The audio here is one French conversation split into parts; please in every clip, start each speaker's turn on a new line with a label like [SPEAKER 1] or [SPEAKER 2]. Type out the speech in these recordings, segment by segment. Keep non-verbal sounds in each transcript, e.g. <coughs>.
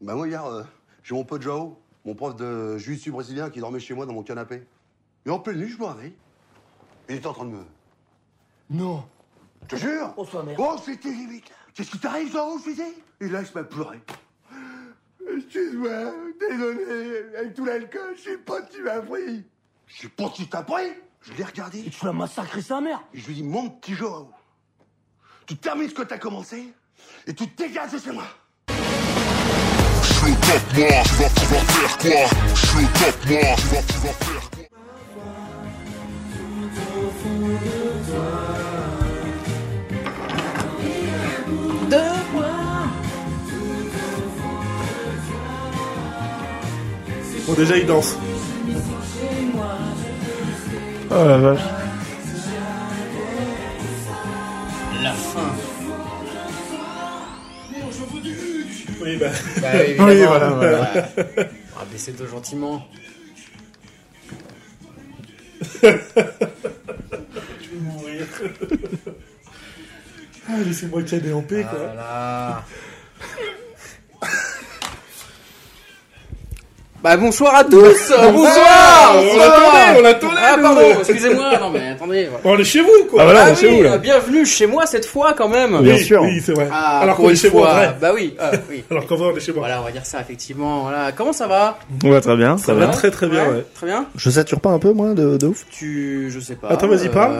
[SPEAKER 1] Bah moi hier, euh, j'ai mon pote Joao, mon prof de jiu-jitsu brésilien qui dormait chez moi dans mon canapé. Et en pleine nuit, je me réveille. Il était en train de me...
[SPEAKER 2] Non.
[SPEAKER 1] Je te jure
[SPEAKER 2] On soit merde.
[SPEAKER 1] Oh, c'était limite Qu'est-ce qui t'arrive, Joao, je lui dis Et là, je m'a pleuré. Excuse-moi, désolé, avec tout l'alcool, je sais pas qui m'a pris. Je sais pas qui t'a pris Je l'ai regardé.
[SPEAKER 2] Et tu l'as massacré sa mère
[SPEAKER 1] Et je lui dis, mon petit Joao, tu termines ce que t'as commencé et tu te dégages de chez moi.
[SPEAKER 3] Je suis au top moi, tu vas pouvoir faire quoi Je suis au top moi, tu vas pouvoir faire quoi
[SPEAKER 4] De moi
[SPEAKER 5] Bon, déjà, il danse.
[SPEAKER 6] Oh la vache.
[SPEAKER 7] La fin.
[SPEAKER 5] Oui, bah.
[SPEAKER 7] Bah,
[SPEAKER 6] Oui,
[SPEAKER 7] évidemment.
[SPEAKER 6] voilà. voilà.
[SPEAKER 7] On va baisser toi gentiment.
[SPEAKER 5] Ah, laissez-moi caler en
[SPEAKER 7] Ah
[SPEAKER 5] paix, quoi.
[SPEAKER 7] Voilà. Bah bonsoir à
[SPEAKER 5] <laughs>
[SPEAKER 7] tous Bonsoir
[SPEAKER 5] on l'attendait, on l'attendait,
[SPEAKER 7] Ah
[SPEAKER 5] le-
[SPEAKER 7] pardon, excusez-moi, non mais attendez. voilà.
[SPEAKER 5] Bon, on est chez vous, quoi.
[SPEAKER 6] Ah, voilà, on
[SPEAKER 7] Ah
[SPEAKER 6] est chez
[SPEAKER 7] oui,
[SPEAKER 6] vous, là.
[SPEAKER 7] euh, bienvenue chez moi cette fois quand même
[SPEAKER 6] Bien
[SPEAKER 5] oui,
[SPEAKER 6] sûr.
[SPEAKER 5] Oui, c'est vrai.
[SPEAKER 7] Ah,
[SPEAKER 5] Alors
[SPEAKER 7] pour
[SPEAKER 5] qu'on est
[SPEAKER 7] une
[SPEAKER 5] chez vous, en
[SPEAKER 7] fois.
[SPEAKER 5] vrai.
[SPEAKER 7] Bah oui, euh,
[SPEAKER 5] <laughs>
[SPEAKER 7] oui.
[SPEAKER 5] Alors qu'en vrai, on est chez moi.
[SPEAKER 7] Voilà, on va dire ça effectivement. Voilà, comment ça va
[SPEAKER 6] On va très bien, ça
[SPEAKER 5] Ça va
[SPEAKER 6] va.
[SPEAKER 5] très très bien, ouais.
[SPEAKER 7] Très bien.
[SPEAKER 6] Je sature pas un peu, moi, de, de ouf
[SPEAKER 7] Tu, je sais pas. Euh,
[SPEAKER 5] Attends, vas-y, parle.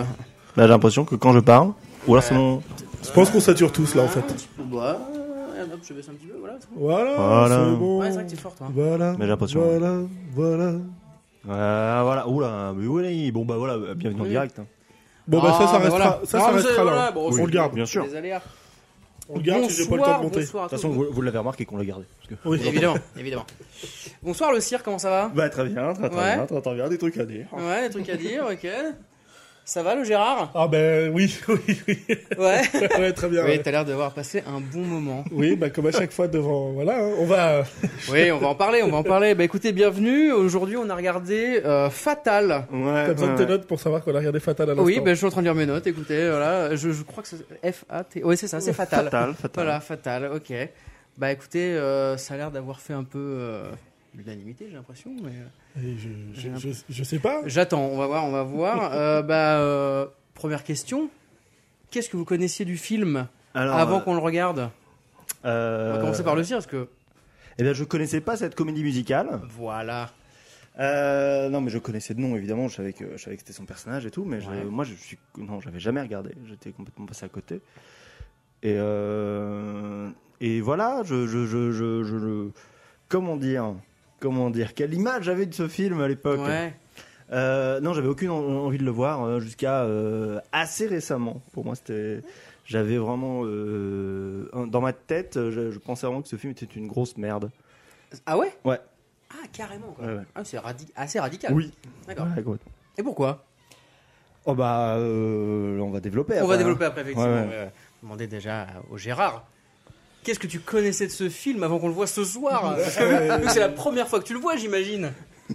[SPEAKER 6] Bah, j'ai l'impression que quand je parle, ou alors c'est mon.
[SPEAKER 5] Je pense qu'on sature tous, là, en
[SPEAKER 7] Un
[SPEAKER 5] fait.
[SPEAKER 7] petit peu, bah, hop, je baisse un petit peu, voilà. c'est bon.
[SPEAKER 5] Voilà,
[SPEAKER 6] Voilà.
[SPEAKER 5] c'est bon.
[SPEAKER 7] Ouais, c'est vrai que t'es fort, toi.
[SPEAKER 5] Voilà.
[SPEAKER 6] Mais j'ai l'impression.
[SPEAKER 5] Voilà, voilà.
[SPEAKER 6] Euh, voilà, oula, mais oui, bon bah voilà, euh, bienvenue en
[SPEAKER 7] Oui.
[SPEAKER 6] direct. hein.
[SPEAKER 5] Bon, bah,
[SPEAKER 7] Ah,
[SPEAKER 5] ça, ça
[SPEAKER 7] bah,
[SPEAKER 5] restera,
[SPEAKER 7] voilà.
[SPEAKER 5] ça,
[SPEAKER 7] Non,
[SPEAKER 5] ça
[SPEAKER 7] mais c'est- bah,
[SPEAKER 5] restera là.
[SPEAKER 7] voilà,
[SPEAKER 5] hein.
[SPEAKER 7] bon,
[SPEAKER 5] on
[SPEAKER 7] c'est-
[SPEAKER 5] le garde.
[SPEAKER 6] Bien sûr.
[SPEAKER 7] Les aléas.
[SPEAKER 5] On le garde si j'ai pas le temps de monter.
[SPEAKER 7] hein.
[SPEAKER 5] De
[SPEAKER 7] bonsoir à
[SPEAKER 6] De toute façon,
[SPEAKER 7] tous.
[SPEAKER 6] vous, vous l'avez remarqué qu'on le regardait. parce que-
[SPEAKER 5] Oui.
[SPEAKER 7] Évidemment, évidemment. Bonsoir le cirque, comment ça va
[SPEAKER 6] Bah, très bien, très, très
[SPEAKER 7] Ouais.
[SPEAKER 6] bien, très, très bien, des trucs à dire.
[SPEAKER 7] Ouais, des trucs à dire, ok. Ça va le Gérard
[SPEAKER 5] Ah, ben oui, <laughs> oui, oui.
[SPEAKER 7] <laughs> Ouais.
[SPEAKER 5] <laughs> ouais, très bien.
[SPEAKER 7] Oui,
[SPEAKER 5] ouais.
[SPEAKER 7] t'as l'air d'avoir passé un bon moment.
[SPEAKER 5] Oui, bah, comme à chaque fois devant. Voilà, hein, on va.
[SPEAKER 7] Oui, on va en parler, on va en parler. Bah écoutez, bienvenue. Aujourd'hui, on a regardé euh, Fatal.
[SPEAKER 6] Ouais,
[SPEAKER 5] T'as besoin de tes notes pour savoir qu'on a regardé Fatal à l'instant.
[SPEAKER 7] Oui, bah, je suis en train de lire mes notes, écoutez, voilà. Je, je crois que c'est F-A-T. Oui, c'est ça, c'est Fatal.
[SPEAKER 6] Fatal, fatal.
[SPEAKER 7] Voilà, Fatal, ok. Bah écoutez, euh, ça a l'air d'avoir fait un peu euh, l'unanimité, j'ai l'impression, mais. euh,
[SPEAKER 5] Et je, je, je, je sais <laughs> pas.
[SPEAKER 7] J'attends, on va voir, on va <laughs> voir. Euh, bah, euh, première question. Qu'est-ce que vous connaissiez du film
[SPEAKER 6] Alors,
[SPEAKER 7] avant
[SPEAKER 6] euh,
[SPEAKER 7] qu'on le regarde On
[SPEAKER 6] euh,
[SPEAKER 7] va commencer par le cirque, parce que
[SPEAKER 6] Eh bien, je connaissais pas cette comédie musicale.
[SPEAKER 7] voilà.
[SPEAKER 6] Euh, non, mais je connaissais de nom, évidemment. Je savais que, je savais que c'était son personnage et tout. Mais je-
[SPEAKER 7] Ouais.
[SPEAKER 6] moi, je suis. Non, j'avais jamais regardé. J'étais complètement passé à côté. Et, euh, et voilà, je, je, je, je, je- je- Comment dire Comment dire Quelle image j'avais de ce film à l'époque
[SPEAKER 7] Ouais.
[SPEAKER 6] Euh, non, j'avais aucune en- envie de le voir euh, jusqu'à euh, assez récemment. Pour moi, c'était. J'avais vraiment. euh, un- dans ma tête, je, je pensais vraiment que ce film était une grosse merde.
[SPEAKER 7] Ah ouais
[SPEAKER 6] Ouais.
[SPEAKER 7] Ah carrément. Quoi.
[SPEAKER 6] Ouais, ouais.
[SPEAKER 7] Ah, c'est radi- assez radical.
[SPEAKER 6] Oui.
[SPEAKER 7] D'accord.
[SPEAKER 6] Ouais, quoi.
[SPEAKER 7] Et pourquoi
[SPEAKER 6] Oh bah, euh, on va développer.
[SPEAKER 5] Eh
[SPEAKER 7] On va
[SPEAKER 5] ben,
[SPEAKER 6] après, hein.
[SPEAKER 7] développer après effectivement.
[SPEAKER 6] Ouais, ouais.
[SPEAKER 7] mais, euh, demandez déjà au Gérard. Qu'est-ce que tu connaissais de ce film avant qu'on le voit ce soir Parce que vu- vu que c'est la première fois que tu le vois, j'imagine.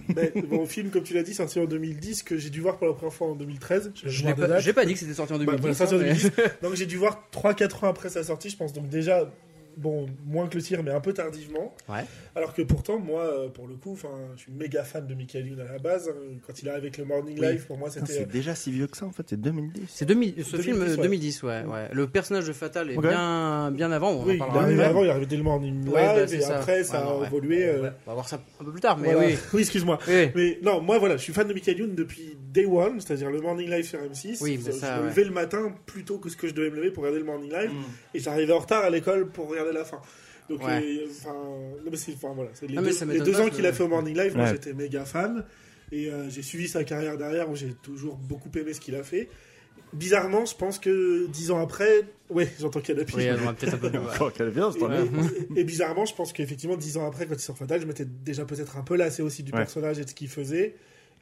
[SPEAKER 5] Ben, mon film, comme tu l'as dit, sorti en 2010, que j'ai dû voir pour la première fois en 2013. Je
[SPEAKER 7] Je
[SPEAKER 5] vais
[SPEAKER 7] l'ai
[SPEAKER 5] voir des
[SPEAKER 7] pas,
[SPEAKER 5] dates.
[SPEAKER 7] j'ai pas dit que c'était sorti en
[SPEAKER 5] Bah,
[SPEAKER 7] 2010.
[SPEAKER 5] voilà, sorti en
[SPEAKER 7] hein, mais-
[SPEAKER 5] 2010. Donc j'ai dû voir 3-4 ans après sa sortie, je pense. Donc déjà, bon, moins que le tir, mais un peu tardivement.
[SPEAKER 7] Ouais.
[SPEAKER 5] Alors que pourtant, moi, euh, pour le coup, enfin, je suis méga fan de Michael Youn à la base. hein. Quand il arrive avec le Morning
[SPEAKER 7] Oui. Ah,
[SPEAKER 5] Life, pour moi,
[SPEAKER 6] Putain,
[SPEAKER 5] c'était... euh,
[SPEAKER 6] C'est déjà si vieux que ça en fait, c'est 2010.
[SPEAKER 7] C'est
[SPEAKER 6] <laughs>
[SPEAKER 7] 2000, ce
[SPEAKER 5] 2010,
[SPEAKER 7] film euh,
[SPEAKER 5] ouais.
[SPEAKER 7] 2010, ouais, ouais. Le personnage de Fatal est
[SPEAKER 6] Ok.
[SPEAKER 7] bien, bien avant, on en
[SPEAKER 5] Oui, il
[SPEAKER 7] parlera.
[SPEAKER 5] arrive
[SPEAKER 6] ouais.
[SPEAKER 5] avant, il arrive dès le Morning Live,
[SPEAKER 7] Ouais, bah, c'est
[SPEAKER 5] et après, ça
[SPEAKER 7] Ouais, non,
[SPEAKER 5] a
[SPEAKER 7] ouais.
[SPEAKER 5] évolué. euh,
[SPEAKER 7] Ouais, on va voir ça un peu plus tard, Ah, mais
[SPEAKER 5] voilà. <laughs>
[SPEAKER 7] oui.
[SPEAKER 5] excuse-moi.
[SPEAKER 7] oui, oui.
[SPEAKER 5] Mais non, moi voilà, je suis fan de Michael Youn depuis Day One, c'est-à-dire le Morning Live sur M6.
[SPEAKER 7] Oui,
[SPEAKER 5] je
[SPEAKER 7] mais ça,
[SPEAKER 5] je me
[SPEAKER 7] ouais. Mm.
[SPEAKER 5] levais le matin plutôt que ce que je devais me lever pour regarder le Morning Live, et j'arrivais en retard à l'école pour regarder la fin. Donc,
[SPEAKER 7] Ouais.
[SPEAKER 5] euh, enfin, non, mais c'est, enfin, voilà, c'est les,
[SPEAKER 7] Ah, mais ça
[SPEAKER 5] deux, les
[SPEAKER 7] m'étonne
[SPEAKER 5] deux
[SPEAKER 7] pas
[SPEAKER 5] ans
[SPEAKER 7] que-
[SPEAKER 5] qu'il a fait au Morning Live, moi
[SPEAKER 6] Ouais.
[SPEAKER 5] j'étais méga fan, et euh, j'ai suivi sa carrière derrière, où j'ai toujours beaucoup aimé ce qu'il a fait. Bizarrement, je pense que dix ans après, ouais, j'entends qu'il y a la pile.
[SPEAKER 7] Oui, on va peut-être un peu
[SPEAKER 6] Encore Oh, quelle violence,
[SPEAKER 5] Et, euh,
[SPEAKER 6] toi.
[SPEAKER 5] <laughs> et- et bizarrement, je pense qu'effectivement, dix ans après, quand il sort Fatal, je m'étais déjà peut-être un peu lassé aussi du
[SPEAKER 6] Ouais.
[SPEAKER 5] personnage et de ce qu'il faisait.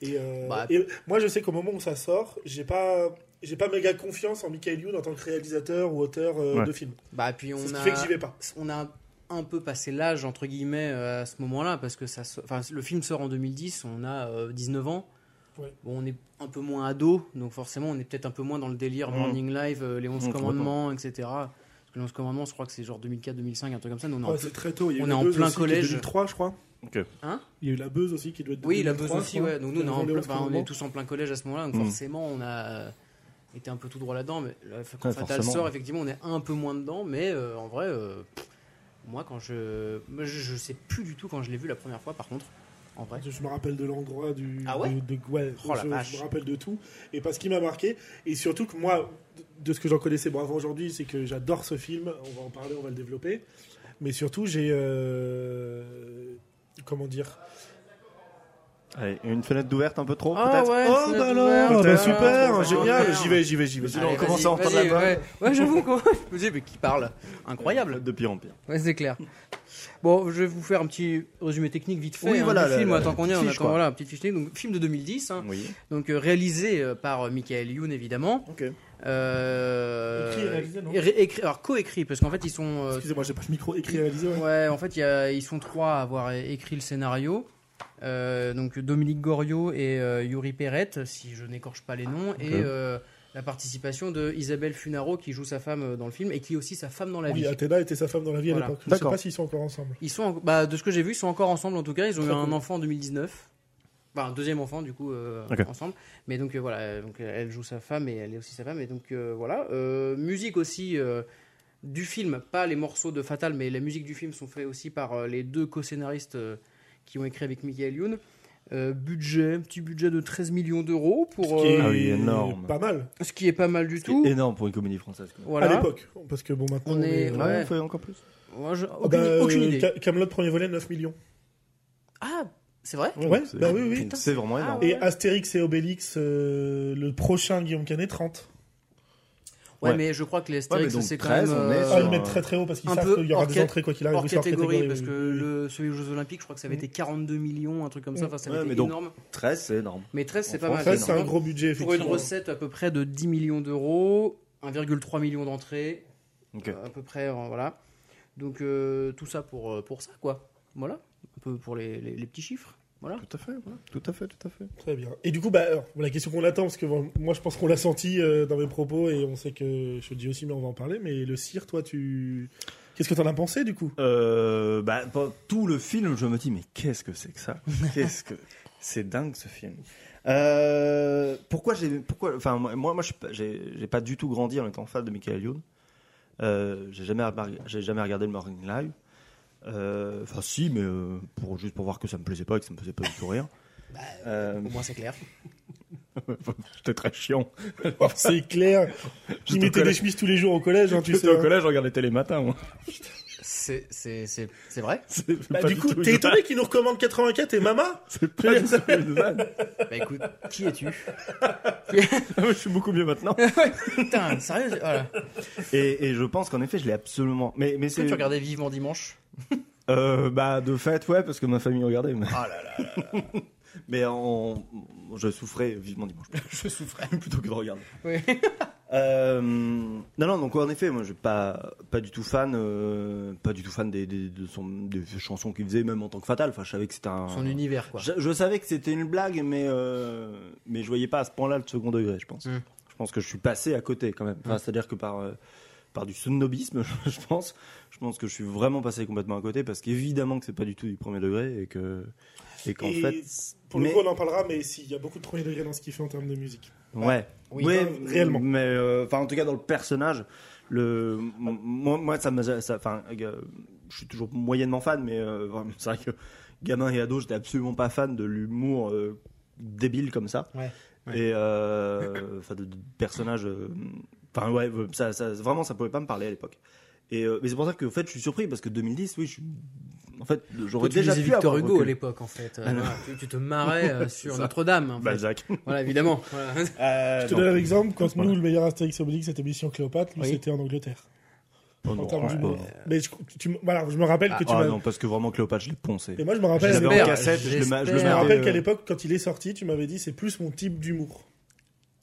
[SPEAKER 5] Et, euh,
[SPEAKER 7] Bah.
[SPEAKER 5] et moi, je sais qu'au moment où ça sort, j'ai pas, j'ai pas méga confiance en Michael Youn en tant que réalisateur ou auteur euh,
[SPEAKER 6] Ouais.
[SPEAKER 5] de film.
[SPEAKER 7] Bah, puis on
[SPEAKER 5] C'est ce qui
[SPEAKER 7] a,
[SPEAKER 5] fait que j'y vais pas.
[SPEAKER 7] on a un peu passé l'âge, entre guillemets, euh, à ce moment-là, parce que ça, so- enfin, le film sort en 2010, on a euh, 19 ans.
[SPEAKER 5] Ouais.
[SPEAKER 7] Bon, on est un peu moins ado, donc forcément, on est peut-être un peu moins dans le délire
[SPEAKER 6] Mhm.
[SPEAKER 7] Morning Live, euh, les 11
[SPEAKER 6] Mhm,
[SPEAKER 7] commandements, etc. Parce que L'Ange Commandement, je crois que c'est genre 2004-2005, un truc comme ça. Non, non.
[SPEAKER 5] Ouais, c'est très tôt. Il y a
[SPEAKER 7] on est
[SPEAKER 5] eu la
[SPEAKER 7] en
[SPEAKER 5] Buzz
[SPEAKER 7] plein
[SPEAKER 5] aussi qui est
[SPEAKER 7] collège.
[SPEAKER 5] 2003, je crois.
[SPEAKER 6] Ok.
[SPEAKER 7] Hein
[SPEAKER 5] Il y a eu la buzz aussi qui doit être. de
[SPEAKER 7] Oui, la
[SPEAKER 5] 2003,
[SPEAKER 7] buzz
[SPEAKER 5] je
[SPEAKER 7] aussi,
[SPEAKER 5] crois.
[SPEAKER 7] ouais. Donc nous,
[SPEAKER 5] La
[SPEAKER 7] on est, en
[SPEAKER 5] volée
[SPEAKER 7] plein-
[SPEAKER 5] au
[SPEAKER 7] enfin, on est
[SPEAKER 5] commandement.
[SPEAKER 7] tous en plein collège à ce moment-là, donc
[SPEAKER 6] Mm.
[SPEAKER 7] forcément, on a été un peu tout droit là-dedans. Mais là, quand
[SPEAKER 6] Ouais,
[SPEAKER 7] Fatal
[SPEAKER 6] forcément.
[SPEAKER 7] sort, effectivement, on est un peu moins dedans, mais euh, en vrai, euh, pff, moi, quand je... moi, je, je sais plus du tout quand je l'ai vu la première fois, par contre, en vrai.
[SPEAKER 5] Je me rappelle de l'endroit du.
[SPEAKER 7] Ah ouais
[SPEAKER 5] de, de- ouais,
[SPEAKER 7] Oh la
[SPEAKER 5] je, je
[SPEAKER 7] vache.
[SPEAKER 5] me rappelle de tout. Et parce qu'il m'a marqué, et surtout que moi, de- de ce que j'en connaissais bon, avant aujourd'hui, c'est que j'adore ce film. On va en parler, on va le développer. Mais surtout, j'ai. euh, Comment dire
[SPEAKER 6] Allez, une fenêtre d'ouverte un peu trop, peut-être
[SPEAKER 7] ouais,
[SPEAKER 5] Oh bah
[SPEAKER 6] Ah,
[SPEAKER 5] alors, bah super, génial, j'y vais, j'y vais, j'y vais.
[SPEAKER 6] Allez,
[SPEAKER 5] on commence
[SPEAKER 6] vas-y. à entendre la bonne.
[SPEAKER 7] Ouais, ouais j'avoue, quoi. <laughs> Je me dis, mais qui parle Incroyable.
[SPEAKER 6] De pire en pire.
[SPEAKER 7] Ouais, c'est clair. Bon, je vais vous faire un petit résumé technique vite fait.
[SPEAKER 6] Oui,
[SPEAKER 7] hein,
[SPEAKER 6] voilà,
[SPEAKER 7] du
[SPEAKER 6] la-
[SPEAKER 7] film,
[SPEAKER 6] la-
[SPEAKER 7] attends
[SPEAKER 6] la
[SPEAKER 7] qu'on y est,
[SPEAKER 6] petite
[SPEAKER 7] on
[SPEAKER 6] fiche,
[SPEAKER 7] attend,
[SPEAKER 6] quoi.
[SPEAKER 7] voilà, petite fiche technique. Donc, film de 2010, hein.
[SPEAKER 6] Oui.
[SPEAKER 7] donc euh, réalisé euh, par euh, Michael Youn évidemment.
[SPEAKER 6] Ok.
[SPEAKER 7] Euh,
[SPEAKER 5] Écrit et réalisé, non
[SPEAKER 7] et ré- écrit- alors co-écrit parce qu'en fait ils sont. euh,
[SPEAKER 5] Excusez-moi, j'ai pas le micro écrit réalisé. ouais.
[SPEAKER 7] <laughs> ouais, en fait il y a- ils sont trois à avoir é- écrit le scénario. Euh, donc Dominique Goriot et euh, Yuri Perret, si je n'écorche pas les noms, et euh, la participation de Isabelle Funaro qui joue sa femme euh, dans le film et qui est aussi sa femme dans la
[SPEAKER 5] Oui,
[SPEAKER 7] vie.
[SPEAKER 5] Athéna était sa femme dans la vie à
[SPEAKER 7] Voilà.
[SPEAKER 5] l'époque. Je sais
[SPEAKER 6] D'accord.
[SPEAKER 5] pas s'ils sont encore ensemble.
[SPEAKER 7] Ils sont, en- bah, de ce que j'ai vu, ils sont encore ensemble en tout cas. Ils ont eu
[SPEAKER 5] Très
[SPEAKER 7] un
[SPEAKER 5] cool.
[SPEAKER 7] enfant en 2019. Enfin, un deuxième enfant du coup euh,
[SPEAKER 6] Ok.
[SPEAKER 7] ensemble. Mais donc euh, voilà, euh, donc, euh, elle joue sa femme et elle est aussi sa femme. Et donc euh, voilà, Euh, musique aussi euh, du film, pas les morceaux de Fatal, mais la musique du film sont faits aussi par euh, les deux co-scénaristes euh, qui ont écrit avec Michael Youn. Euh, budget, petit budget de 13 millions d'euros pour
[SPEAKER 5] Ce qui est
[SPEAKER 7] euh,
[SPEAKER 6] Ah oui, énorme.
[SPEAKER 5] Pas mal
[SPEAKER 7] ce qui est pas mal du tout.
[SPEAKER 6] Énorme pour une comédie française. Quoi.
[SPEAKER 7] Voilà.
[SPEAKER 5] à l'époque. Parce que bon, maintenant.
[SPEAKER 7] On est- Ouais.
[SPEAKER 6] Ouais, il faut encore plus.
[SPEAKER 7] Moi,
[SPEAKER 5] bah,
[SPEAKER 7] je-
[SPEAKER 5] Ah
[SPEAKER 7] aucune, aucune
[SPEAKER 5] euh,
[SPEAKER 7] idée.
[SPEAKER 5] Camelot premier volet 9 millions.
[SPEAKER 7] Ah, c'est vrai
[SPEAKER 5] Ouais,
[SPEAKER 6] c'est-
[SPEAKER 5] bah oui, oui.
[SPEAKER 6] putain, C'est vraiment
[SPEAKER 7] Ah
[SPEAKER 6] énorme.
[SPEAKER 7] ouais.
[SPEAKER 5] Et Astérix et Obélix, euh, le prochain Guillaume Canet 30.
[SPEAKER 7] ouais,
[SPEAKER 6] Ouais.
[SPEAKER 7] mais je crois que les Astérix,
[SPEAKER 6] donc
[SPEAKER 7] c'est quand
[SPEAKER 6] 13,
[SPEAKER 7] même.
[SPEAKER 6] on est
[SPEAKER 7] euh,
[SPEAKER 5] Ah,
[SPEAKER 6] sur
[SPEAKER 5] ils
[SPEAKER 6] un-
[SPEAKER 5] mettent très très haut parce qu'ils
[SPEAKER 7] un
[SPEAKER 5] savent
[SPEAKER 7] peu
[SPEAKER 5] qu'il y aura
[SPEAKER 7] hors
[SPEAKER 5] des
[SPEAKER 7] cat-
[SPEAKER 5] entrées quoi qu'il arrive.
[SPEAKER 7] hors
[SPEAKER 5] oui, c'est hors
[SPEAKER 7] catégorie, parce
[SPEAKER 5] oui,
[SPEAKER 7] que
[SPEAKER 5] oui, Mm. oui.
[SPEAKER 7] le, celui aux Jeux Olympiques, je crois que ça avait été 42 millions, un truc comme ça. Enfin, ça avait
[SPEAKER 6] Ouais,
[SPEAKER 7] été
[SPEAKER 6] mais donc-
[SPEAKER 7] énorme.
[SPEAKER 6] 13, c'est énorme.
[SPEAKER 7] Mais 13, c'est
[SPEAKER 6] En
[SPEAKER 7] pas
[SPEAKER 6] France,
[SPEAKER 7] mal.
[SPEAKER 5] Ça, c'est un gros budget,
[SPEAKER 7] Pour
[SPEAKER 5] effectivement.
[SPEAKER 7] une recette à peu près de 10 millions d'euros, 1,3 million d'entrées,
[SPEAKER 6] Ok.
[SPEAKER 7] euh, à peu près, euh, voilà. Donc euh, tout ça pour, euh, pour ça, quoi. Voilà, un peu pour les, les- les petits chiffres. Voilà.
[SPEAKER 6] Tout à fait, ouais. tout à fait, tout à fait.
[SPEAKER 5] Très bien. Et du coup, bah, alors, la question qu'on attend, parce que bon, moi je pense qu'on l'a senti euh, dans mes propos et on sait que je te dis aussi, mais on va en parler. Mais le cire, toi, tu. Qu'est-ce que t'en as pensé
[SPEAKER 7] <laughs>
[SPEAKER 5] du coup
[SPEAKER 6] Euh, bah, pendant tout le film, je me dis, mais qu'est-ce que c'est
[SPEAKER 5] <laughs>
[SPEAKER 6] que ça Qu'est-ce que c'est dingue ce film Euh, Pourquoi j'ai, pourquoi, enfin moi, moi, je suis pas- j'ai, j'ai pas du tout grandi en étant fan de Michael Youn. Euh, j'ai jamais, remar- j'ai jamais regardé le Morning Live. Euh, Enfin si, mais euh, pour juste pour voir que ça me plaisait pas, et que ça me faisait pas du tout rire.
[SPEAKER 5] Bah,
[SPEAKER 6] Euh,
[SPEAKER 7] Au moins, c'est clair.
[SPEAKER 6] J'étais
[SPEAKER 5] <laughs>
[SPEAKER 6] très chiant.
[SPEAKER 5] Oh, C'est
[SPEAKER 7] <laughs>
[SPEAKER 5] clair.
[SPEAKER 6] J'étais
[SPEAKER 5] Ils
[SPEAKER 6] au
[SPEAKER 5] mettaient des
[SPEAKER 6] collège.
[SPEAKER 5] chemises tous les jours au collège, hein, tu
[SPEAKER 6] J'étais
[SPEAKER 5] sais.
[SPEAKER 6] au
[SPEAKER 5] hein.
[SPEAKER 6] collège, je regardais télé matin. Moi. <laughs>
[SPEAKER 7] C'est c'est- c'est- c'est vrai.
[SPEAKER 6] C'est
[SPEAKER 5] Bah,
[SPEAKER 6] pas
[SPEAKER 5] du coup,
[SPEAKER 6] tout
[SPEAKER 5] t'es
[SPEAKER 6] une vanne.
[SPEAKER 5] étonné qu'ils nous recommandent 84 et Mama
[SPEAKER 6] C'est pas du tout une vanne.
[SPEAKER 7] Bah écoute, qui es-tu
[SPEAKER 6] Ah ouais, Je suis beaucoup mieux maintenant.
[SPEAKER 7] Putain, sérieux j'ai- voilà. Est-ce
[SPEAKER 6] Et, et je pense qu'en effet, je l'ai absolument. Mais, mais
[SPEAKER 7] que
[SPEAKER 6] c'est.
[SPEAKER 7] tu regardais vivement dimanche
[SPEAKER 6] Euh, bah, de fait, ouais, parce que ma famille regardait. Mais...
[SPEAKER 7] Ah
[SPEAKER 6] <laughs> mais en... je souffrais vivement dimanche. <laughs> je souffrais. Plutôt que de regarder.
[SPEAKER 7] Oui.
[SPEAKER 6] <laughs> Euh, non, non, donc en effet, moi, je suis pas, pas du tout fan, euh, pas du tout fan des, des- de son, des chansons qu'il faisait, même en tant que Fatal. Enfin, je savais que c'était un.
[SPEAKER 7] Son univers, quoi.
[SPEAKER 6] Je, je savais que c'était une blague, mais, euh, mais je voyais pas à ce point-là le second degré, je pense.
[SPEAKER 7] Mm.
[SPEAKER 6] Je pense que je suis passé à côté quand même.
[SPEAKER 5] Mm.
[SPEAKER 6] Enfin, C'est-à-dire que par, euh, par du snobisme, <laughs> je pense, je pense que je suis vraiment passé complètement à côté parce qu'évidemment que c'est pas du tout du premier degré et que et qu'en
[SPEAKER 5] Et
[SPEAKER 6] fait,
[SPEAKER 5] pour le
[SPEAKER 6] mais-
[SPEAKER 5] coup, on en parlera, mais s'il y a beaucoup de premier degré dans ce qu'il fait en termes de musique.
[SPEAKER 6] ouais,
[SPEAKER 7] Oui,
[SPEAKER 6] Ouais,
[SPEAKER 5] non, réellement.
[SPEAKER 6] Mais euh, enfin, en tout cas dans le personnage, le m- moi, moi ça m'a, ça- enfin, euh, je suis toujours moyennement fan, mais euh, vraiment, <laughs> c'est vrai que gamin et ado, j'étais absolument pas fan de l'humour euh, débile comme ça.
[SPEAKER 7] Ouais, ouais.
[SPEAKER 6] Et euh, enfin de, de personnages, euh, enfin ouais, ça, ça- vraiment ça pouvait pas me parler à l'époque. Et euh, mais c'est pour ça que en fait je suis surpris parce que 2010, oui, je suis, en fait
[SPEAKER 7] Toi,
[SPEAKER 6] j'aurais
[SPEAKER 7] tu
[SPEAKER 6] déjà
[SPEAKER 7] lisais
[SPEAKER 6] pu
[SPEAKER 7] Victor
[SPEAKER 6] avoir
[SPEAKER 7] Hugo à
[SPEAKER 6] recul.
[SPEAKER 7] l'époque, en fait. Euh,
[SPEAKER 6] Ah, non.
[SPEAKER 7] voilà, tu, tu te marrais
[SPEAKER 6] <laughs>
[SPEAKER 7] euh, sur
[SPEAKER 6] Ça. Bah,
[SPEAKER 7] Notre-Dame. en fait.
[SPEAKER 6] Balzac.
[SPEAKER 7] Voilà, évidemment. Voilà.
[SPEAKER 6] Euh,
[SPEAKER 5] Je te
[SPEAKER 6] <laughs> non.
[SPEAKER 5] donne un exemple. Quand
[SPEAKER 6] Voilà.
[SPEAKER 5] nous, le meilleur Astérix et Obélix, c'était Mission Cléopâtre, lui,
[SPEAKER 7] Oui.
[SPEAKER 5] c'était en Angleterre.
[SPEAKER 6] Oh,
[SPEAKER 5] En
[SPEAKER 6] non,
[SPEAKER 5] termes
[SPEAKER 6] ouais.
[SPEAKER 5] d'humour. Mais je, tu, me- voilà, je me rappelle
[SPEAKER 7] Ah,
[SPEAKER 5] que tu
[SPEAKER 6] Ah
[SPEAKER 5] m'as.
[SPEAKER 6] non, parce que vraiment Cléopâtre, je l'ai poncé.
[SPEAKER 5] Et moi, je me
[SPEAKER 6] Je
[SPEAKER 5] rappelle.
[SPEAKER 6] l'avais en
[SPEAKER 7] J'espère,
[SPEAKER 6] cassette, je le, ma-
[SPEAKER 7] j'espère.
[SPEAKER 5] Je
[SPEAKER 6] je le
[SPEAKER 5] me
[SPEAKER 6] mettais,
[SPEAKER 5] rappelle
[SPEAKER 6] euh,
[SPEAKER 5] qu'à l'époque, quand il est sorti, tu m'avais dit c'est plus mon type d'humour.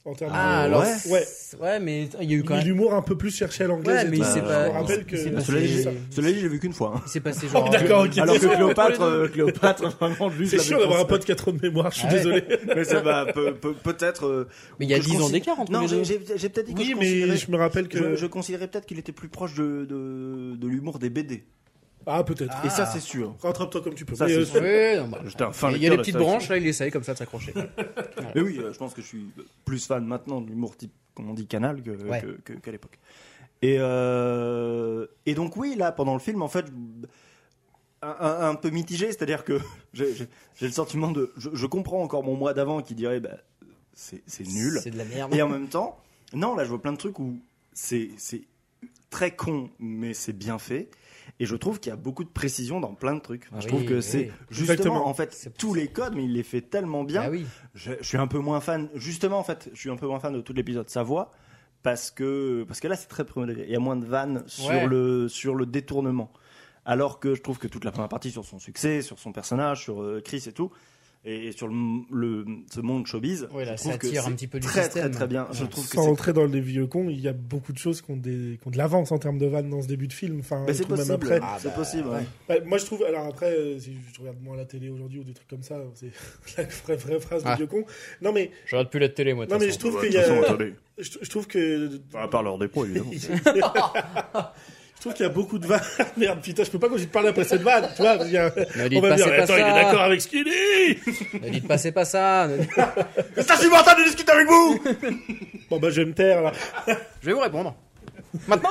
[SPEAKER 5] En termes
[SPEAKER 7] Ah,
[SPEAKER 5] de...
[SPEAKER 7] alors.
[SPEAKER 6] ouais.
[SPEAKER 7] Ouais. ouais, mais il y a eu quand
[SPEAKER 5] Mais
[SPEAKER 7] même.
[SPEAKER 5] l'humour un peu plus cherché à l'anglaise.
[SPEAKER 7] Ouais,
[SPEAKER 5] et
[SPEAKER 7] mais
[SPEAKER 5] tout.
[SPEAKER 7] il s'est
[SPEAKER 5] Je
[SPEAKER 7] pas-
[SPEAKER 5] me rappelle que.
[SPEAKER 7] il s'est pas-
[SPEAKER 6] Ah, Cela dit,
[SPEAKER 7] c'est-
[SPEAKER 6] cela dit, j'ai vu qu'une fois. hein.
[SPEAKER 7] Il s'est passé genre. euh,
[SPEAKER 5] D'accord, ok.
[SPEAKER 6] Alors que
[SPEAKER 7] désolé.
[SPEAKER 6] Cléopâtre, euh, Cléopâtre, <laughs> vraiment, lui, je
[SPEAKER 5] C'est
[SPEAKER 6] l'avais
[SPEAKER 5] chiant d'avoir un
[SPEAKER 6] pensé.
[SPEAKER 5] pote qui a trop de mémoire, je suis
[SPEAKER 7] Ah ouais.
[SPEAKER 5] désolé.
[SPEAKER 6] Mais ça va, peut- peut- peut-être. euh,
[SPEAKER 7] Mais il y a
[SPEAKER 6] que je
[SPEAKER 7] 10 ans
[SPEAKER 6] considère-
[SPEAKER 7] d'écart entre
[SPEAKER 6] Non,
[SPEAKER 7] les deux.
[SPEAKER 6] j'ai j'ai- j'ai peut-être dit que
[SPEAKER 5] Oui,
[SPEAKER 6] je
[SPEAKER 5] mais
[SPEAKER 6] considérais-
[SPEAKER 5] je me rappelle
[SPEAKER 6] Je,
[SPEAKER 5] que.
[SPEAKER 6] je considérais peut-être qu'il était plus proche de, de, de l'humour des BD.
[SPEAKER 5] Ah, peut-être.
[SPEAKER 6] Et ça, c'est sûr.
[SPEAKER 5] Rattrape-toi comme tu peux.
[SPEAKER 6] Ça,
[SPEAKER 5] Mais,
[SPEAKER 6] c'est
[SPEAKER 5] euh,
[SPEAKER 6] sûr.
[SPEAKER 7] Ouais, non, bah,
[SPEAKER 6] J'étais un fin
[SPEAKER 7] il y a
[SPEAKER 6] lecteur
[SPEAKER 7] des
[SPEAKER 6] de
[SPEAKER 7] petites
[SPEAKER 6] ça
[SPEAKER 7] branches, là, il essaye comme ça de s'accrocher.
[SPEAKER 6] aussi. Mais oui, euh, je pense que je suis plus fan maintenant de l'humour type, comme on dit, canal que,
[SPEAKER 7] Ouais.
[SPEAKER 6] que- que- qu'à l'époque. Et, euh, et donc, oui, là, pendant le film, en fait, un, un- un peu mitigé, c'est-à-dire que <laughs> j'ai, j'ai- j'ai le sentiment de. Je, je comprends encore mon moi d'avant qui dirait bah, c'est, c'est nul.
[SPEAKER 7] C'est de la merde.
[SPEAKER 6] Et en même temps, non, là, je vois plein de trucs où c'est c'est très con, mais c'est bien fait. Et je trouve qu'il y a beaucoup de précision dans plein de trucs.
[SPEAKER 7] Ah
[SPEAKER 6] je
[SPEAKER 7] oui,
[SPEAKER 6] trouve que
[SPEAKER 7] oui.
[SPEAKER 6] c'est justement,
[SPEAKER 5] Exactement.
[SPEAKER 6] en fait,
[SPEAKER 7] C'est pour
[SPEAKER 6] tous les codes, mais il les fait tellement bien.
[SPEAKER 7] Ah oui.
[SPEAKER 6] je, je suis un peu moins fan, justement, en fait, je suis un peu moins fan de tout l'épisode Savoie. Parce que, parce que là, c'est très premier degré. Il y a moins de vannes sur,
[SPEAKER 7] Ouais.
[SPEAKER 6] le, sur le détournement. Alors que je trouve que toute la première partie sur son succès, sur son personnage, sur euh, Chris et tout, et, et sur le, le- ce monde showbiz,
[SPEAKER 7] Ouais, là,
[SPEAKER 6] je trouve
[SPEAKER 7] ça
[SPEAKER 6] que
[SPEAKER 7] tire
[SPEAKER 6] c'est
[SPEAKER 7] un petit peu du
[SPEAKER 6] très,
[SPEAKER 7] système.
[SPEAKER 6] très très bien. Je trouve que
[SPEAKER 5] Sans
[SPEAKER 6] c'est
[SPEAKER 5] rentrer dans les vieux cons, il y a beaucoup de choses qui ont, des, qui ont de l'avance en termes de vannes dans ce début de film. Enfin,
[SPEAKER 6] Bah,
[SPEAKER 5] je
[SPEAKER 6] c'est
[SPEAKER 5] trouve même
[SPEAKER 6] possible.
[SPEAKER 5] après.
[SPEAKER 6] c'est
[SPEAKER 7] Ah,
[SPEAKER 6] possible. ouais.
[SPEAKER 5] Bah, moi, je trouve. Alors après, euh, si je regarde moins la télé aujourd'hui ou des trucs comme ça, hein, c'est <laughs> la vraie, vraie phrase
[SPEAKER 7] Ah.
[SPEAKER 5] de vieux con. Non mais,
[SPEAKER 7] Je regarde plus la télé, moi. de
[SPEAKER 5] non
[SPEAKER 7] toute
[SPEAKER 5] mais je
[SPEAKER 7] façon.
[SPEAKER 5] trouve qu'il y a. Je, je trouve que.
[SPEAKER 6] à part l'heure des
[SPEAKER 7] <laughs>
[SPEAKER 6] pros, évidemment.
[SPEAKER 5] Je trouve qu'il y a beaucoup de vannes. <laughs> Merde, putain, je peux pas quand je te parle après cette vanne, tu vois. parce qu'il y a-
[SPEAKER 7] Ne
[SPEAKER 5] On
[SPEAKER 7] dites
[SPEAKER 5] va
[SPEAKER 7] pas,
[SPEAKER 5] me dire,
[SPEAKER 7] c'est pas
[SPEAKER 5] attends, il est d'accord
[SPEAKER 7] ça.
[SPEAKER 5] avec ce qu'il dit.
[SPEAKER 7] Ne dites pas, c'est pas ça. Ne-
[SPEAKER 6] c'est insupportable de discuter avec vous
[SPEAKER 5] Bon bah, je vais me taire là.
[SPEAKER 7] Je vais vous
[SPEAKER 6] <laughs>
[SPEAKER 7] répondre. Maintenant,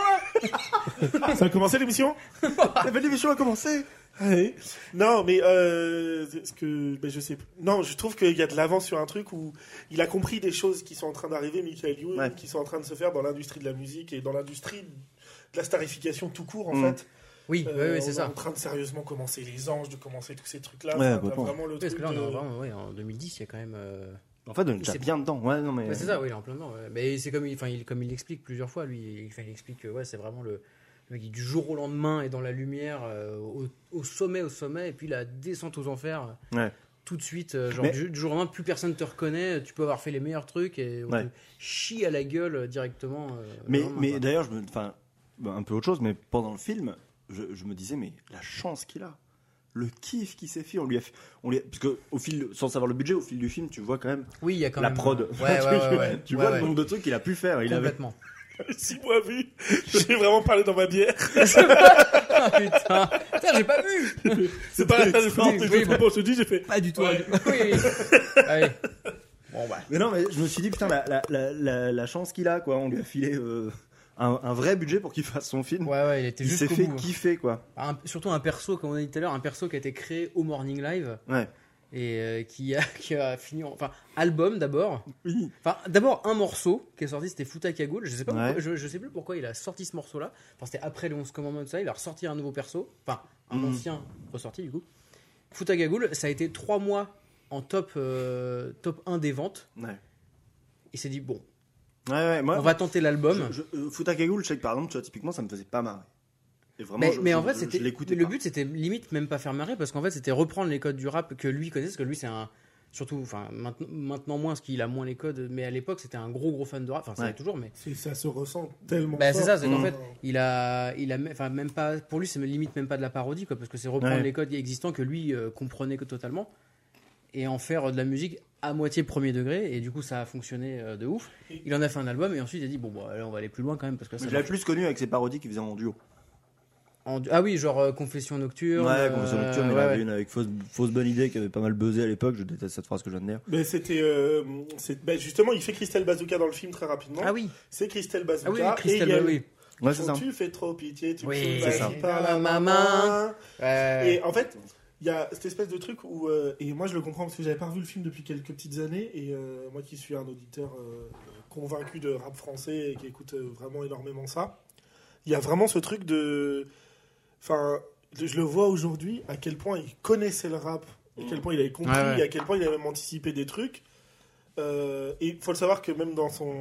[SPEAKER 7] là
[SPEAKER 5] Ça a commencé l'émission
[SPEAKER 6] La belle émission a commencé
[SPEAKER 5] Oui. Non, mais euh, ce que ben, je sais. plus. Non, je trouve qu'il y a de l'avance sur un truc où il a compris des choses qui sont en train d'arriver, Michael Youn,
[SPEAKER 6] Ouais.
[SPEAKER 5] qui sont en train de se faire dans l'industrie de la musique et dans l'industrie de la starification tout court en
[SPEAKER 6] Mm.
[SPEAKER 5] fait.
[SPEAKER 7] Oui, oui,
[SPEAKER 5] Euh,
[SPEAKER 7] oui,
[SPEAKER 5] on
[SPEAKER 7] c'est
[SPEAKER 5] est En
[SPEAKER 7] ça.
[SPEAKER 5] train de sérieusement commencer les anges, de commencer tous ces trucs là.
[SPEAKER 6] Ouais,
[SPEAKER 5] Enfin, t'as
[SPEAKER 6] complètement.
[SPEAKER 5] vraiment le
[SPEAKER 7] Parce
[SPEAKER 5] truc
[SPEAKER 7] que là, on est
[SPEAKER 5] de-
[SPEAKER 7] en, vraiment, ouais, en 2010, il y a quand même. euh,
[SPEAKER 6] En fait, on est déjà
[SPEAKER 7] C'est-
[SPEAKER 6] bien dedans. Ouais, non, mais...
[SPEAKER 7] Ouais, c'est ça, oui, il est en plein dedans. ouais. Mais c'est comme, il- enfin, il, comme il l'explique plusieurs fois, lui. Il, enfin, il explique que ouais, c'est vraiment le, le mec qui, du jour au lendemain, est dans la lumière, euh, au, au sommet, au sommet, et puis la descente aux enfers. euh,
[SPEAKER 6] Ouais.
[SPEAKER 7] Tout de suite, euh, genre,
[SPEAKER 6] Mais-
[SPEAKER 7] du, du jour au lendemain, plus personne te reconnaît, tu peux avoir fait les meilleurs trucs et on
[SPEAKER 6] Ouais.
[SPEAKER 7] te chie à la gueule euh, directement. euh, le
[SPEAKER 6] Mais,
[SPEAKER 7] lendemain,
[SPEAKER 6] mais
[SPEAKER 7] quoi.
[SPEAKER 6] d'ailleurs, je me... enfin, ben, un peu autre chose, mais pendant le film, je, je me disais, mais la chance qu'il a, le kiff qu'il s'est fait, on lui a fait... On lui a- Parce que, au fil, sans savoir le budget, au fil du film, tu vois quand même
[SPEAKER 7] oui, il y a quand
[SPEAKER 6] la
[SPEAKER 7] même. euh,
[SPEAKER 6] prod. <laughs>
[SPEAKER 7] Ouais, ouais, ouais, ouais.
[SPEAKER 6] tu
[SPEAKER 7] Ouais,
[SPEAKER 6] vois
[SPEAKER 7] ouais.
[SPEAKER 6] le nombre de trucs qu'il a pu faire. Il avait...
[SPEAKER 7] Complètement. <laughs>
[SPEAKER 5] <laughs> Si moi vu, j'ai vraiment parlé dans ma
[SPEAKER 6] <laughs>
[SPEAKER 5] bière.
[SPEAKER 7] Ah, putain, Putain, j'ai pas vu.
[SPEAKER 5] C'est pas la seule fois
[SPEAKER 7] Oui,
[SPEAKER 5] que
[SPEAKER 7] oui,
[SPEAKER 5] je
[SPEAKER 7] bon.
[SPEAKER 5] propose, je dis, j'ai fait.
[SPEAKER 7] Pas du tout. Oui. <laughs> Ah Allez.
[SPEAKER 6] Mais non, mais je me suis dit, putain, la, la, la, la, la chance qu'il a, quoi. On lui a filé euh, un, un vrai budget pour qu'il fasse son film.
[SPEAKER 7] Ouais, ouais, il était
[SPEAKER 6] il s'est
[SPEAKER 7] jusqu'au
[SPEAKER 6] fait
[SPEAKER 7] bout. hein.
[SPEAKER 6] kiffer, quoi.
[SPEAKER 7] Un- surtout un perso, comme on a dit tout à l'heure, un perso qui a été créé au Morning Live
[SPEAKER 6] Ouais.
[SPEAKER 7] et euh, qui, a, <laughs> qui a fini en. Enfin, album d'abord. Enfin, d'abord un morceau qui est sorti, c'était Fouta Cagoule. Je sais pas,
[SPEAKER 6] Ouais.
[SPEAKER 7] pourquoi- je, je sais plus pourquoi il a sorti ce morceau-là. Enfin, c'était après les 11 commandements et tout ça. Il a ressorti un nouveau perso, enfin un
[SPEAKER 6] Mhm.
[SPEAKER 7] ancien ressorti du coup. Fouta Cagoule, ça a été trois mois en top euh, top 1 des ventes.
[SPEAKER 6] Ouais.
[SPEAKER 7] Il s'est dit bon,
[SPEAKER 6] Ouais, ouais, moi,
[SPEAKER 7] on va tenter l'album.
[SPEAKER 6] Je, je, euh, Futa Cagoule, je sais que par exemple, tu vois, typiquement, ça me faisait pas marrer. Et vraiment,
[SPEAKER 7] Mais,
[SPEAKER 6] Ah, je-
[SPEAKER 7] mais en
[SPEAKER 6] je-
[SPEAKER 7] vrai,
[SPEAKER 6] je-
[SPEAKER 7] c'était
[SPEAKER 6] je l'écoutais
[SPEAKER 7] le
[SPEAKER 6] pas.
[SPEAKER 7] but, c'était limite même pas faire marrer parce qu'en fait, c'était reprendre les codes du rap que lui connaissait, parce que lui, c'est un surtout, enfin maintenant, maintenant moins, parce qu'il a moins les codes, mais à l'époque, c'était un gros gros fan de rap, enfin c'est
[SPEAKER 6] Ouais.
[SPEAKER 7] toujours, mais
[SPEAKER 5] C'est- Ça se ressent tellement.
[SPEAKER 7] Bah, c'est
[SPEAKER 5] fort.
[SPEAKER 7] ça, c'est qu'en
[SPEAKER 6] Mm.
[SPEAKER 7] fait, il a, il a, me- enfin même pas, pour lui, c'est limite même pas de la parodie, quoi, parce que c'est reprendre
[SPEAKER 6] Ouais.
[SPEAKER 7] les codes existants que lui euh, comprenait que totalement et en faire euh, de la musique à moitié premier degré, et du coup, ça a fonctionné euh, de ouf. Il en a fait un album, et ensuite, il a dit bon, bah, là, on va aller plus loin quand même, parce que ça
[SPEAKER 6] Mais je l'avais
[SPEAKER 7] marche.
[SPEAKER 6] plus connu avec ses parodies qu'il faisait en duo.
[SPEAKER 7] En- Ah oui, genre euh, Confession nocturne.
[SPEAKER 6] ouais,
[SPEAKER 7] euh,
[SPEAKER 6] comme ça, nocturne, il y en
[SPEAKER 7] ouais,
[SPEAKER 6] avait
[SPEAKER 7] ouais.
[SPEAKER 6] une avec fausse, fausse bonne idée qui avait pas mal buzzé à l'époque. Je déteste cette phrase que je viens de dire.
[SPEAKER 5] Mais c'était. euh, c'est- bah, justement, il fait Christelle Bazooka dans le film très rapidement.
[SPEAKER 7] Ah oui.
[SPEAKER 5] C'est Christelle
[SPEAKER 7] Ah
[SPEAKER 5] Bazooka.
[SPEAKER 7] oui,
[SPEAKER 5] et
[SPEAKER 7] Christelle,
[SPEAKER 5] il y a
[SPEAKER 7] oui,
[SPEAKER 5] le-
[SPEAKER 7] oui.
[SPEAKER 6] Ouais, c'est ça.
[SPEAKER 5] Tu fais trop pitié, tu
[SPEAKER 7] Oui,
[SPEAKER 5] me
[SPEAKER 6] c'est ça.
[SPEAKER 5] vas-y par la maman.
[SPEAKER 7] Ouais.
[SPEAKER 5] Et en fait, il y a cette espèce de truc où. euh, et moi, je le comprends parce que j'avais pas revu le film depuis quelques petites années. Et euh, moi qui suis un auditeur euh, convaincu de rap français et qui écoute euh, vraiment énormément ça, il y a vraiment ce truc de. Enfin, je le vois aujourd'hui à quel point il connaissait le rap, à quel point il avait compris,
[SPEAKER 7] Ouais, ouais.
[SPEAKER 5] à quel point il avait même anticipé des trucs. Euh, et il faut le savoir que même dans son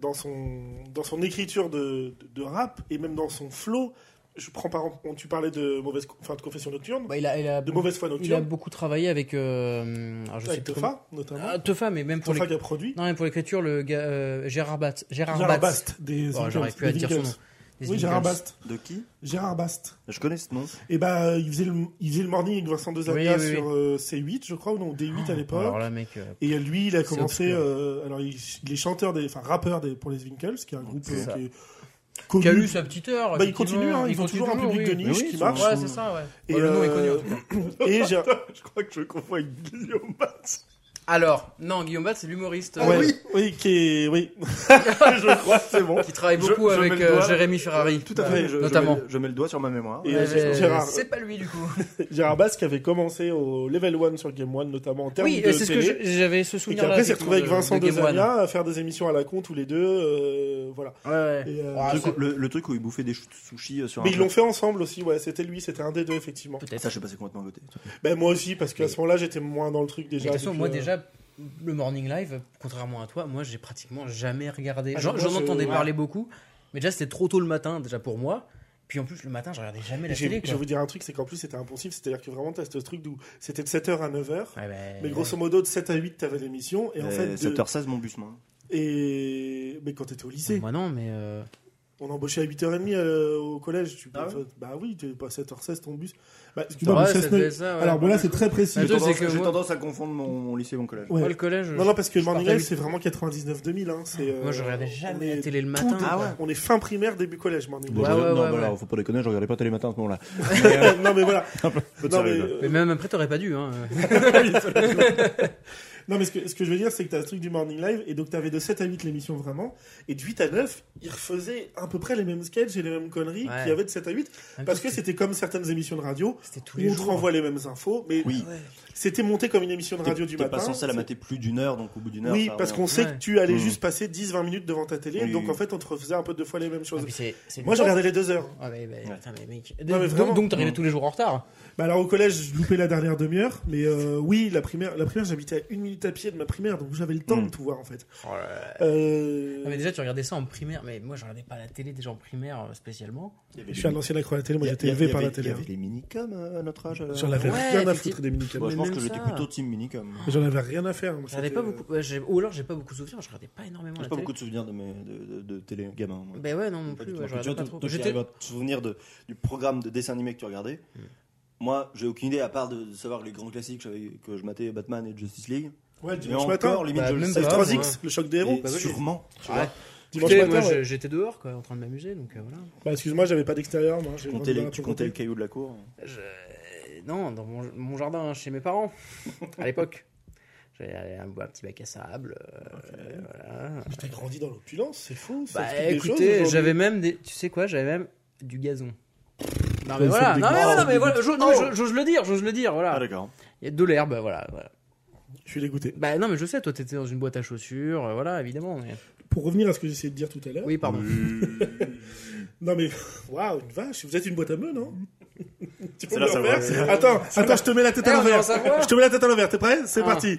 [SPEAKER 5] dans son dans son écriture de, de- de rap et même dans son flow, je prends par exemple, tu parlais de mauvaise, enfin de confession nocturne,
[SPEAKER 7] Bah, il a, il a-
[SPEAKER 5] de mauvaise foi
[SPEAKER 7] il a
[SPEAKER 5] nocturne,
[SPEAKER 7] beaucoup travaillé avec. euh, alors, je sais
[SPEAKER 5] avec
[SPEAKER 7] plus
[SPEAKER 5] Tefa
[SPEAKER 7] comment-
[SPEAKER 5] notamment,
[SPEAKER 7] Ah, Teufa, mais même pour
[SPEAKER 5] Tefa
[SPEAKER 7] l'écriture.
[SPEAKER 5] qui a produit,
[SPEAKER 7] Non, mais pour l'écriture, le gars, euh, Gérard Batz. Gérard, Batz.
[SPEAKER 5] Gérard Bast des
[SPEAKER 7] Bon, j'aurais
[SPEAKER 5] Winkles,
[SPEAKER 7] pu
[SPEAKER 5] des
[SPEAKER 7] dire son nom.
[SPEAKER 5] Winkles.
[SPEAKER 7] Des
[SPEAKER 5] Oui, Gérard
[SPEAKER 7] Winkles.
[SPEAKER 5] Bast.
[SPEAKER 6] De qui
[SPEAKER 5] Gérard Bast.
[SPEAKER 6] Je connais ce nom.
[SPEAKER 5] Et bah, il faisait le, il faisait le morning avec Vincent Desaga
[SPEAKER 7] Oui, oui, oui.
[SPEAKER 5] sur euh, C8, je crois, ou non, D8 à l'époque.
[SPEAKER 7] Alors là, mec. euh,
[SPEAKER 5] Et lui, il a
[SPEAKER 7] C'est
[SPEAKER 5] commencé.
[SPEAKER 7] obscur.
[SPEAKER 5] euh, alors, il, il est chanteur, des, enfin rappeur des, pour les Winkles, qui est un groupe
[SPEAKER 6] C'est
[SPEAKER 5] euh,
[SPEAKER 6] ça.
[SPEAKER 5] qui est connu.
[SPEAKER 7] Qui a eu sa petite euh, heure.
[SPEAKER 5] Bah, ils continuent, hein, ils ont toujours un public de
[SPEAKER 7] Denis.
[SPEAKER 5] niche
[SPEAKER 6] Oui,
[SPEAKER 5] qui
[SPEAKER 6] ils
[SPEAKER 5] marche.
[SPEAKER 6] sont-
[SPEAKER 7] Ouais, c'est ça, ouais.
[SPEAKER 5] Et,
[SPEAKER 6] Oh,
[SPEAKER 7] Bon, le nom est connu. en
[SPEAKER 5] euh,
[SPEAKER 7] tout cas.
[SPEAKER 5] <coughs> et Gérard-
[SPEAKER 6] Je crois que je confonds avec Guillaume Batz.
[SPEAKER 7] Alors, non, Guillaume Batz, c'est l'humoriste euh,
[SPEAKER 5] Ouais, Ah <laughs> oui, qui est, oui,
[SPEAKER 6] <laughs> je crois, c'est bon.
[SPEAKER 7] qui travaille
[SPEAKER 6] Je-
[SPEAKER 7] beaucoup
[SPEAKER 6] je
[SPEAKER 7] avec
[SPEAKER 6] mets le doigt.
[SPEAKER 7] euh, Jérémy Ferrari.
[SPEAKER 6] Tout à fait, je- je,
[SPEAKER 7] Notamment.
[SPEAKER 6] mets, je mets le doigt sur ma mémoire.
[SPEAKER 5] Et,
[SPEAKER 7] Ouais,
[SPEAKER 5] euh,
[SPEAKER 7] mais
[SPEAKER 5] Gérard-
[SPEAKER 7] C'est pas lui, du coup.
[SPEAKER 5] Gérard Bass qui avait commencé au level 1 sur Game One, notamment en termes
[SPEAKER 7] Oui, euh,
[SPEAKER 5] de
[SPEAKER 7] c'est ce que
[SPEAKER 5] télé.
[SPEAKER 7] je- j'avais ce
[SPEAKER 5] et qui
[SPEAKER 7] souvenir-là.
[SPEAKER 5] après s'est retrouvé avec
[SPEAKER 7] effectivement,
[SPEAKER 5] Vincent
[SPEAKER 7] de- de Game One.
[SPEAKER 5] Desaga à faire des émissions à la con tous les deux, euh, voilà.
[SPEAKER 7] Ouais, ouais.
[SPEAKER 5] Et, euh,
[SPEAKER 7] Ah,
[SPEAKER 6] le,
[SPEAKER 7] c'est-
[SPEAKER 6] truc, le- le truc où il bouffait des chou- sushis euh, sur
[SPEAKER 5] mais
[SPEAKER 6] un.
[SPEAKER 5] ils l'ont fait ensemble aussi, ouais, c'était lui, c'était un des deux, effectivement.
[SPEAKER 7] Peut-être.
[SPEAKER 6] Ça, je suis passé complètement à côté.
[SPEAKER 5] Ben, moi aussi, parce qu'à
[SPEAKER 7] Mais-
[SPEAKER 5] ce moment-là, j'étais moins dans le truc
[SPEAKER 7] Mais De
[SPEAKER 5] déjà.
[SPEAKER 7] toute façon,
[SPEAKER 5] donc,
[SPEAKER 7] moi
[SPEAKER 5] euh,
[SPEAKER 7] déjà, le morning live, contrairement à toi, moi j'ai pratiquement jamais regardé.
[SPEAKER 5] Ah,
[SPEAKER 7] J'en
[SPEAKER 5] moi,
[SPEAKER 7] j'en
[SPEAKER 5] je-
[SPEAKER 7] entendais
[SPEAKER 5] ouais.
[SPEAKER 7] parler beaucoup, mais déjà c'était trop tôt le matin déjà pour moi. Puis en plus le matin, je regardais jamais la
[SPEAKER 5] j'ai-
[SPEAKER 7] télé.
[SPEAKER 5] Je
[SPEAKER 7] Quoi.
[SPEAKER 5] vais vous dire un truc, c'est qu'en plus, c'était impensif, c'est-à-dire que vraiment, t'as ce truc d'où c'était de 7h à 9h.
[SPEAKER 7] Ouais, ben,
[SPEAKER 5] Mais grosso modo, de 7 à 8, t'avais l'émission,
[SPEAKER 6] Euh,
[SPEAKER 5] et en fait, de-
[SPEAKER 6] 7h16, mon bus, moi.
[SPEAKER 5] et mais quand t'étais au lycée,
[SPEAKER 7] Moi non, mais euh,
[SPEAKER 5] on embauchait à 8h30 euh, au collège, tu peux,
[SPEAKER 6] Ah ouais
[SPEAKER 5] bah oui, t'es pas 7h16 ton bus. Bah,
[SPEAKER 7] ouais,
[SPEAKER 5] non, mais
[SPEAKER 7] ça
[SPEAKER 5] ça se
[SPEAKER 7] faisait
[SPEAKER 5] met-
[SPEAKER 7] ça, E ouais.
[SPEAKER 5] Alors bon, là, c'est très précis.
[SPEAKER 7] Mais Le
[SPEAKER 6] J'ai
[SPEAKER 7] truc,
[SPEAKER 6] tendance,
[SPEAKER 7] c'est que
[SPEAKER 6] j'ai
[SPEAKER 7] moi-
[SPEAKER 6] tendance à confondre mon, mon lycée et mon collège.
[SPEAKER 5] Ouais.
[SPEAKER 7] moi, le collège.
[SPEAKER 5] Non, non, parce que le Morning
[SPEAKER 7] partais à
[SPEAKER 5] Live, c'est vraiment 99-2000. Hein. c'est, euh,
[SPEAKER 7] Moi je regardais
[SPEAKER 5] on
[SPEAKER 7] jamais
[SPEAKER 5] est
[SPEAKER 7] la télé le
[SPEAKER 5] tout
[SPEAKER 7] matin.
[SPEAKER 5] dé-
[SPEAKER 6] Ah ouais.
[SPEAKER 5] On est fin primaire, début collège, Morning
[SPEAKER 7] Ouais,
[SPEAKER 5] Live.
[SPEAKER 7] ouais,
[SPEAKER 6] non,
[SPEAKER 7] ouais,
[SPEAKER 6] mais
[SPEAKER 7] ouais.
[SPEAKER 6] alors, faut pas déconner, je regardais pas Télé Matin à ce moment-là.
[SPEAKER 5] <laughs> non, mais voilà.
[SPEAKER 6] Faut
[SPEAKER 5] non, mais,
[SPEAKER 6] sérieux, là.
[SPEAKER 5] euh,
[SPEAKER 7] Mais même après, t'aurais pas dû. Hein.
[SPEAKER 5] <laughs> non, mais ce que, ce que je veux dire, c'est que t'as ce truc du Morning Live, et donc t'avais de 7 à 8 l'émission vraiment, et de 8 à 9, ils refaisaient à peu près les mêmes sketchs et les mêmes conneries
[SPEAKER 7] Ouais.
[SPEAKER 5] qu'il y avait de 7 à 8, parce que c'était comme certaines émissions de radio,
[SPEAKER 7] c'était tous
[SPEAKER 5] où
[SPEAKER 7] les
[SPEAKER 5] on te
[SPEAKER 7] jours. hein.
[SPEAKER 5] renvoie les mêmes infos, mais
[SPEAKER 6] Oui.
[SPEAKER 5] c'était monté comme une émission de radio
[SPEAKER 6] T'es-
[SPEAKER 5] du
[SPEAKER 6] t'es
[SPEAKER 5] matin.
[SPEAKER 6] pas censé la mater plus d'une heure, donc au bout d'une heure.
[SPEAKER 5] Oui,
[SPEAKER 6] ça
[SPEAKER 5] parce
[SPEAKER 6] revient.
[SPEAKER 5] qu'on sait
[SPEAKER 7] Ouais.
[SPEAKER 5] que tu allais
[SPEAKER 6] Mmh.
[SPEAKER 5] juste passer 10-20 minutes devant ta télé,
[SPEAKER 6] Oui,
[SPEAKER 5] donc
[SPEAKER 6] oui.
[SPEAKER 5] en fait on te refaisait un peu deux fois les mêmes
[SPEAKER 7] Ah,
[SPEAKER 5] choses.
[SPEAKER 7] puis c'est- c'est
[SPEAKER 5] Moi
[SPEAKER 7] du
[SPEAKER 5] je
[SPEAKER 7] temps.
[SPEAKER 5] regardais les deux heures.
[SPEAKER 7] Ah, mais, mais, putain, mais mec.
[SPEAKER 5] Non, mais
[SPEAKER 7] Donc-
[SPEAKER 5] vraiment.
[SPEAKER 7] donc t'arrivais tous les jours en retard.
[SPEAKER 5] Bah alors au collège, je loupais la dernière demi-heure, mais euh, oui, la primaire, la primaire, j'habitais à une minute à pied de ma primaire, donc j'avais le temps
[SPEAKER 6] Mm.
[SPEAKER 5] de tout voir en fait.
[SPEAKER 7] Oh là là.
[SPEAKER 5] Euh,
[SPEAKER 7] Ah, mais déjà, tu regardais ça en primaire. Mais moi, je regardais pas la télé déjà en primaire euh, spécialement.
[SPEAKER 6] Il y avait
[SPEAKER 5] je
[SPEAKER 6] les
[SPEAKER 5] suis un
[SPEAKER 6] mini-
[SPEAKER 5] ancien accro à la télé, moi
[SPEAKER 6] il y a-
[SPEAKER 5] j'étais
[SPEAKER 6] il y
[SPEAKER 5] élevé
[SPEAKER 6] avait-
[SPEAKER 5] par la
[SPEAKER 6] Il
[SPEAKER 5] télé.
[SPEAKER 6] y avait les minicoms euh, à notre âge. euh,
[SPEAKER 5] J'en avais
[SPEAKER 7] Ouais,
[SPEAKER 5] rien à
[SPEAKER 7] effectivement.
[SPEAKER 5] foutre des minicams.
[SPEAKER 6] Moi, Bah,
[SPEAKER 7] Mais
[SPEAKER 6] je pense
[SPEAKER 7] même
[SPEAKER 6] que j'étais
[SPEAKER 7] ça. euh,
[SPEAKER 6] plutôt team minicom.
[SPEAKER 5] J'en avais rien à faire. moi,
[SPEAKER 7] Je regardais
[SPEAKER 5] c'était-
[SPEAKER 7] pas beaucoup. ouais, j'ai- Ou alors, j'ai pas beaucoup de souvenirs. Je regardais pas énormément
[SPEAKER 6] euh, J'ai
[SPEAKER 7] la
[SPEAKER 6] pas
[SPEAKER 7] télé.
[SPEAKER 6] beaucoup de souvenirs de mes de, de, de télé gamin. moi.
[SPEAKER 7] Ben ouais, non, non
[SPEAKER 6] Pas
[SPEAKER 7] plus.
[SPEAKER 6] du tout.
[SPEAKER 7] ouais, je
[SPEAKER 6] Parce
[SPEAKER 7] regardais
[SPEAKER 6] que tu vois,
[SPEAKER 7] pas
[SPEAKER 6] toi-
[SPEAKER 7] trop.
[SPEAKER 6] toi,
[SPEAKER 7] J'étais- Hmm.
[SPEAKER 6] j'arrive à te souvenir de, du programme de dessin animé que tu regardais. Moi, j'ai aucune idée, à part de, de savoir les grands classiques que j'avais- que je matais Batman et Justice League.
[SPEAKER 5] Ouais, le
[SPEAKER 6] Mais
[SPEAKER 5] dimanche matin.
[SPEAKER 6] encore, limite,
[SPEAKER 7] Bah,
[SPEAKER 6] je le
[SPEAKER 7] même
[SPEAKER 6] sais.
[SPEAKER 7] pas,
[SPEAKER 5] 3X,
[SPEAKER 7] ouais.
[SPEAKER 5] le choc des héros.
[SPEAKER 6] Et sûrement. <laughs> tu vois.
[SPEAKER 7] Ouais.
[SPEAKER 5] Dimanche
[SPEAKER 7] Écoutez,
[SPEAKER 5] matin,
[SPEAKER 7] moi,
[SPEAKER 5] ouais.
[SPEAKER 7] je- j'étais dehors, quoi, en train de m'amuser, donc euh, voilà.
[SPEAKER 5] Bah, excuse-moi, j'avais pas d'extérieur. moi, j'ai
[SPEAKER 6] Tu
[SPEAKER 5] vraiment
[SPEAKER 6] comptais,
[SPEAKER 5] du
[SPEAKER 6] les-
[SPEAKER 5] mal à
[SPEAKER 6] tu
[SPEAKER 5] raconter.
[SPEAKER 6] comptais le caillou de la cour.
[SPEAKER 7] Je- Non, dans mon, mon jardin, hein, chez mes parents, <laughs> à l'époque. J'avais un, un petit bac à sable. euh, voilà.
[SPEAKER 5] T'as grandi dans l'opulence, c'est fou. ça
[SPEAKER 7] Bah
[SPEAKER 5] explique des choses
[SPEAKER 7] écoutez,
[SPEAKER 5] aujourd'hui.
[SPEAKER 7] j'avais même des. Tu sais quoi, j'avais même du gazon. Non mais
[SPEAKER 5] Ouais, ça
[SPEAKER 7] voilà,
[SPEAKER 5] me
[SPEAKER 7] non mais voilà,
[SPEAKER 5] dégoûte.
[SPEAKER 7] mais voilà, j'ose non, mais j'ose- j'ose le dire, j'ose le dire,
[SPEAKER 6] Oh Ah,
[SPEAKER 7] voilà.
[SPEAKER 6] d'accord.
[SPEAKER 7] Il y a de l'herbe, voilà, voilà.
[SPEAKER 5] Je suis dégoûté.
[SPEAKER 7] Bah non mais je sais, toi t'étais dans une boîte à chaussures, euh, voilà, évidemment. mais-
[SPEAKER 5] Pour revenir à ce que j'essayais de dire tout à l'heure.
[SPEAKER 7] Oui, pardon.
[SPEAKER 5] Non mais waouh, une vache, vous êtes une boîte à meux, non Tu peux
[SPEAKER 6] là,
[SPEAKER 5] le
[SPEAKER 6] ça
[SPEAKER 5] refaire
[SPEAKER 6] va, c'est
[SPEAKER 5] Attends, attends, je te mets la tête à
[SPEAKER 7] Eh, on est en
[SPEAKER 5] l'envers.
[SPEAKER 7] Savoie.
[SPEAKER 5] Je te mets la tête à l'envers, t'es prêt C'est
[SPEAKER 7] Ah.
[SPEAKER 5] parti.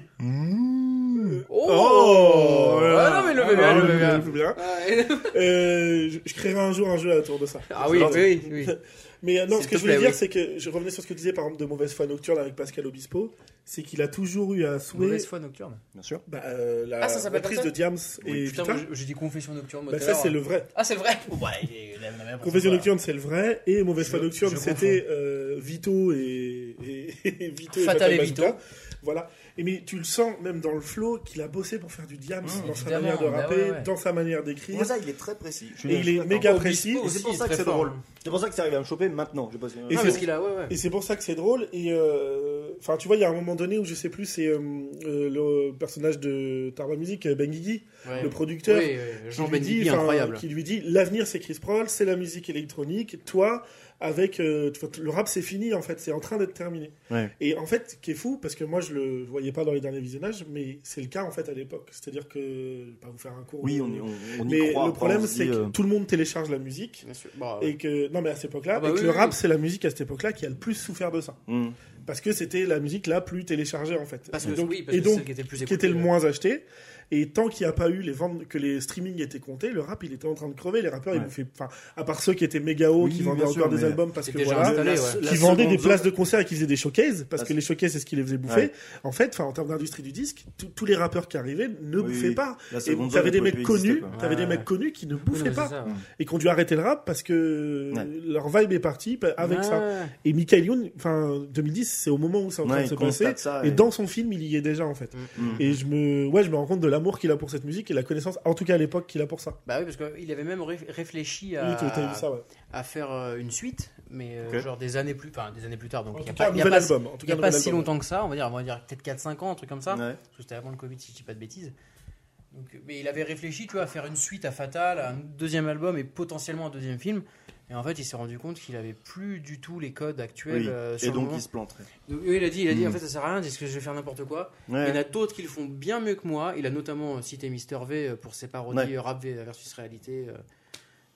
[SPEAKER 7] Oh,
[SPEAKER 5] voilà.
[SPEAKER 7] Ah, non mais levez bien,
[SPEAKER 5] Ah,
[SPEAKER 7] levez bien.
[SPEAKER 5] levez bien.
[SPEAKER 7] Ah, et-
[SPEAKER 5] Euh, je, je créerai un jour un jeu autour de ça.
[SPEAKER 7] Ah oui, oui, oui. oui.
[SPEAKER 5] <laughs> Mais euh, non,
[SPEAKER 7] S'il
[SPEAKER 5] ce que
[SPEAKER 7] te
[SPEAKER 5] je voulais
[SPEAKER 7] plaît,
[SPEAKER 5] dire,
[SPEAKER 7] oui.
[SPEAKER 5] c'est que je revenais sur ce que disait par exemple de mauvaise foi nocturne avec Pascal Obispo, c'est qu'il a toujours eu à souhait
[SPEAKER 7] Mauvaise foi nocturne.
[SPEAKER 6] Bien sûr.
[SPEAKER 5] bah, euh, la
[SPEAKER 7] Ah, ça s'appelle
[SPEAKER 5] reprise
[SPEAKER 7] comme ça
[SPEAKER 5] de Diams et
[SPEAKER 7] Putain,
[SPEAKER 5] Vita.
[SPEAKER 7] moi, j'ai dit confession nocturne. moi,
[SPEAKER 5] Bah,
[SPEAKER 7] tout à
[SPEAKER 5] ça
[SPEAKER 7] l'heure.
[SPEAKER 5] c'est le vrai.
[SPEAKER 7] Ah, c'est vrai Ouais, il est- il a la même
[SPEAKER 5] Confession
[SPEAKER 7] voilà.
[SPEAKER 5] nocturne c'est le vrai et mauvaise foi
[SPEAKER 7] Je-
[SPEAKER 5] nocturne
[SPEAKER 7] je
[SPEAKER 5] c'était euh, Vito et, et- <laughs> et Vito et
[SPEAKER 7] Fatal et
[SPEAKER 5] Bazooka.
[SPEAKER 7] Vito.
[SPEAKER 5] Voilà. Et mais tu le sens même dans le flow qu'il a bossé pour faire du Diams dans sa
[SPEAKER 7] évidemment,
[SPEAKER 5] manière de
[SPEAKER 7] bah
[SPEAKER 5] rapper,
[SPEAKER 7] ouais, ouais.
[SPEAKER 5] dans sa manière d'écrire.
[SPEAKER 6] ça, il est très précis. Je suis-
[SPEAKER 5] Et
[SPEAKER 6] je
[SPEAKER 5] il
[SPEAKER 6] suis
[SPEAKER 5] est
[SPEAKER 6] d'accord.
[SPEAKER 5] méga
[SPEAKER 7] Obispo
[SPEAKER 5] précis.
[SPEAKER 7] aussi.
[SPEAKER 6] C'est pour
[SPEAKER 7] il est
[SPEAKER 6] ça que
[SPEAKER 7] très
[SPEAKER 6] c'est
[SPEAKER 7] fort.
[SPEAKER 6] drôle. C'est pour ça que ça arrive à me choper maintenant. Je pense que-
[SPEAKER 5] Et
[SPEAKER 7] Ah,
[SPEAKER 5] c'est-
[SPEAKER 7] parce qu'il a, ouais, ouais.
[SPEAKER 5] Et c'est pour ça que c'est drôle. Et euh, enfin, tu vois, il y a un moment donné où je sais plus, c'est euh, euh, le personnage de Tarba Music, euh, Ben Guigui,
[SPEAKER 7] Ouais.
[SPEAKER 5] le producteur,
[SPEAKER 7] Oui, oui, Jean
[SPEAKER 5] qui lui
[SPEAKER 7] Bendigui,
[SPEAKER 5] dit, enfin,
[SPEAKER 7] incroyable.
[SPEAKER 5] qui lui dit l'avenir c'est Chris Prol, c'est la musique électronique. Toi, avec euh, tu vois, le rap, c'est fini en fait, c'est en train d'être terminé.
[SPEAKER 6] Ouais.
[SPEAKER 5] Et en fait, ce qui est fou, parce que moi je le voyais pas dans les derniers visionnages, mais c'est le cas en fait à l'époque. C'est-à-dire que je vais pas vous faire un cours.
[SPEAKER 6] Oui,
[SPEAKER 5] de-
[SPEAKER 6] on, y- on, on y
[SPEAKER 5] mais
[SPEAKER 6] croit.
[SPEAKER 5] le
[SPEAKER 6] après, on
[SPEAKER 5] problème
[SPEAKER 6] se
[SPEAKER 5] c'est
[SPEAKER 6] dit,
[SPEAKER 5] que
[SPEAKER 6] euh,
[SPEAKER 5] tout le monde télécharge la musique.
[SPEAKER 7] Bien sûr. Bah,
[SPEAKER 5] Et que, non mais à cette époque-là,
[SPEAKER 7] Ah bah
[SPEAKER 5] et que
[SPEAKER 7] oui,
[SPEAKER 5] le
[SPEAKER 7] oui,
[SPEAKER 5] rap
[SPEAKER 7] oui.
[SPEAKER 5] c'est la musique à cette époque-là qui a le plus souffert de ça.
[SPEAKER 6] hmm.
[SPEAKER 5] Parce que c'était la musique la plus téléchargée en fait.
[SPEAKER 7] Parce
[SPEAKER 5] et
[SPEAKER 7] que
[SPEAKER 5] donc,
[SPEAKER 7] oui, parce
[SPEAKER 5] et
[SPEAKER 7] que
[SPEAKER 5] donc,
[SPEAKER 7] c'est celle qui était le plus
[SPEAKER 5] qui était le
[SPEAKER 7] écoutée,
[SPEAKER 5] moins achetée. Et tant qu'il n'y a pas eu les ventes, que les streamings étaient comptés, le rap, il était en train de crever. Les rappeurs, ils
[SPEAKER 6] Ouais.
[SPEAKER 5] nous fait, enfin, à part ceux qui étaient méga hauts,
[SPEAKER 6] Oui,
[SPEAKER 5] qui
[SPEAKER 6] oui,
[SPEAKER 5] vendaient
[SPEAKER 6] bien
[SPEAKER 5] encore
[SPEAKER 6] sûr,
[SPEAKER 5] des
[SPEAKER 6] mais
[SPEAKER 5] albums parce que
[SPEAKER 7] C'était
[SPEAKER 5] voilà,
[SPEAKER 7] déjà installé, ouais.
[SPEAKER 5] qui vendaient des places de concert et qui faisaient des showcases, parce
[SPEAKER 6] La-
[SPEAKER 5] que les showcases, c'est ce qui les faisait bouffer.
[SPEAKER 6] Ouais.
[SPEAKER 5] En fait, enfin, en termes d'industrie du disque, tout- tous les rappeurs qui arrivaient ne
[SPEAKER 6] Oui,
[SPEAKER 5] bouffaient
[SPEAKER 6] oui.
[SPEAKER 5] pas.
[SPEAKER 6] La
[SPEAKER 5] Et
[SPEAKER 6] seconde zone,
[SPEAKER 5] t'avais des
[SPEAKER 6] elle
[SPEAKER 5] mecs
[SPEAKER 6] pouvait plus
[SPEAKER 5] connus,
[SPEAKER 6] exister, quoi.
[SPEAKER 5] t'avais des
[SPEAKER 7] Ouais.
[SPEAKER 5] mecs connus qui ne
[SPEAKER 7] Oui, non,
[SPEAKER 5] bouffaient
[SPEAKER 7] mais
[SPEAKER 5] pas
[SPEAKER 7] c'est ça, ouais.
[SPEAKER 5] et qui ont dû arrêter le rap parce que
[SPEAKER 6] Ouais.
[SPEAKER 5] leur vibe est partie pa- avec ça.
[SPEAKER 7] Ouais.
[SPEAKER 5] Et Michael Youn, enfin 2010, c'est au moment où c'est en train
[SPEAKER 6] Ouais,
[SPEAKER 5] de se
[SPEAKER 6] il constate
[SPEAKER 5] passer.
[SPEAKER 6] ça,
[SPEAKER 5] Et
[SPEAKER 6] et-
[SPEAKER 5] dans son film, il y est déjà en fait.
[SPEAKER 6] Mm.
[SPEAKER 5] Et je me, ouais, je me rends compte de l'amour qu'il a pour cette musique et la connaissance, en tout cas à l'époque, qu'il a pour ça.
[SPEAKER 7] Bah oui, parce qu'il avait même ré- réfléchi
[SPEAKER 5] Oui,
[SPEAKER 7] à,
[SPEAKER 5] t'as- t'as vu ça, ouais.
[SPEAKER 7] à faire euh, une suite, mais euh,
[SPEAKER 6] Ok.
[SPEAKER 7] genre des années plus, enfin, des années plus tard. Donc
[SPEAKER 5] En
[SPEAKER 7] il n'y a
[SPEAKER 5] tout
[SPEAKER 7] pas,
[SPEAKER 5] cas, un
[SPEAKER 7] il y a
[SPEAKER 5] nouvel
[SPEAKER 7] pas-
[SPEAKER 5] album. En tout
[SPEAKER 7] il y
[SPEAKER 5] cas,
[SPEAKER 7] a
[SPEAKER 5] un
[SPEAKER 7] pas
[SPEAKER 5] nouvel
[SPEAKER 7] si
[SPEAKER 5] album.
[SPEAKER 7] longtemps que ça, on va dire, on va dire peut-être 4-5 ans, un truc comme ça.
[SPEAKER 6] Ouais.
[SPEAKER 7] Parce que c'était avant le Covid, si je dis pas de bêtises. Donc, euh, mais il avait réfléchi, tu vois, à faire une suite à Fatal, à un deuxième album et potentiellement un deuxième film. Et en fait, il s'est rendu compte qu'il avait plus du tout les codes actuels.
[SPEAKER 6] Oui.
[SPEAKER 7] euh, sur
[SPEAKER 6] Et
[SPEAKER 7] le
[SPEAKER 6] donc
[SPEAKER 7] moment.
[SPEAKER 6] il se planterait.
[SPEAKER 7] Donc, oui, il a dit, il a dit,
[SPEAKER 6] Mm.
[SPEAKER 7] en fait, ça sert à rien, dis que je vais faire n'importe quoi. Il y en
[SPEAKER 6] Ouais.
[SPEAKER 7] a d'autres qui le font bien mieux que moi. Il a notamment euh, cité Mister V euh, pour ses parodies
[SPEAKER 6] Ouais.
[SPEAKER 7] euh, rap V- versus réalité. euh,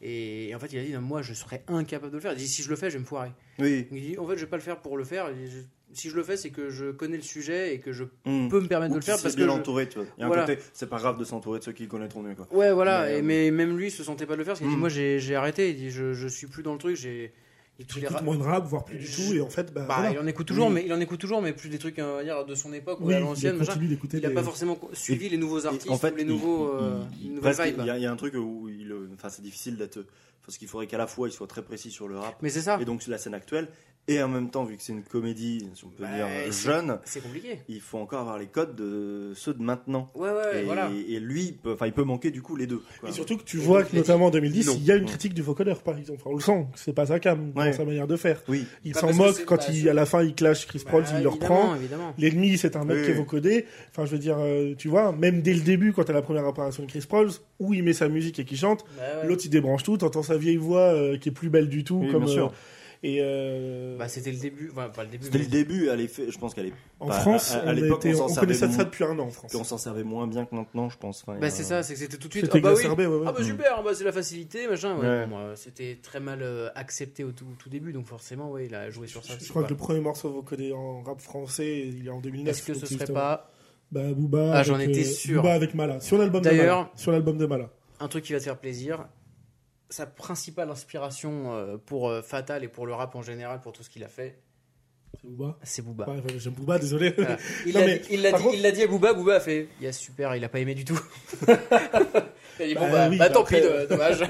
[SPEAKER 7] Et, et en fait, il a dit non, moi, je serais incapable de le faire. Il dit si je le fais, je vais me foirer.
[SPEAKER 6] Oui.
[SPEAKER 7] Il dit en fait, je vais pas le faire pour le faire. Il dit, Je- si je le fais, c'est que je connais le sujet et que je
[SPEAKER 6] Mm.
[SPEAKER 7] peux me permettre
[SPEAKER 6] Ou
[SPEAKER 7] de le
[SPEAKER 6] qui
[SPEAKER 7] faire
[SPEAKER 6] s'est
[SPEAKER 7] parce que.
[SPEAKER 6] bien
[SPEAKER 7] je-
[SPEAKER 6] entouré, tu vois. Il y a un
[SPEAKER 7] Voilà.
[SPEAKER 6] côté, c'est pas grave de s'entourer de ceux qui le connaîtront mieux, quoi.
[SPEAKER 7] Ouais, voilà.
[SPEAKER 6] Mais,
[SPEAKER 7] et-
[SPEAKER 6] euh,
[SPEAKER 7] Mais, même lui, se sentait pas de le faire. Parce qu'il dit
[SPEAKER 6] Mm.
[SPEAKER 7] moi, j'ai j'ai arrêté. Il dit je, je suis plus dans le truc. J'ai. il dit, tous les
[SPEAKER 5] J'écoute
[SPEAKER 7] ra-
[SPEAKER 5] moins de rap, voire plus du tout. Et en fait, bah,
[SPEAKER 7] Bah,
[SPEAKER 5] voilà.
[SPEAKER 7] il en écoute toujours,
[SPEAKER 6] Oui.
[SPEAKER 7] mais il en écoute toujours, mais plus des trucs euh, on va dire, de son époque ou
[SPEAKER 5] oui,
[SPEAKER 7] à
[SPEAKER 5] il
[SPEAKER 7] l'ancienne. machin.
[SPEAKER 5] continue d'écouter.
[SPEAKER 7] Il n'a
[SPEAKER 5] des-
[SPEAKER 7] pas forcément co- suivi les nouveaux artistes
[SPEAKER 6] en fait,
[SPEAKER 7] ou les nouveaux,
[SPEAKER 6] il-
[SPEAKER 7] euh,
[SPEAKER 6] il-
[SPEAKER 7] les nouvelles
[SPEAKER 6] presque,
[SPEAKER 7] vibes.
[SPEAKER 6] Il y, a- il y a un truc où il, euh, enfin, c'est difficile d'être, parce qu'il faudrait qu'à la fois il soit très précis sur le rap
[SPEAKER 7] Mais c'est ça,
[SPEAKER 6] et donc sur la scène actuelle, et en même temps, vu que c'est une comédie, si on peut
[SPEAKER 7] Bah,
[SPEAKER 6] dire
[SPEAKER 7] c'est-
[SPEAKER 6] euh, jeune,
[SPEAKER 7] c'est compliqué.
[SPEAKER 6] il faut encore avoir les codes de ceux de maintenant.
[SPEAKER 7] Ouais, ouais,
[SPEAKER 6] et,
[SPEAKER 7] voilà.
[SPEAKER 6] et lui, il peut, enfin, il peut manquer du coup les deux. quoi.
[SPEAKER 5] Et surtout que tu
[SPEAKER 7] Et
[SPEAKER 5] vois
[SPEAKER 7] donc,
[SPEAKER 5] que
[SPEAKER 7] il a dit-
[SPEAKER 5] notamment en 2010,
[SPEAKER 6] Non.
[SPEAKER 5] il y a une
[SPEAKER 6] Ouais.
[SPEAKER 5] critique du vocoder, par exemple. Enfin, on le sent, que c'est pas sa cam, dans
[SPEAKER 6] Ouais.
[SPEAKER 5] sa manière de faire.
[SPEAKER 6] Oui.
[SPEAKER 5] Il
[SPEAKER 7] Bah,
[SPEAKER 5] s'en
[SPEAKER 7] parce que
[SPEAKER 5] moque
[SPEAKER 7] c'est-
[SPEAKER 5] quand
[SPEAKER 7] bah,
[SPEAKER 5] il,
[SPEAKER 7] c'est-
[SPEAKER 5] à la fin, il clash Chris Prod,
[SPEAKER 7] Bah,
[SPEAKER 5] il le
[SPEAKER 7] évidemment,
[SPEAKER 5] reprend.
[SPEAKER 7] évidemment.
[SPEAKER 5] L'ennemi, c'est un mec
[SPEAKER 6] Oui,
[SPEAKER 5] qui est
[SPEAKER 6] oui.
[SPEAKER 5] vocodé. Enfin, je veux dire, euh, tu vois, même dès le début, quand t'as la première apparition de Chris Prolls, où il met sa musique et qui chante,
[SPEAKER 7] Bah, ouais.
[SPEAKER 5] l'autre il débranche tout, t'entends sa vieille voix euh, qui est plus belle du tout.
[SPEAKER 6] Oui,
[SPEAKER 5] comme,
[SPEAKER 6] bien sûr.
[SPEAKER 5] euh, et euh,
[SPEAKER 7] Bah, c'était le début. Enfin, pas le début.
[SPEAKER 6] C'était
[SPEAKER 7] mais-
[SPEAKER 6] le début, elle est fait- je pense qu'elle est.
[SPEAKER 5] en
[SPEAKER 6] bah,
[SPEAKER 5] France,
[SPEAKER 6] à- à
[SPEAKER 5] on,
[SPEAKER 6] l'époque,
[SPEAKER 5] était-
[SPEAKER 6] on s'en
[SPEAKER 5] on
[SPEAKER 6] servait
[SPEAKER 5] connaissait ça
[SPEAKER 6] moins.
[SPEAKER 5] depuis un an en France.
[SPEAKER 6] Puis on s'en servait moins bien que maintenant, je pense. Enfin, il y
[SPEAKER 7] Bah,
[SPEAKER 6] a-
[SPEAKER 7] c'est ça, c'est que c'était tout de suite.
[SPEAKER 5] C'était Mm.
[SPEAKER 7] Ah bah oui.
[SPEAKER 5] exacerbé, ouais, ouais.
[SPEAKER 7] Ah bah super, ah bah, c'est la facilité, machin. Ouais,
[SPEAKER 6] Ouais.
[SPEAKER 7] bon, euh, c'était très mal euh, accepté au tout, tout début, donc forcément, ouais, il a joué sur ça.
[SPEAKER 5] Je
[SPEAKER 7] c'est
[SPEAKER 5] crois
[SPEAKER 7] pas-
[SPEAKER 5] que le premier morceau vocodé en rap français, il est en 2009.
[SPEAKER 7] Est-ce que
[SPEAKER 5] donc
[SPEAKER 7] ce serait
[SPEAKER 5] justement.
[SPEAKER 7] pas
[SPEAKER 5] Bah, Booba.
[SPEAKER 7] Ah, j'en
[SPEAKER 5] avec,
[SPEAKER 7] étais
[SPEAKER 5] euh,
[SPEAKER 7] sûr.
[SPEAKER 5] Booba avec Mala. Sur l'album de
[SPEAKER 7] D'ailleurs-
[SPEAKER 5] Mala. Sur l'album de Mala.
[SPEAKER 7] un truc qui va te faire plaisir. Sa principale inspiration euh, pour euh, Fatal et pour le rap en général, pour tout ce qu'il a fait,
[SPEAKER 5] C'est Booba.
[SPEAKER 7] c'est Booba.
[SPEAKER 5] Ouais, enfin, J'aime
[SPEAKER 7] <laughs>
[SPEAKER 5] Booba, désolé.
[SPEAKER 7] Voilà. Il
[SPEAKER 5] Non,
[SPEAKER 7] l'a
[SPEAKER 5] mais,
[SPEAKER 7] dit, il l'a
[SPEAKER 5] par
[SPEAKER 7] dit-
[SPEAKER 5] contre-
[SPEAKER 7] il l'a dit à Booba, Booba a fait « Yes, super, il a pas aimé du tout. » Il a dit « Bon,
[SPEAKER 5] Bah
[SPEAKER 7] bah, bah,
[SPEAKER 5] oui, bah
[SPEAKER 7] tant
[SPEAKER 5] après-
[SPEAKER 7] pis, euh, dommage.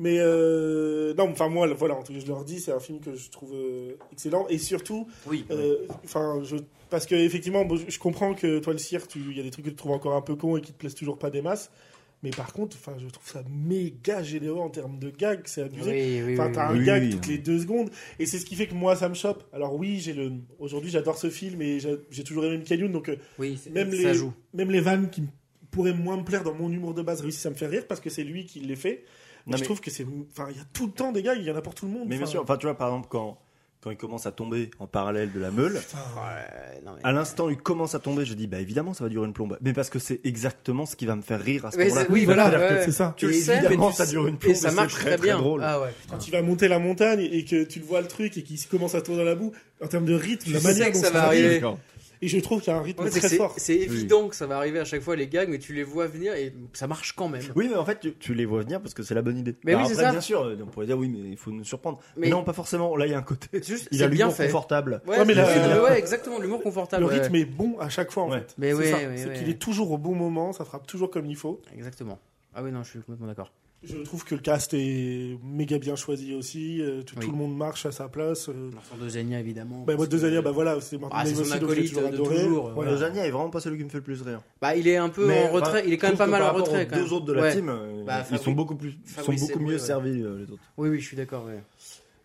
[SPEAKER 5] Mais euh, non, enfin moi, voilà, en tout cas, je leur dis, c'est un film que je trouve euh, excellent et surtout, »
[SPEAKER 7] Oui.
[SPEAKER 5] euh, enfin, je parce que effectivement, bon, je je comprends que toi le cire, tu, il y a des trucs que tu trouves encore un peu con et qui te plaisent toujours pas des masses, mais par contre, enfin, je trouve ça méga généreux en termes de gags, c'est abusé.
[SPEAKER 7] Oui, oui,
[SPEAKER 5] Enfin,
[SPEAKER 7] oui,
[SPEAKER 5] t'as un
[SPEAKER 7] oui.
[SPEAKER 6] oui,
[SPEAKER 5] gag
[SPEAKER 6] oui.
[SPEAKER 5] toutes les deux secondes, et c'est ce qui fait que moi ça me chope. Alors oui, j'ai le, aujourd'hui j'adore ce film et j'a- j'ai toujours aimé Michael Youn, donc euh,
[SPEAKER 7] Oui, c'est-
[SPEAKER 5] même
[SPEAKER 7] ça
[SPEAKER 5] les-
[SPEAKER 7] joue.
[SPEAKER 5] même les vannes qui me- pourraient moins me plaire dans mon humour de base réussissent à me faire rire parce que c'est lui qui les fait. Mais
[SPEAKER 6] Non,
[SPEAKER 5] je
[SPEAKER 6] mais-
[SPEAKER 5] trouve que c'est. Enfin, il y a tout le temps des gags, il y en a pour tout le monde.
[SPEAKER 6] Mais bien
[SPEAKER 5] enfin,
[SPEAKER 6] sûr, enfin, tu vois, par exemple, quand, quand il commence à tomber en parallèle de la meule,
[SPEAKER 7] Ouais, non, mais-
[SPEAKER 6] à l'instant, il commence à tomber, je dis, bah évidemment, ça va durer une plombe. Mais parce que c'est exactement ce qui va me faire rire à ce
[SPEAKER 7] Mais
[SPEAKER 6] moment-là.
[SPEAKER 7] c'est- oui, voilà,
[SPEAKER 6] C'est-à-dire
[SPEAKER 7] ouais,
[SPEAKER 6] que
[SPEAKER 7] ouais.
[SPEAKER 5] C'est ça.
[SPEAKER 7] Tu
[SPEAKER 6] Et
[SPEAKER 7] le sais, mais
[SPEAKER 6] évidemment,
[SPEAKER 7] tu-
[SPEAKER 6] ça dure une
[SPEAKER 7] Et
[SPEAKER 6] plombe,
[SPEAKER 7] ça
[SPEAKER 6] et
[SPEAKER 7] marche
[SPEAKER 6] c'est
[SPEAKER 7] très, bien.
[SPEAKER 6] drôle.
[SPEAKER 7] Ah ouais,
[SPEAKER 5] Quand
[SPEAKER 7] putain.
[SPEAKER 5] il va monter la montagne et que tu le vois le truc et qu'il se commence à tourner dans la boue, en termes de rythme,
[SPEAKER 7] Tu
[SPEAKER 5] la
[SPEAKER 7] sais
[SPEAKER 5] manière
[SPEAKER 7] que
[SPEAKER 5] dont
[SPEAKER 7] ça va
[SPEAKER 5] fait-
[SPEAKER 7] arriver.
[SPEAKER 5] Et je trouve qu'il y a un rythme
[SPEAKER 7] En fait, c'est que
[SPEAKER 5] très
[SPEAKER 7] c'est-
[SPEAKER 5] fort.
[SPEAKER 7] C'est évident que ça va arriver à chaque fois les gags, mais tu les vois venir et ça marche quand même.
[SPEAKER 6] Oui, mais en fait, tu, tu les vois venir parce que c'est la bonne idée.
[SPEAKER 7] Mais
[SPEAKER 6] Alors
[SPEAKER 7] oui, c'est
[SPEAKER 6] après,
[SPEAKER 7] ça.
[SPEAKER 6] Bien sûr, on pourrait dire, oui, mais il faut nous surprendre. Mais,
[SPEAKER 7] Mais-
[SPEAKER 6] non, pas forcément. Là, il y a un côté.
[SPEAKER 7] C'est juste-
[SPEAKER 6] Il a
[SPEAKER 7] c'est bien
[SPEAKER 6] l'humour
[SPEAKER 7] fait.
[SPEAKER 6] confortable.
[SPEAKER 7] Ouais,
[SPEAKER 5] Ouais, mais
[SPEAKER 7] c'est-
[SPEAKER 5] la-
[SPEAKER 7] c'est-
[SPEAKER 5] la-
[SPEAKER 7] ouais, exactement, l'humour confortable.
[SPEAKER 5] Le
[SPEAKER 7] ouais.
[SPEAKER 5] rythme est bon à chaque fois, en
[SPEAKER 6] Ouais.
[SPEAKER 5] fait.
[SPEAKER 7] Mais
[SPEAKER 5] c'est
[SPEAKER 7] ouais,
[SPEAKER 5] ça.
[SPEAKER 7] ouais,
[SPEAKER 5] c'est
[SPEAKER 7] ouais.
[SPEAKER 5] qu'il est toujours au bon moment, ça frappe toujours comme il faut.
[SPEAKER 7] Exactement. Ah oui, non, je suis complètement d'accord.
[SPEAKER 5] Je trouve que le cast est méga bien choisi aussi. euh, Tout,
[SPEAKER 7] Oui.
[SPEAKER 5] tout le monde marche à sa place. euh.
[SPEAKER 7] Vincent de Zegna, évidemment.
[SPEAKER 5] Bah, moi,
[SPEAKER 7] parce que-
[SPEAKER 5] Dezania, bah voilà, c'est Martin
[SPEAKER 7] Ah, c'est
[SPEAKER 5] Dave
[SPEAKER 7] son
[SPEAKER 5] aussi, donc je l'ai
[SPEAKER 7] acolyte
[SPEAKER 5] toujours
[SPEAKER 7] de
[SPEAKER 5] adoré.
[SPEAKER 7] toujours, euh,
[SPEAKER 5] Voilà.
[SPEAKER 6] Le Jania est vraiment pas celui qui me fait le plus rire.
[SPEAKER 7] Bah, il est un peu
[SPEAKER 6] Mais,
[SPEAKER 7] en retrait,
[SPEAKER 6] enfin,
[SPEAKER 7] il est quand
[SPEAKER 6] je
[SPEAKER 7] même
[SPEAKER 6] trouve
[SPEAKER 7] pas
[SPEAKER 6] que
[SPEAKER 7] mal
[SPEAKER 6] par
[SPEAKER 7] en
[SPEAKER 6] rapport
[SPEAKER 7] retrait.
[SPEAKER 6] aux
[SPEAKER 7] quand même.
[SPEAKER 6] deux autres de la
[SPEAKER 7] Ouais.
[SPEAKER 6] team, euh,
[SPEAKER 7] Bah,
[SPEAKER 6] ils
[SPEAKER 7] Fabrice-
[SPEAKER 6] sont beaucoup plus, sont
[SPEAKER 7] Fabrice
[SPEAKER 6] beaucoup
[SPEAKER 7] Eboué,
[SPEAKER 6] mieux
[SPEAKER 7] ouais.
[SPEAKER 6] servis euh, les autres.
[SPEAKER 7] Oui, oui, je suis d'accord. ouais.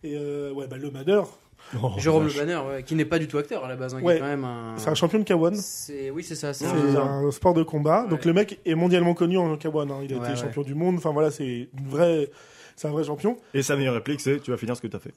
[SPEAKER 5] Et euh, ouais, bah, le Maneur,
[SPEAKER 6] Oh,
[SPEAKER 7] Jérôme Le Banner, ouais, qui n'est pas du tout acteur à la base, hein, qui
[SPEAKER 5] Ouais.
[SPEAKER 7] est quand même un.
[SPEAKER 5] c'est un champion de K1.
[SPEAKER 7] C'est- Oui, c'est ça. C'est
[SPEAKER 5] C'est
[SPEAKER 7] un-
[SPEAKER 5] un sport de combat.
[SPEAKER 7] Ouais.
[SPEAKER 5] Donc le mec est mondialement connu en K1. hein. Il a
[SPEAKER 7] Ouais,
[SPEAKER 5] été
[SPEAKER 7] ouais.
[SPEAKER 5] champion du monde. Enfin voilà, c'est une vraie. c'est un vrai champion. <laughs>
[SPEAKER 6] Et sa meilleure réplique, c'est Tu vas finir ce que t'as fait.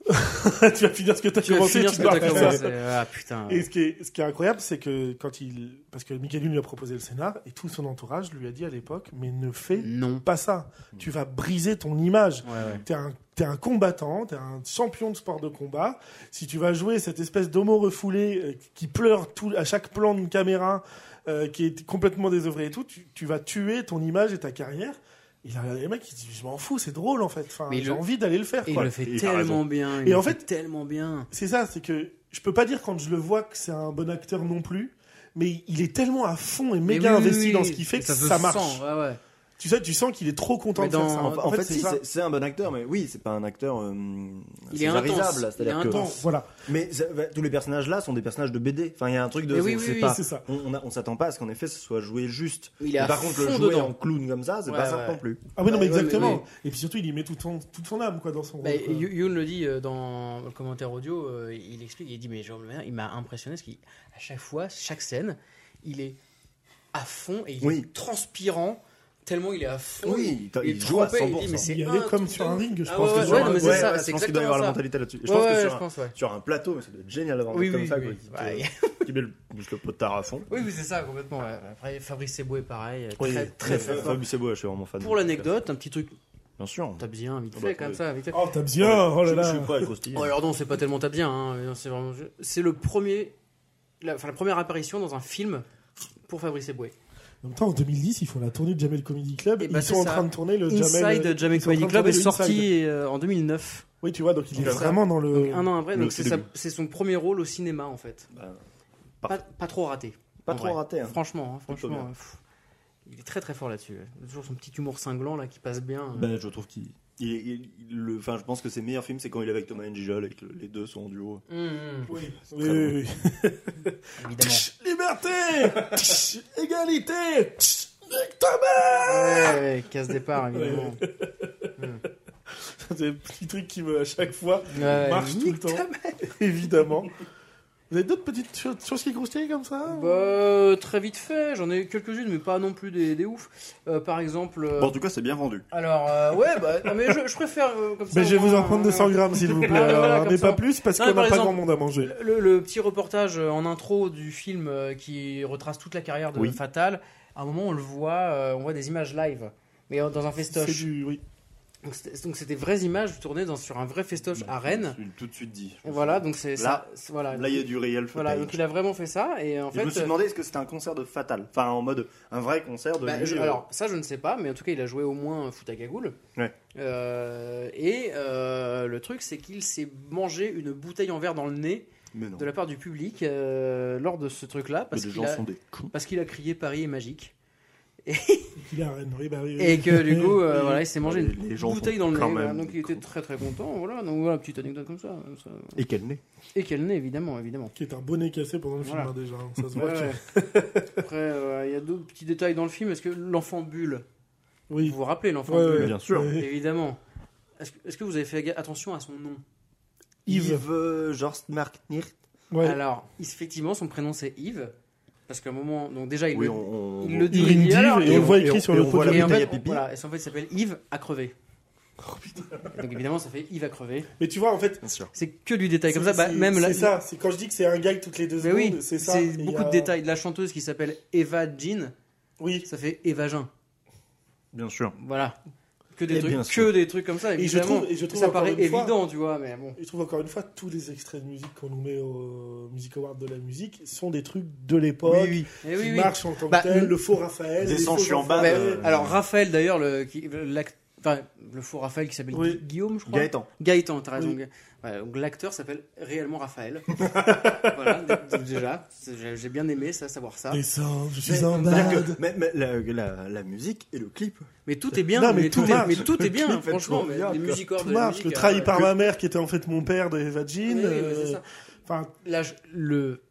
[SPEAKER 5] tu vas finir ce que t'as
[SPEAKER 7] Tu vas
[SPEAKER 5] commencé,
[SPEAKER 7] finir
[SPEAKER 5] tu
[SPEAKER 7] ce que
[SPEAKER 5] dois
[SPEAKER 7] t'as
[SPEAKER 5] faire ça.
[SPEAKER 7] commencé. Ah putain.
[SPEAKER 5] Et ce qui, est, ce qui est incroyable, c'est que quand il. Parce que Michaelune lui a proposé le scénar et tout son entourage lui a dit à l'époque Mais ne fais
[SPEAKER 7] Non.
[SPEAKER 5] pas ça. Tu vas briser ton image.
[SPEAKER 7] Ouais, ouais.
[SPEAKER 5] T'es un, t'es un combattant, t'es un champion de sport de combat. Si tu vas jouer cette espèce d'homo refoulé euh, qui pleure tout, à chaque plan d'une caméra, euh, qui est complètement désœuvré et tout, tu, tu vas tuer ton image et ta carrière. Il a regardé les mecs, il dit Je m'en fous, c'est drôle en fait. Enfin,
[SPEAKER 7] Mais
[SPEAKER 5] j'ai
[SPEAKER 7] le-
[SPEAKER 5] envie d'aller le faire.
[SPEAKER 7] Et il
[SPEAKER 5] quoi.
[SPEAKER 7] le fait
[SPEAKER 6] il a
[SPEAKER 7] tellement
[SPEAKER 6] raison.
[SPEAKER 7] bien. il
[SPEAKER 5] Et
[SPEAKER 7] le
[SPEAKER 5] en fait-
[SPEAKER 7] tellement bien.
[SPEAKER 5] C'est ça, c'est que je peux pas dire quand je le vois que c'est un bon acteur non plus. Mais il est tellement à fond et méga
[SPEAKER 7] Mais oui,
[SPEAKER 5] investi
[SPEAKER 7] oui,
[SPEAKER 5] dans
[SPEAKER 7] oui.
[SPEAKER 5] ce qu'il fait
[SPEAKER 7] Et
[SPEAKER 5] que
[SPEAKER 7] se
[SPEAKER 5] ça marche.
[SPEAKER 7] sent, ouais, ouais.
[SPEAKER 5] Tu sais, tu sens qu'il est trop content
[SPEAKER 7] Mais
[SPEAKER 5] de faire
[SPEAKER 7] dans-
[SPEAKER 5] ça.
[SPEAKER 6] En, en fait, si,
[SPEAKER 5] ça.
[SPEAKER 6] c'est- c'est un bon acteur, mais oui, c'est pas un acteur. euh,
[SPEAKER 7] Il est
[SPEAKER 6] césarisable,
[SPEAKER 7] intense.
[SPEAKER 6] là,
[SPEAKER 7] Il est
[SPEAKER 6] C'est-à-dire que.
[SPEAKER 5] Attends,
[SPEAKER 7] intense.
[SPEAKER 5] voilà.
[SPEAKER 6] Mais ça- bah, tous les personnages là sont des personnages de BD. Enfin, il y a un truc de.
[SPEAKER 7] Mais oui,
[SPEAKER 6] c'est-
[SPEAKER 7] oui,
[SPEAKER 6] c'est
[SPEAKER 7] oui,
[SPEAKER 6] pas-
[SPEAKER 5] c'est ça.
[SPEAKER 6] On, on a- on s'attend pas à ce qu'en effet ce soit joué juste.
[SPEAKER 7] Il est
[SPEAKER 6] Mais
[SPEAKER 7] à
[SPEAKER 6] par contre, le
[SPEAKER 7] fond
[SPEAKER 6] jouer
[SPEAKER 7] dedans.
[SPEAKER 6] en clown comme ça, c'est
[SPEAKER 7] Ouais,
[SPEAKER 6] pas simple
[SPEAKER 7] ouais.
[SPEAKER 6] non plus.
[SPEAKER 5] Ah oui, non,
[SPEAKER 7] Bah,
[SPEAKER 5] mais
[SPEAKER 7] ouais, mais
[SPEAKER 5] exactement.
[SPEAKER 7] oui.
[SPEAKER 5] Et puis surtout, il y met toute son, toute son âme quoi, dans son
[SPEAKER 7] Bah,
[SPEAKER 5] rôle. quoi.
[SPEAKER 7] Yu- Youn le dit euh, dans le commentaire audio, euh, il explique, il dit mais Jérôme Le Maire, il m'a impressionné parce qu'à chaque fois, chaque scène, il est à fond et il
[SPEAKER 6] Oui.
[SPEAKER 7] est transpirant tellement il est à fond.
[SPEAKER 6] Oui,
[SPEAKER 7] il,
[SPEAKER 6] il joue à
[SPEAKER 7] trempé, dit,
[SPEAKER 6] 100%.
[SPEAKER 7] mais c'est
[SPEAKER 5] Il y allait
[SPEAKER 7] un
[SPEAKER 5] comme
[SPEAKER 7] truc
[SPEAKER 5] sur
[SPEAKER 7] de
[SPEAKER 5] un
[SPEAKER 7] ouf.
[SPEAKER 5] ring, je
[SPEAKER 7] Ah
[SPEAKER 5] pense
[SPEAKER 7] ouais,
[SPEAKER 5] que
[SPEAKER 7] ouais,
[SPEAKER 5] sur
[SPEAKER 7] ouais,
[SPEAKER 5] un-
[SPEAKER 7] non, mais c'est
[SPEAKER 6] Ouais,
[SPEAKER 7] ça,
[SPEAKER 6] ouais,
[SPEAKER 7] c'est
[SPEAKER 6] je pense qu'il doit y avoir la
[SPEAKER 7] exactement ça.
[SPEAKER 6] mentalité là-dessus. Je
[SPEAKER 7] Ouais,
[SPEAKER 6] pense que
[SPEAKER 7] ouais,
[SPEAKER 6] sur,
[SPEAKER 7] je
[SPEAKER 6] un,
[SPEAKER 7] pense, ouais.
[SPEAKER 6] sur un plateau, mais ça doit être génial d'avoir un
[SPEAKER 7] Oui,
[SPEAKER 6] mec comme
[SPEAKER 7] oui,
[SPEAKER 6] ça
[SPEAKER 7] oui.
[SPEAKER 6] quoi,
[SPEAKER 7] Ouais.
[SPEAKER 6] qui, te- qui met le, juste le potard à fond.
[SPEAKER 7] Oui, oui, c'est ça complètement. ouais. Après, Fabrice Seboué, pareil, euh,
[SPEAKER 6] Oui,
[SPEAKER 7] très, très
[SPEAKER 6] Fab-
[SPEAKER 7] fort.
[SPEAKER 6] Fabrice Seboué, je suis vraiment fan. euh,
[SPEAKER 7] Pour l'anecdote, un petit truc,
[SPEAKER 6] Bien sûr.
[SPEAKER 7] t'as bien vite
[SPEAKER 6] Oh,
[SPEAKER 7] fait
[SPEAKER 6] bah,
[SPEAKER 7] comme
[SPEAKER 6] oui.
[SPEAKER 7] ça, vite fait.
[SPEAKER 5] Oh, t'as bien, oh là
[SPEAKER 6] Je, je
[SPEAKER 5] là.
[SPEAKER 6] suis prêt à être hostile.
[SPEAKER 7] Oh, alors non, c'est pas tellement t'as bien. hein. C'est vraiment. C'est le premier, la, enfin, la première apparition dans un film pour Fabrice Eboué.
[SPEAKER 5] En même temps, en 2010, ils font la tournée de Jamel Comedy Club.
[SPEAKER 7] Et
[SPEAKER 5] Ils
[SPEAKER 7] bah, c'est
[SPEAKER 5] sont en
[SPEAKER 7] ça.
[SPEAKER 5] train de tourner le Jamel.
[SPEAKER 7] Inside Jamaica
[SPEAKER 5] ils sont en train
[SPEAKER 7] Comedy
[SPEAKER 5] de
[SPEAKER 7] Club
[SPEAKER 5] tourner
[SPEAKER 7] est
[SPEAKER 5] le Inside.
[SPEAKER 7] sorti euh, en 2009,
[SPEAKER 5] Oui, tu vois, donc il est
[SPEAKER 7] Donc,
[SPEAKER 5] vraiment dans le.
[SPEAKER 7] un an après.
[SPEAKER 6] le
[SPEAKER 7] Donc c'est,
[SPEAKER 6] film.
[SPEAKER 7] sa- c'est son premier rôle au cinéma en fait.
[SPEAKER 6] Bah,
[SPEAKER 7] Pas, pas trop raté.
[SPEAKER 6] Pas
[SPEAKER 7] en
[SPEAKER 6] trop
[SPEAKER 7] vrai.
[SPEAKER 6] raté, hein.
[SPEAKER 7] Franchement, hein,
[SPEAKER 6] Plutôt
[SPEAKER 7] franchement,
[SPEAKER 6] bien.
[SPEAKER 7] euh, pff, il est très très fort là-dessus. hein. Toujours son petit humour cinglant là qui passe bien.
[SPEAKER 5] Bah.
[SPEAKER 7] hein.
[SPEAKER 6] Ben, je trouve qu'il. il- il- il- le- Enfin, je pense que ses meilleurs films, c'est quand il est avec Thomas Angel et que les deux sont en duo.
[SPEAKER 7] Mmh, mmh,
[SPEAKER 5] Oui, oui,
[SPEAKER 6] très
[SPEAKER 5] oui, oui. <laughs>
[SPEAKER 7] évidemment.
[SPEAKER 5] Liberté
[SPEAKER 7] <laughs>
[SPEAKER 5] Tch, Égalité Tch, nique ta mère
[SPEAKER 7] Ouais, ouais, casse départ évidemment.
[SPEAKER 5] C'est un petit truc qui me, à chaque fois,
[SPEAKER 7] Ouais,
[SPEAKER 5] marche tout le
[SPEAKER 7] nique ta
[SPEAKER 5] temps. Évidemment. Vous avez d'autres petites cho- choses qui croustillent comme ça
[SPEAKER 7] Bah, euh, très vite fait, j'en ai eu quelques-unes, mais pas non plus des, des oufs. Euh, par exemple. euh,
[SPEAKER 6] Bon, en tout cas, c'est bien vendu.
[SPEAKER 7] Alors, euh, ouais, bah, non, mais je, je préfère euh, comme ça.
[SPEAKER 5] Mais
[SPEAKER 7] au
[SPEAKER 5] je vais vous
[SPEAKER 7] moins,
[SPEAKER 5] en prendre
[SPEAKER 7] euh,
[SPEAKER 5] 200 grammes, s'il vous plaît.
[SPEAKER 7] Ah, <laughs> voilà,
[SPEAKER 5] alors,
[SPEAKER 7] comme
[SPEAKER 5] mais
[SPEAKER 7] ça.
[SPEAKER 5] pas plus, parce
[SPEAKER 7] Non,
[SPEAKER 5] qu'on
[SPEAKER 7] mais
[SPEAKER 5] n'a
[SPEAKER 7] par
[SPEAKER 5] pas grand
[SPEAKER 7] exemple-
[SPEAKER 5] monde à manger.
[SPEAKER 7] Le, le petit reportage euh, en intro du film euh, qui retrace toute la carrière de
[SPEAKER 6] Oui.
[SPEAKER 7] Fatal, à un moment on le voit, euh, on voit des images live, mais euh, dans un
[SPEAKER 5] C'est
[SPEAKER 7] festoche.
[SPEAKER 5] du... Oui.
[SPEAKER 7] Donc c'était- Donc c'est des vraies images tournées dans, sur un vrai festoche à Rennes.
[SPEAKER 6] Je me suis tout de suite dit.
[SPEAKER 7] Et voilà, donc c'est ça.
[SPEAKER 6] Là-
[SPEAKER 7] c'est- Voilà.
[SPEAKER 6] Là, il y a du réel.
[SPEAKER 7] Voilà,
[SPEAKER 6] footage.
[SPEAKER 7] donc il a vraiment fait ça, et en
[SPEAKER 6] Et je me
[SPEAKER 7] fait. euh,
[SPEAKER 6] suis demandé est-ce que c'était un concert de Fatal, enfin en mode un vrai concert de.
[SPEAKER 7] Bah,
[SPEAKER 6] lui,
[SPEAKER 7] je-
[SPEAKER 6] euh,
[SPEAKER 7] alors, ça, je ne sais pas, mais en tout cas, il a joué au moins foot à cagoule.
[SPEAKER 6] Ouais.
[SPEAKER 7] Euh, et euh, le truc, c'est qu'il s'est mangé une bouteille en verre dans le nez
[SPEAKER 6] mais non.
[SPEAKER 7] de la part du public euh, lors de ce truc-là,
[SPEAKER 6] Mais
[SPEAKER 7] parce
[SPEAKER 6] les
[SPEAKER 7] qu'il
[SPEAKER 6] gens
[SPEAKER 7] a,
[SPEAKER 6] sont des cons.
[SPEAKER 7] parce qu'il a crié Paris est magique.
[SPEAKER 5] Il a Rennes, oui, bah <laughs> oui, oui.
[SPEAKER 7] Et que du coup, euh, voilà, il s'est mangé
[SPEAKER 6] Les-
[SPEAKER 7] une
[SPEAKER 6] les gens
[SPEAKER 7] bouteille
[SPEAKER 6] sont
[SPEAKER 7] dans le nez.
[SPEAKER 6] quand
[SPEAKER 7] voilà.
[SPEAKER 6] même
[SPEAKER 7] donc il était
[SPEAKER 6] cons.
[SPEAKER 7] très très content. Voilà, donc voilà, petite anecdote comme ça. comme ça.
[SPEAKER 6] Et quel nez
[SPEAKER 7] Et quel nez, évidemment, évidemment.
[SPEAKER 5] Qui est un bonnet cassé pendant le film,
[SPEAKER 7] Voilà.
[SPEAKER 5] hein, déjà. hein. Ça se
[SPEAKER 7] Ouais,
[SPEAKER 5] voit que-
[SPEAKER 7] ouais. Après, euh, il y a deux petits détails dans le film. Est-ce que l'enfant bulle
[SPEAKER 5] Oui.
[SPEAKER 7] Vous vous rappelez l'enfant
[SPEAKER 5] Ouais,
[SPEAKER 7] bulle
[SPEAKER 5] ouais.
[SPEAKER 6] Bien sûr.
[SPEAKER 5] Ouais.
[SPEAKER 7] Évidemment. Est-ce que, est-ce que vous avez fait attention à son nom
[SPEAKER 5] Yves.
[SPEAKER 6] euh, Jorst Mark Nirt.
[SPEAKER 5] Ouais.
[SPEAKER 7] Alors, effectivement, son prénom c'est Yves. Parce qu'à un moment. Donc, déjà, il
[SPEAKER 6] Oui,
[SPEAKER 7] le,
[SPEAKER 6] on.
[SPEAKER 7] il
[SPEAKER 6] on-
[SPEAKER 7] le dit.
[SPEAKER 5] Urine
[SPEAKER 7] il dit,
[SPEAKER 5] d'Yves,
[SPEAKER 7] alors,
[SPEAKER 5] et on
[SPEAKER 7] et
[SPEAKER 5] le voit
[SPEAKER 6] et
[SPEAKER 5] écrit
[SPEAKER 6] on-
[SPEAKER 5] sur
[SPEAKER 6] et
[SPEAKER 5] le
[SPEAKER 6] on
[SPEAKER 5] pot
[SPEAKER 6] voit
[SPEAKER 5] de
[SPEAKER 6] la
[SPEAKER 7] et en
[SPEAKER 5] bouteille.
[SPEAKER 6] bouteille.
[SPEAKER 7] fait,
[SPEAKER 6] à pipi.
[SPEAKER 7] voilà, et en fait, il s'appelle Yves à crever. Oh, Donc, évidemment, ça fait Yves à crever.
[SPEAKER 5] Mais tu vois, en fait...
[SPEAKER 6] Bien sûr.
[SPEAKER 7] C'est que du détail comme ça. Bah,
[SPEAKER 5] c'est-
[SPEAKER 7] même là.
[SPEAKER 5] C'est ça, c'est quand je dis que c'est un gag toutes les deux
[SPEAKER 7] Mais
[SPEAKER 5] secondes,
[SPEAKER 7] oui,
[SPEAKER 5] c'est
[SPEAKER 7] c'est
[SPEAKER 5] ça. Et il y
[SPEAKER 7] beaucoup
[SPEAKER 5] a-
[SPEAKER 7] de détails. La chanteuse qui s'appelle Eva Jean,
[SPEAKER 5] Oui.
[SPEAKER 7] ça fait Eva Jean.
[SPEAKER 6] Bien sûr.
[SPEAKER 7] Voilà. Que des,
[SPEAKER 6] Et
[SPEAKER 7] trucs,
[SPEAKER 6] Eh bien sûr.
[SPEAKER 7] que des trucs comme ça,
[SPEAKER 5] je
[SPEAKER 7] évidemment.
[SPEAKER 5] trouve- et je trouve
[SPEAKER 7] ça
[SPEAKER 5] encore
[SPEAKER 7] paraît
[SPEAKER 5] une fois-
[SPEAKER 7] évident, tu vois, mais bon.
[SPEAKER 5] Et Je trouve encore une fois tous les extraits de musique qu'on nous met au Music Award de la musique sont des trucs de l'époque
[SPEAKER 7] Et
[SPEAKER 5] qui
[SPEAKER 7] oui, oui.
[SPEAKER 5] marchent en tant que
[SPEAKER 7] Bah,
[SPEAKER 5] tel,
[SPEAKER 7] nous-
[SPEAKER 5] le faux Raphaël,
[SPEAKER 6] Des
[SPEAKER 5] les faux
[SPEAKER 6] sangs en bas,
[SPEAKER 7] Mais,
[SPEAKER 5] Raphaël.
[SPEAKER 6] euh,
[SPEAKER 7] Alors Raphaël d'ailleurs, le, qui- l'act- enfin, le faux Raphaël qui s'appelle
[SPEAKER 5] Oui.
[SPEAKER 7] Gu- Guillaume, je crois.
[SPEAKER 6] Gaëtan.
[SPEAKER 7] Gaëtan, t'as raison.
[SPEAKER 5] Oui.
[SPEAKER 7] Ga- Voilà, donc l'acteur s'appelle réellement
[SPEAKER 5] <laughs>
[SPEAKER 7] Raphaël. voilà, donc déjà, c'est- j'ai j'ai bien aimé ça, savoir ça.
[SPEAKER 5] Des sangs, je suis en bas.
[SPEAKER 6] C'est-à-dire que mais- mais la, la- la musique et le clip.
[SPEAKER 7] Mais tout est bien,
[SPEAKER 5] Non, mais
[SPEAKER 7] mais,
[SPEAKER 5] tout
[SPEAKER 7] tout est,
[SPEAKER 5] marche.
[SPEAKER 7] mais tout est
[SPEAKER 5] <laughs>
[SPEAKER 6] Le
[SPEAKER 7] bien,
[SPEAKER 6] clip est
[SPEAKER 7] franchement.
[SPEAKER 6] trop
[SPEAKER 7] mais
[SPEAKER 6] bien,
[SPEAKER 7] les
[SPEAKER 6] quoi.
[SPEAKER 7] musiques hors
[SPEAKER 5] Tout
[SPEAKER 7] de la
[SPEAKER 5] marche,
[SPEAKER 7] musique,
[SPEAKER 5] le trahi
[SPEAKER 7] euh,
[SPEAKER 5] par ma mère qui était en fait mon père de Eva
[SPEAKER 7] oui,
[SPEAKER 5] Jean.
[SPEAKER 7] oui, mais c'est ça.
[SPEAKER 5] Enfin,
[SPEAKER 7] Euh, La, le,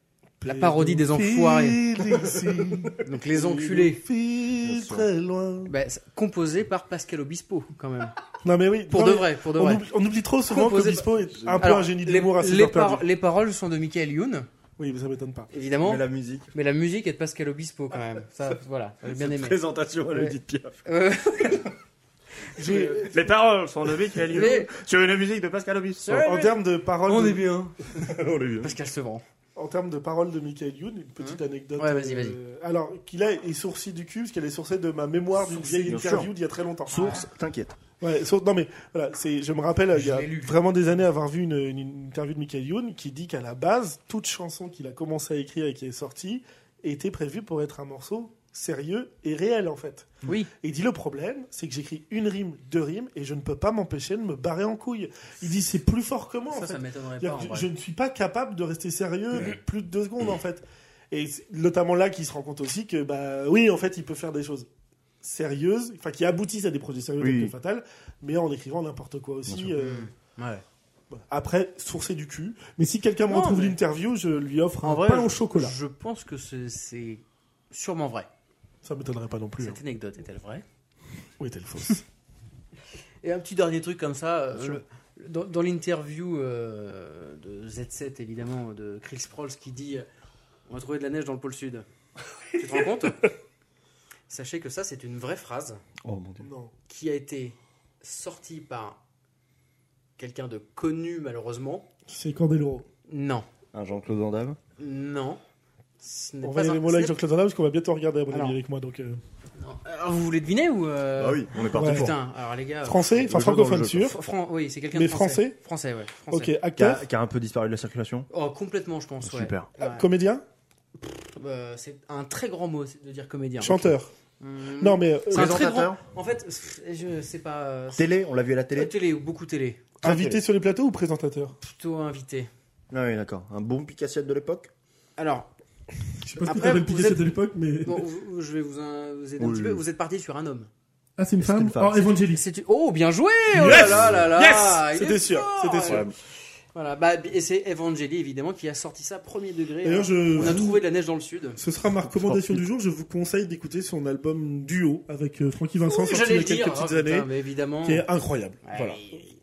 [SPEAKER 7] la parodie des enfoirés,
[SPEAKER 5] <laughs>
[SPEAKER 7] donc les enculés,
[SPEAKER 5] très loin.
[SPEAKER 7] bah, c'est composé par Pascal Obispo, quand
[SPEAKER 5] <laughs>
[SPEAKER 7] même.
[SPEAKER 5] Non mais oui.
[SPEAKER 7] Pour
[SPEAKER 5] non,
[SPEAKER 7] de
[SPEAKER 5] mais
[SPEAKER 7] vrai, pour de
[SPEAKER 5] On
[SPEAKER 7] vrai.
[SPEAKER 5] oublie, on oublie trop souvent que
[SPEAKER 7] Composé
[SPEAKER 5] Bispo est un peu
[SPEAKER 7] Alors,
[SPEAKER 5] un génie
[SPEAKER 7] les-
[SPEAKER 5] d'humour à ses
[SPEAKER 7] les,
[SPEAKER 5] heures perdues.
[SPEAKER 7] par- les paroles sont de Michael Youn,
[SPEAKER 5] Oui, mais ça m'étonne pas.
[SPEAKER 7] évidemment.
[SPEAKER 6] Mais la musique.
[SPEAKER 7] Mais la musique est
[SPEAKER 5] <laughs>
[SPEAKER 7] <laughs> de Pascal Obispo quand même. Ça, voilà, j'ai bien aimé.
[SPEAKER 6] Présentation à
[SPEAKER 7] Ouais.
[SPEAKER 6] Edith Piaf.
[SPEAKER 7] Euh,
[SPEAKER 5] J'ai-
[SPEAKER 8] Les paroles sont de Michael Youn
[SPEAKER 7] Mais-
[SPEAKER 8] sur une musique de Pascal Obispo.
[SPEAKER 7] Ouais,
[SPEAKER 5] En
[SPEAKER 7] ouais.
[SPEAKER 5] termes de paroles,
[SPEAKER 2] On
[SPEAKER 5] de-
[SPEAKER 2] est bien.
[SPEAKER 8] On l'a vu.
[SPEAKER 7] <laughs> Pascal Sevran.
[SPEAKER 5] en termes de paroles de Michael Youn, une petite anecdote.
[SPEAKER 7] Hein Ouais, vas-y, vas-y.
[SPEAKER 5] euh, Alors qu'il a est sourcée du cul, parce qu'elle est sourcée de ma mémoire d'une vieille
[SPEAKER 6] bien
[SPEAKER 5] interview
[SPEAKER 6] sûr.
[SPEAKER 5] d'il y a très longtemps.
[SPEAKER 6] Source, t'inquiète.
[SPEAKER 5] Ouais, sauf- non mais voilà, c'est, je me rappelle il y a
[SPEAKER 7] l'ai lu.
[SPEAKER 5] vraiment des années avoir vu une, une- une interview de Michael Youn qui dit qu'à la base, toute chanson qu'il a commencé à écrire et qui est sortie était prévue pour être un morceau sérieux et réel en fait.
[SPEAKER 7] Oui.
[SPEAKER 5] Et il dit le problème, c'est que j'écris une rime, deux rimes et je ne peux pas m'empêcher de me barrer en couille. Il dit c'est plus fort que moi en
[SPEAKER 7] Ça,
[SPEAKER 5] fait.
[SPEAKER 7] ça m'étonnerait
[SPEAKER 5] C'est-à-dire
[SPEAKER 7] pas. en
[SPEAKER 5] que
[SPEAKER 7] vrai.
[SPEAKER 5] je, je ne suis pas capable de rester sérieux plus de deux secondes en fait. Et c'est notamment là qu'il se rend compte aussi que bah oui en fait il peut faire des choses sérieuses, enfin qui aboutissent à des projets sérieux
[SPEAKER 6] Oui.
[SPEAKER 5] tels que Fatal, mais en écrivant n'importe quoi aussi. euh,
[SPEAKER 7] Ouais.
[SPEAKER 5] voilà. Après sourcer du cul. Mais si quelqu'un me
[SPEAKER 7] Non,
[SPEAKER 5] retrouve
[SPEAKER 7] mais-
[SPEAKER 5] l'interview, je lui offre
[SPEAKER 7] En
[SPEAKER 5] un
[SPEAKER 7] vrai,
[SPEAKER 5] pain au
[SPEAKER 7] je-
[SPEAKER 5] chocolat.
[SPEAKER 7] Je pense que c'est- c'est sûrement vrai.
[SPEAKER 5] Ça m'étonnerait pas non plus. hein.
[SPEAKER 7] Cette anecdote est-elle vraie
[SPEAKER 5] Oui, telle
[SPEAKER 7] <laughs>
[SPEAKER 5] fausse.
[SPEAKER 7] Et un petit dernier truc comme ça. euh, le- le- dans dans l'interview euh, de Z7, évidemment, de Chris Prolls qui dit euh, On va trouver de la neige dans le pôle
[SPEAKER 5] <laughs>
[SPEAKER 7] Sud. tu te rends compte Sachez que ça, c'est une vraie phrase
[SPEAKER 6] Oh mon dieu.
[SPEAKER 5] non.
[SPEAKER 7] qui a été sortie par quelqu'un de connu, malheureusement.
[SPEAKER 5] C'est Candeloro.
[SPEAKER 7] Non.
[SPEAKER 6] Un Jean-Claude Van Damme.
[SPEAKER 7] Non. Ce n'est
[SPEAKER 5] On
[SPEAKER 7] pas
[SPEAKER 5] va y
[SPEAKER 7] un-
[SPEAKER 5] aller mots là avec
[SPEAKER 7] ce n'est-
[SPEAKER 5] Jean-Claude Van Damme, parce qu'on va bientôt regarder à mon avis,
[SPEAKER 7] Alors.
[SPEAKER 5] avec moi. Donc, euh,
[SPEAKER 7] Non. Alors, vous voulez deviner ou. euh,
[SPEAKER 6] Ah oui, on est parti
[SPEAKER 5] Ouais.
[SPEAKER 6] pour.
[SPEAKER 7] Putain, alors les gars.
[SPEAKER 5] Français,
[SPEAKER 6] Le
[SPEAKER 5] enfin
[SPEAKER 6] jeu dans
[SPEAKER 5] francophone
[SPEAKER 6] le jeu,
[SPEAKER 5] sûr.
[SPEAKER 7] Ah. Fr- Fran- oui, c'est quelqu'un
[SPEAKER 5] Mais
[SPEAKER 7] de français.
[SPEAKER 5] français
[SPEAKER 7] Français, ouais. Français.
[SPEAKER 5] Ok,
[SPEAKER 6] Qui
[SPEAKER 5] acteur,
[SPEAKER 6] a, qui a un peu disparu de la circulation.
[SPEAKER 7] Oh, complètement, je pense. ouais.
[SPEAKER 6] Super.
[SPEAKER 7] Ouais.
[SPEAKER 5] comédien,
[SPEAKER 7] Euh, c'est un très grand mot c'est de dire comédien.
[SPEAKER 5] chanteur.
[SPEAKER 7] Hum,
[SPEAKER 5] Non mais euh,
[SPEAKER 7] C'est un très grand.
[SPEAKER 6] Présentateur.
[SPEAKER 7] En fait, je sais pas. euh,
[SPEAKER 6] Télé, on l'a vu à la
[SPEAKER 7] Télé,
[SPEAKER 6] télé.
[SPEAKER 7] ou beaucoup télé.
[SPEAKER 5] Invité sur les plateaux ou présentateur
[SPEAKER 7] Plutôt invité.
[SPEAKER 6] Ah oui, d'accord. Un bon picassiette de l'époque.
[SPEAKER 7] Alors,
[SPEAKER 5] Je sais pas
[SPEAKER 7] ce qu'on Après, appelle vous Picasso êtes- de
[SPEAKER 5] l'époque, mais. <laughs>
[SPEAKER 7] bon, vous- je vais vous, un- vous aider un
[SPEAKER 6] Oui.
[SPEAKER 7] petit peu. Vous êtes parti sur un homme.
[SPEAKER 5] Ah, c'est une
[SPEAKER 6] femme une femme. Oh,
[SPEAKER 5] Evangelist.
[SPEAKER 7] C'est- Oh, bien joué Oh là là là là
[SPEAKER 5] Yes
[SPEAKER 7] Il est
[SPEAKER 5] C'était sûr,
[SPEAKER 7] fort
[SPEAKER 5] c'était sûr.
[SPEAKER 6] Ouais.
[SPEAKER 7] Voilà, bah, et c'est Evangeli, évidemment, qui a sorti ça premier degré. hein.
[SPEAKER 5] D'ailleurs, je.
[SPEAKER 7] On a trouvé de la neige dans le sud.
[SPEAKER 5] Ce sera ma recommandation du jour. Je vous conseille d'écouter son album Duo avec euh, Francky Vincent,
[SPEAKER 7] Oui,
[SPEAKER 5] sorti il y
[SPEAKER 7] J'allais
[SPEAKER 5] a
[SPEAKER 7] le
[SPEAKER 5] quelques
[SPEAKER 7] dire.
[SPEAKER 5] petites
[SPEAKER 7] Oh, putain,
[SPEAKER 5] années,
[SPEAKER 7] mais évidemment.
[SPEAKER 5] qui est incroyable.
[SPEAKER 7] Ouais,
[SPEAKER 5] Voilà.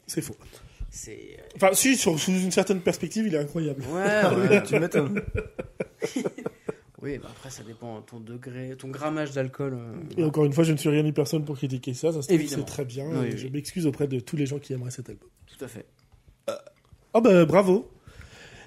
[SPEAKER 5] C'est faux.
[SPEAKER 7] C'est.
[SPEAKER 5] Enfin, si, sur, sous une certaine perspective, il est incroyable.
[SPEAKER 7] Ouais, ouais.
[SPEAKER 6] Euh,
[SPEAKER 5] <laughs>
[SPEAKER 6] tu m'étonnes.
[SPEAKER 7] Oui, bah après, ça dépend de ton degré, ton grammage d'alcool. euh,
[SPEAKER 5] Et encore une fois, je ne suis rien ni personne pour critiquer ça. Ça se trouve,
[SPEAKER 7] Évidemment.
[SPEAKER 5] c'est très bien.
[SPEAKER 7] Oui,
[SPEAKER 5] Et
[SPEAKER 7] oui.
[SPEAKER 5] Je m'excuse auprès de tous les gens qui aimeraient cet album.
[SPEAKER 7] Tout à fait.
[SPEAKER 5] Oh, bah, bravo.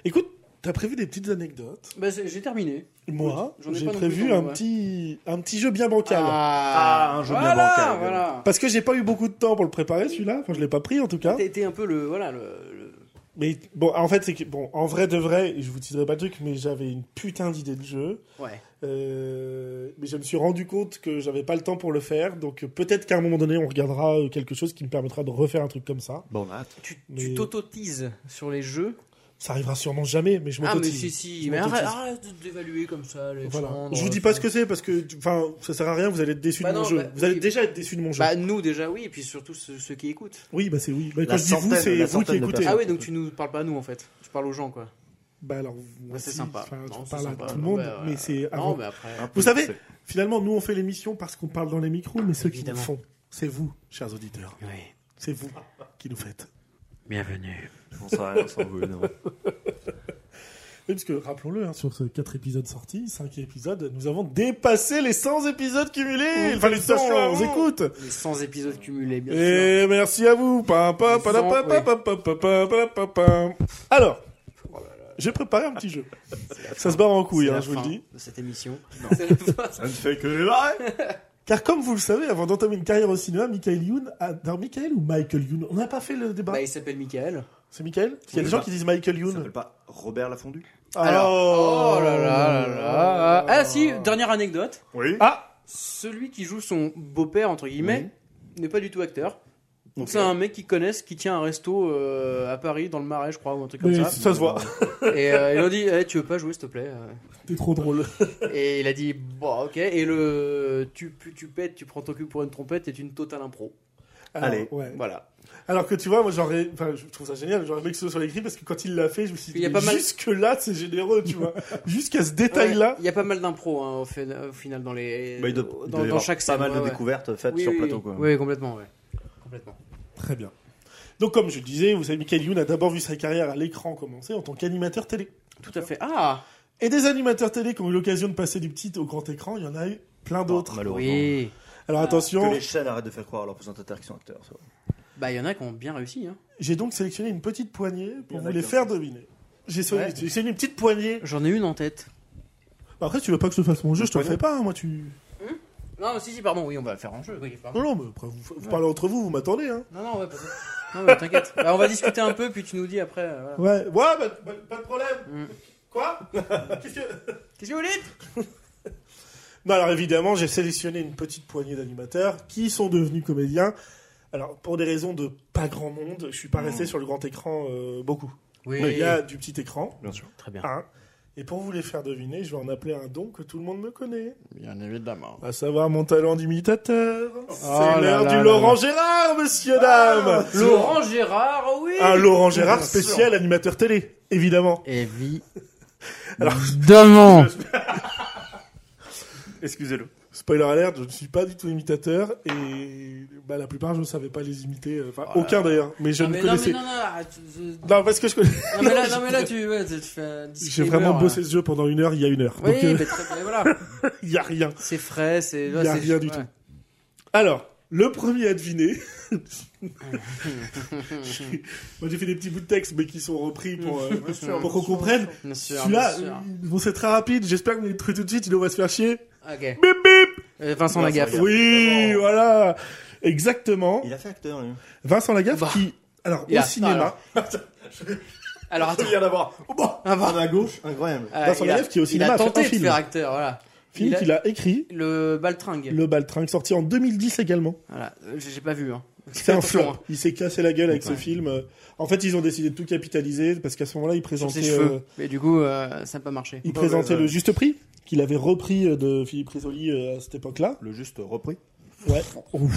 [SPEAKER 5] Écoute, t'as prévu des petites anecdotes.
[SPEAKER 7] Bah, c'est- j'ai terminé.
[SPEAKER 5] Moi,
[SPEAKER 7] J'en ai
[SPEAKER 5] j'ai
[SPEAKER 7] pas non
[SPEAKER 5] prévu
[SPEAKER 7] plus,
[SPEAKER 5] un,
[SPEAKER 7] ouais.
[SPEAKER 5] petit, un petit jeu bien bancal.
[SPEAKER 7] Ah,
[SPEAKER 6] Ah, un jeu bien
[SPEAKER 7] voilà,
[SPEAKER 6] bancal.
[SPEAKER 7] Voilà.
[SPEAKER 5] Parce que j'ai pas eu beaucoup de temps pour le préparer celui-là, enfin je l'ai pas pris en tout cas.
[SPEAKER 7] T'as été un peu le. Voilà, le. le-
[SPEAKER 5] Mais bon, en fait c'est que bon, en vrai de vrai, je vous dirai pas le truc, mais j'avais une putain d'idée de jeu.
[SPEAKER 7] Ouais.
[SPEAKER 5] Euh, mais je me suis rendu compte que j'avais pas le temps pour le faire, donc euh, peut-être qu'à un moment donné on regardera euh, quelque chose qui me permettra de refaire un truc comme ça.
[SPEAKER 6] Bon, bah, attends.
[SPEAKER 7] Tu
[SPEAKER 5] Mais-
[SPEAKER 7] tu t'autotises sur les jeux.
[SPEAKER 5] Ça arrivera sûrement jamais, mais je
[SPEAKER 7] Ah, mais
[SPEAKER 5] m'autotise.
[SPEAKER 7] si, si.
[SPEAKER 5] Je
[SPEAKER 7] Mais
[SPEAKER 5] m'autotise.
[SPEAKER 7] arrête, arrête d'évaluer comme ça. les
[SPEAKER 5] Voilà.
[SPEAKER 7] gens,
[SPEAKER 5] Je
[SPEAKER 7] dans
[SPEAKER 5] vous
[SPEAKER 7] le-
[SPEAKER 5] dis pas ce que c'est parce que enfin ça sert à rien, vous allez être déçus
[SPEAKER 7] Bah
[SPEAKER 5] de mon
[SPEAKER 7] non,
[SPEAKER 5] jeu.
[SPEAKER 7] bah,
[SPEAKER 5] vous allez
[SPEAKER 7] oui.
[SPEAKER 5] déjà être déçus de mon jeu.
[SPEAKER 7] Bah, nous, déjà, oui, et puis surtout ceux, ceux qui écoutent.
[SPEAKER 5] oui, bah c'est oui. Bah,
[SPEAKER 6] La
[SPEAKER 5] quand je dis vous,
[SPEAKER 6] centaine-
[SPEAKER 5] c'est
[SPEAKER 6] la
[SPEAKER 5] vous qui
[SPEAKER 6] centaine de
[SPEAKER 5] écoutez.
[SPEAKER 6] personnes.
[SPEAKER 7] Ah, oui, donc tu nous parles pas à nous, en fait. Tu parles aux gens, quoi.
[SPEAKER 5] Bah alors,
[SPEAKER 7] Bah, c'est
[SPEAKER 5] si,
[SPEAKER 7] sympa.
[SPEAKER 5] enfin,
[SPEAKER 7] Non,
[SPEAKER 5] tu
[SPEAKER 7] c'est
[SPEAKER 5] parles à
[SPEAKER 7] sympa.
[SPEAKER 5] tout le monde,
[SPEAKER 7] Ouais, ouais.
[SPEAKER 5] mais c'est avant
[SPEAKER 7] Non, bah, mais après.
[SPEAKER 5] Vous Ah. savez, finalement, nous on fait l'émission parce qu'on parle dans les micros, mais ceux
[SPEAKER 7] Évidemment.
[SPEAKER 5] qui nous font, c'est vous, chers auditeurs.
[SPEAKER 7] Oui.
[SPEAKER 5] C'est vous qui nous faites.
[SPEAKER 7] Bienvenue.
[SPEAKER 6] On s'en on s'en veut, non.
[SPEAKER 5] Oui, parce que rappelons-le, hein, sur ces 4 épisodes sortis, 5 épisodes, nous avons dépassé les 100 épisodes cumulés.
[SPEAKER 6] Oui,
[SPEAKER 5] Félicitations
[SPEAKER 6] putain,
[SPEAKER 5] on vous écoute.
[SPEAKER 7] Les 100 épisodes cumulés, bien sûr.
[SPEAKER 5] Et merci à vous. Pam, pam,
[SPEAKER 7] Les
[SPEAKER 5] pam,
[SPEAKER 7] cent,
[SPEAKER 5] pam,
[SPEAKER 7] oui.
[SPEAKER 5] pam, pam, pam, pam, pam, pam, pam. Alors, j'ai préparé un petit jeu. Ça se barre en
[SPEAKER 7] <laughs>
[SPEAKER 5] couille,
[SPEAKER 7] C'est
[SPEAKER 5] hein,
[SPEAKER 7] la
[SPEAKER 5] je vous le
[SPEAKER 7] fin
[SPEAKER 5] dis.
[SPEAKER 7] De cette
[SPEAKER 5] <laughs>
[SPEAKER 7] émission. C'est la fin.
[SPEAKER 6] Ça ne fait que démarrer.
[SPEAKER 5] Car comme vous le savez, avant d'entamer une carrière au cinéma, Michael Youn... A... Non, Michael ou Michael Youn On n'a pas fait le débat.
[SPEAKER 7] Bah, il s'appelle Michael.
[SPEAKER 5] C'est Michael Parce qu'il y a des gens qui disent Michael
[SPEAKER 6] Ça
[SPEAKER 5] Youn.
[SPEAKER 6] s'appelle pas Robert Lafondu
[SPEAKER 7] Alors, oh là là là là. Ah si, dernière anecdote.
[SPEAKER 6] Oui.
[SPEAKER 5] Ah
[SPEAKER 7] Celui qui joue son beau-père, entre guillemets, n'est pas du tout acteur. Donc
[SPEAKER 6] Ok.
[SPEAKER 7] c'est un mec qu'ils connaissent qui tient un resto euh, à Paris, dans le Marais, je crois, ou un truc comme
[SPEAKER 5] Mais ça,
[SPEAKER 7] ça.
[SPEAKER 5] se voit.
[SPEAKER 7] Et euh, ils lui ont dit, Eh, tu veux pas jouer, s'il te plaît euh
[SPEAKER 5] T'es trop drôle.
[SPEAKER 7] Et il a dit, bon, ok. Et le tu, pu- tu pètes, tu prends ton cul pour une trompette est une totale impro.
[SPEAKER 5] Alors,
[SPEAKER 6] Allez.
[SPEAKER 5] Ah, ouais.
[SPEAKER 7] Voilà.
[SPEAKER 5] Alors que tu vois, moi j'aurais. Enfin, je trouve ça génial. J'aurais aimé que ce soit sur l'écrit parce que quand il l'a fait, je me suis
[SPEAKER 7] Il y
[SPEAKER 5] dit.
[SPEAKER 7] a pas mal-
[SPEAKER 5] Jusque-là, c'est généreux, tu <laughs> vois. Jusqu'à
[SPEAKER 7] Ouais,
[SPEAKER 5] ce
[SPEAKER 7] Il
[SPEAKER 5] détail-là.
[SPEAKER 7] y a pas mal d'impro hein, au, fait- au final dans les
[SPEAKER 6] Bah, il doit-
[SPEAKER 7] dans,
[SPEAKER 6] il doit y
[SPEAKER 7] dans
[SPEAKER 6] avoir
[SPEAKER 7] chaque
[SPEAKER 6] Pas
[SPEAKER 7] scène.
[SPEAKER 6] mal
[SPEAKER 7] ouais,
[SPEAKER 6] de
[SPEAKER 7] ouais.
[SPEAKER 6] découvertes faites
[SPEAKER 7] Oui,
[SPEAKER 6] sur
[SPEAKER 7] oui,
[SPEAKER 6] plateau, quoi.
[SPEAKER 7] Oui, complètement, ouais. Complètement.
[SPEAKER 5] Très bien. Donc, comme je le disais, vous savez, Michael Youn a d'abord vu sa carrière à l'écran commencer en tant qu'animateur télé.
[SPEAKER 7] Tout à fait. Ah Ah.
[SPEAKER 5] Et des animateurs télé qui ont eu l'occasion de passer du petit au grand écran, il y en a eu plein d'autres.
[SPEAKER 6] Malheureusement.
[SPEAKER 7] Oui.
[SPEAKER 5] Alors attention,
[SPEAKER 7] Ah,
[SPEAKER 6] Que les chaînes arrêtent de faire croire à leurs présentateurs qui sont acteurs. ça va.
[SPEAKER 7] Bah, il y en a qui ont bien réussi. Hein.
[SPEAKER 5] j'ai donc sélectionné une petite poignée pour
[SPEAKER 6] Il y en
[SPEAKER 5] vous
[SPEAKER 6] a
[SPEAKER 5] les
[SPEAKER 6] qu'un.
[SPEAKER 5] faire deviner. J'ai sélectionné
[SPEAKER 7] Ouais.
[SPEAKER 5] j'ai sélectionné une petite poignée.
[SPEAKER 7] J'en ai une en tête.
[SPEAKER 5] Bah, Après, tu veux pas que je te fasse mon jeu, je te le fais pas, hein, moi tu.
[SPEAKER 7] Non, si, si, pardon, oui, on va faire un jeu. Oui, pardon.
[SPEAKER 5] Ah Non, non, mais après, vous, vous parlez entre vous, vous m'attendez, hein.
[SPEAKER 7] Non, non, ouais, pas Non, mais t'inquiète. Bah, on va discuter un peu, puis tu nous dis après. euh, voilà.
[SPEAKER 5] Ouais, ouais, bah, bah, pas de problème.
[SPEAKER 7] Mm.
[SPEAKER 5] Quoi Qu'est-ce que.
[SPEAKER 7] Qu'est-ce que vous dites
[SPEAKER 5] Non, alors évidemment, j'ai sélectionné une petite poignée d'animateurs qui sont devenus comédiens. Alors, pour des raisons de pas grand monde, je suis pas resté sur le grand écran euh, beaucoup.
[SPEAKER 7] Mm. Oui,
[SPEAKER 5] Mais il y a du petit écran.
[SPEAKER 6] Bien sûr.
[SPEAKER 7] très bien.
[SPEAKER 5] hein. Et pour vous les faire deviner, je vais en appeler un don que tout le monde me connaît.
[SPEAKER 7] Bien évidemment.
[SPEAKER 5] À savoir mon talent d'imitateur.
[SPEAKER 7] là
[SPEAKER 5] C'est l'heure
[SPEAKER 7] Oh. Ah là
[SPEAKER 5] du
[SPEAKER 7] là
[SPEAKER 5] Laurent Gérard, monsieur, dame
[SPEAKER 7] Laurent Gérard, oui
[SPEAKER 5] Un Ah, Laurent Gérard spécial animateur télé, évidemment.
[SPEAKER 7] Évidemment <laughs>
[SPEAKER 8] Excusez-le.
[SPEAKER 5] Spoiler alert, je ne suis pas du tout imitateur et bah, la plupart je ne savais pas les imiter, enfin aucun d'ailleurs, mais je
[SPEAKER 7] non,
[SPEAKER 5] ne
[SPEAKER 7] mais non, mais
[SPEAKER 5] connaissais. Non,
[SPEAKER 7] non, non, arrête, je- je- non,
[SPEAKER 5] parce que je connais.
[SPEAKER 7] mais là, non, mais là, tu, ouais, tu tu fais un
[SPEAKER 5] J'ai
[SPEAKER 7] disclaimer,
[SPEAKER 5] vraiment
[SPEAKER 7] hein.
[SPEAKER 5] bossé ce jeu pendant une heure, il y a une heure.
[SPEAKER 7] Oui,
[SPEAKER 5] donc euh,
[SPEAKER 7] mais très bien, voilà.
[SPEAKER 5] <laughs> il n'y a rien.
[SPEAKER 7] C'est frais, c'est.
[SPEAKER 5] Il y a
[SPEAKER 7] c'est-
[SPEAKER 5] rien du tout. Alors, le premier à deviner. <laughs> Moi j'ai fait des petits bouts de texte mais qui sont repris pour, euh, pour qu'on comprenne.
[SPEAKER 7] <laughs> Bien sûr,
[SPEAKER 5] Celui-là,
[SPEAKER 7] bien sûr.
[SPEAKER 5] euh, bon, c'est très rapide, j'espère que vous l'avez trouvé tout de suite, il on va se faire chier.
[SPEAKER 7] Ok.
[SPEAKER 5] Bip bip
[SPEAKER 7] Euh, Vincent Lagaffe.
[SPEAKER 5] Oui, voilà Exactement.
[SPEAKER 6] Il a fait acteur, lui.
[SPEAKER 5] Vincent Lagaffe
[SPEAKER 7] Bah.
[SPEAKER 5] qui, alors
[SPEAKER 7] Il
[SPEAKER 5] au
[SPEAKER 7] a-
[SPEAKER 5] cinéma, Oh,
[SPEAKER 7] Alors, attends.
[SPEAKER 6] d'avoir.
[SPEAKER 7] Ah, bah.
[SPEAKER 6] à gauche, incroyable.
[SPEAKER 7] Ah,
[SPEAKER 5] Vincent
[SPEAKER 7] il a-
[SPEAKER 5] Lagaffe qui est au cinéma
[SPEAKER 7] Il
[SPEAKER 5] a
[SPEAKER 7] a
[SPEAKER 5] fait
[SPEAKER 7] tenté
[SPEAKER 5] un
[SPEAKER 7] de
[SPEAKER 5] film.
[SPEAKER 7] faire acteur, voilà.
[SPEAKER 5] film
[SPEAKER 7] il a-
[SPEAKER 5] qu'il a écrit,
[SPEAKER 7] Le Baltringue.
[SPEAKER 5] Le Baltringue, sorti en 2010 également.
[SPEAKER 7] Voilà, Euh, j'ai j'ai pas vu. Hein.
[SPEAKER 5] C'est un
[SPEAKER 7] Attention,
[SPEAKER 5] flop.
[SPEAKER 7] hein.
[SPEAKER 5] Il s'est cassé la gueule avec
[SPEAKER 7] Ouais.
[SPEAKER 5] ce film. Euh, En fait, ils ont décidé de tout capitaliser parce qu'à ce moment-là, ils
[SPEAKER 7] Sur ses
[SPEAKER 5] présentaient,
[SPEAKER 7] cheveux.
[SPEAKER 5] euh,
[SPEAKER 7] Mais du coup, euh, ça n'a pas marché.
[SPEAKER 5] ils
[SPEAKER 6] Mauvaise,
[SPEAKER 5] présentaient
[SPEAKER 6] euh.
[SPEAKER 5] le juste prix qu'il avait repris euh, de Philippe Risoli euh, à cette époque-là.
[SPEAKER 6] Le juste repris.
[SPEAKER 5] Ouais. oui.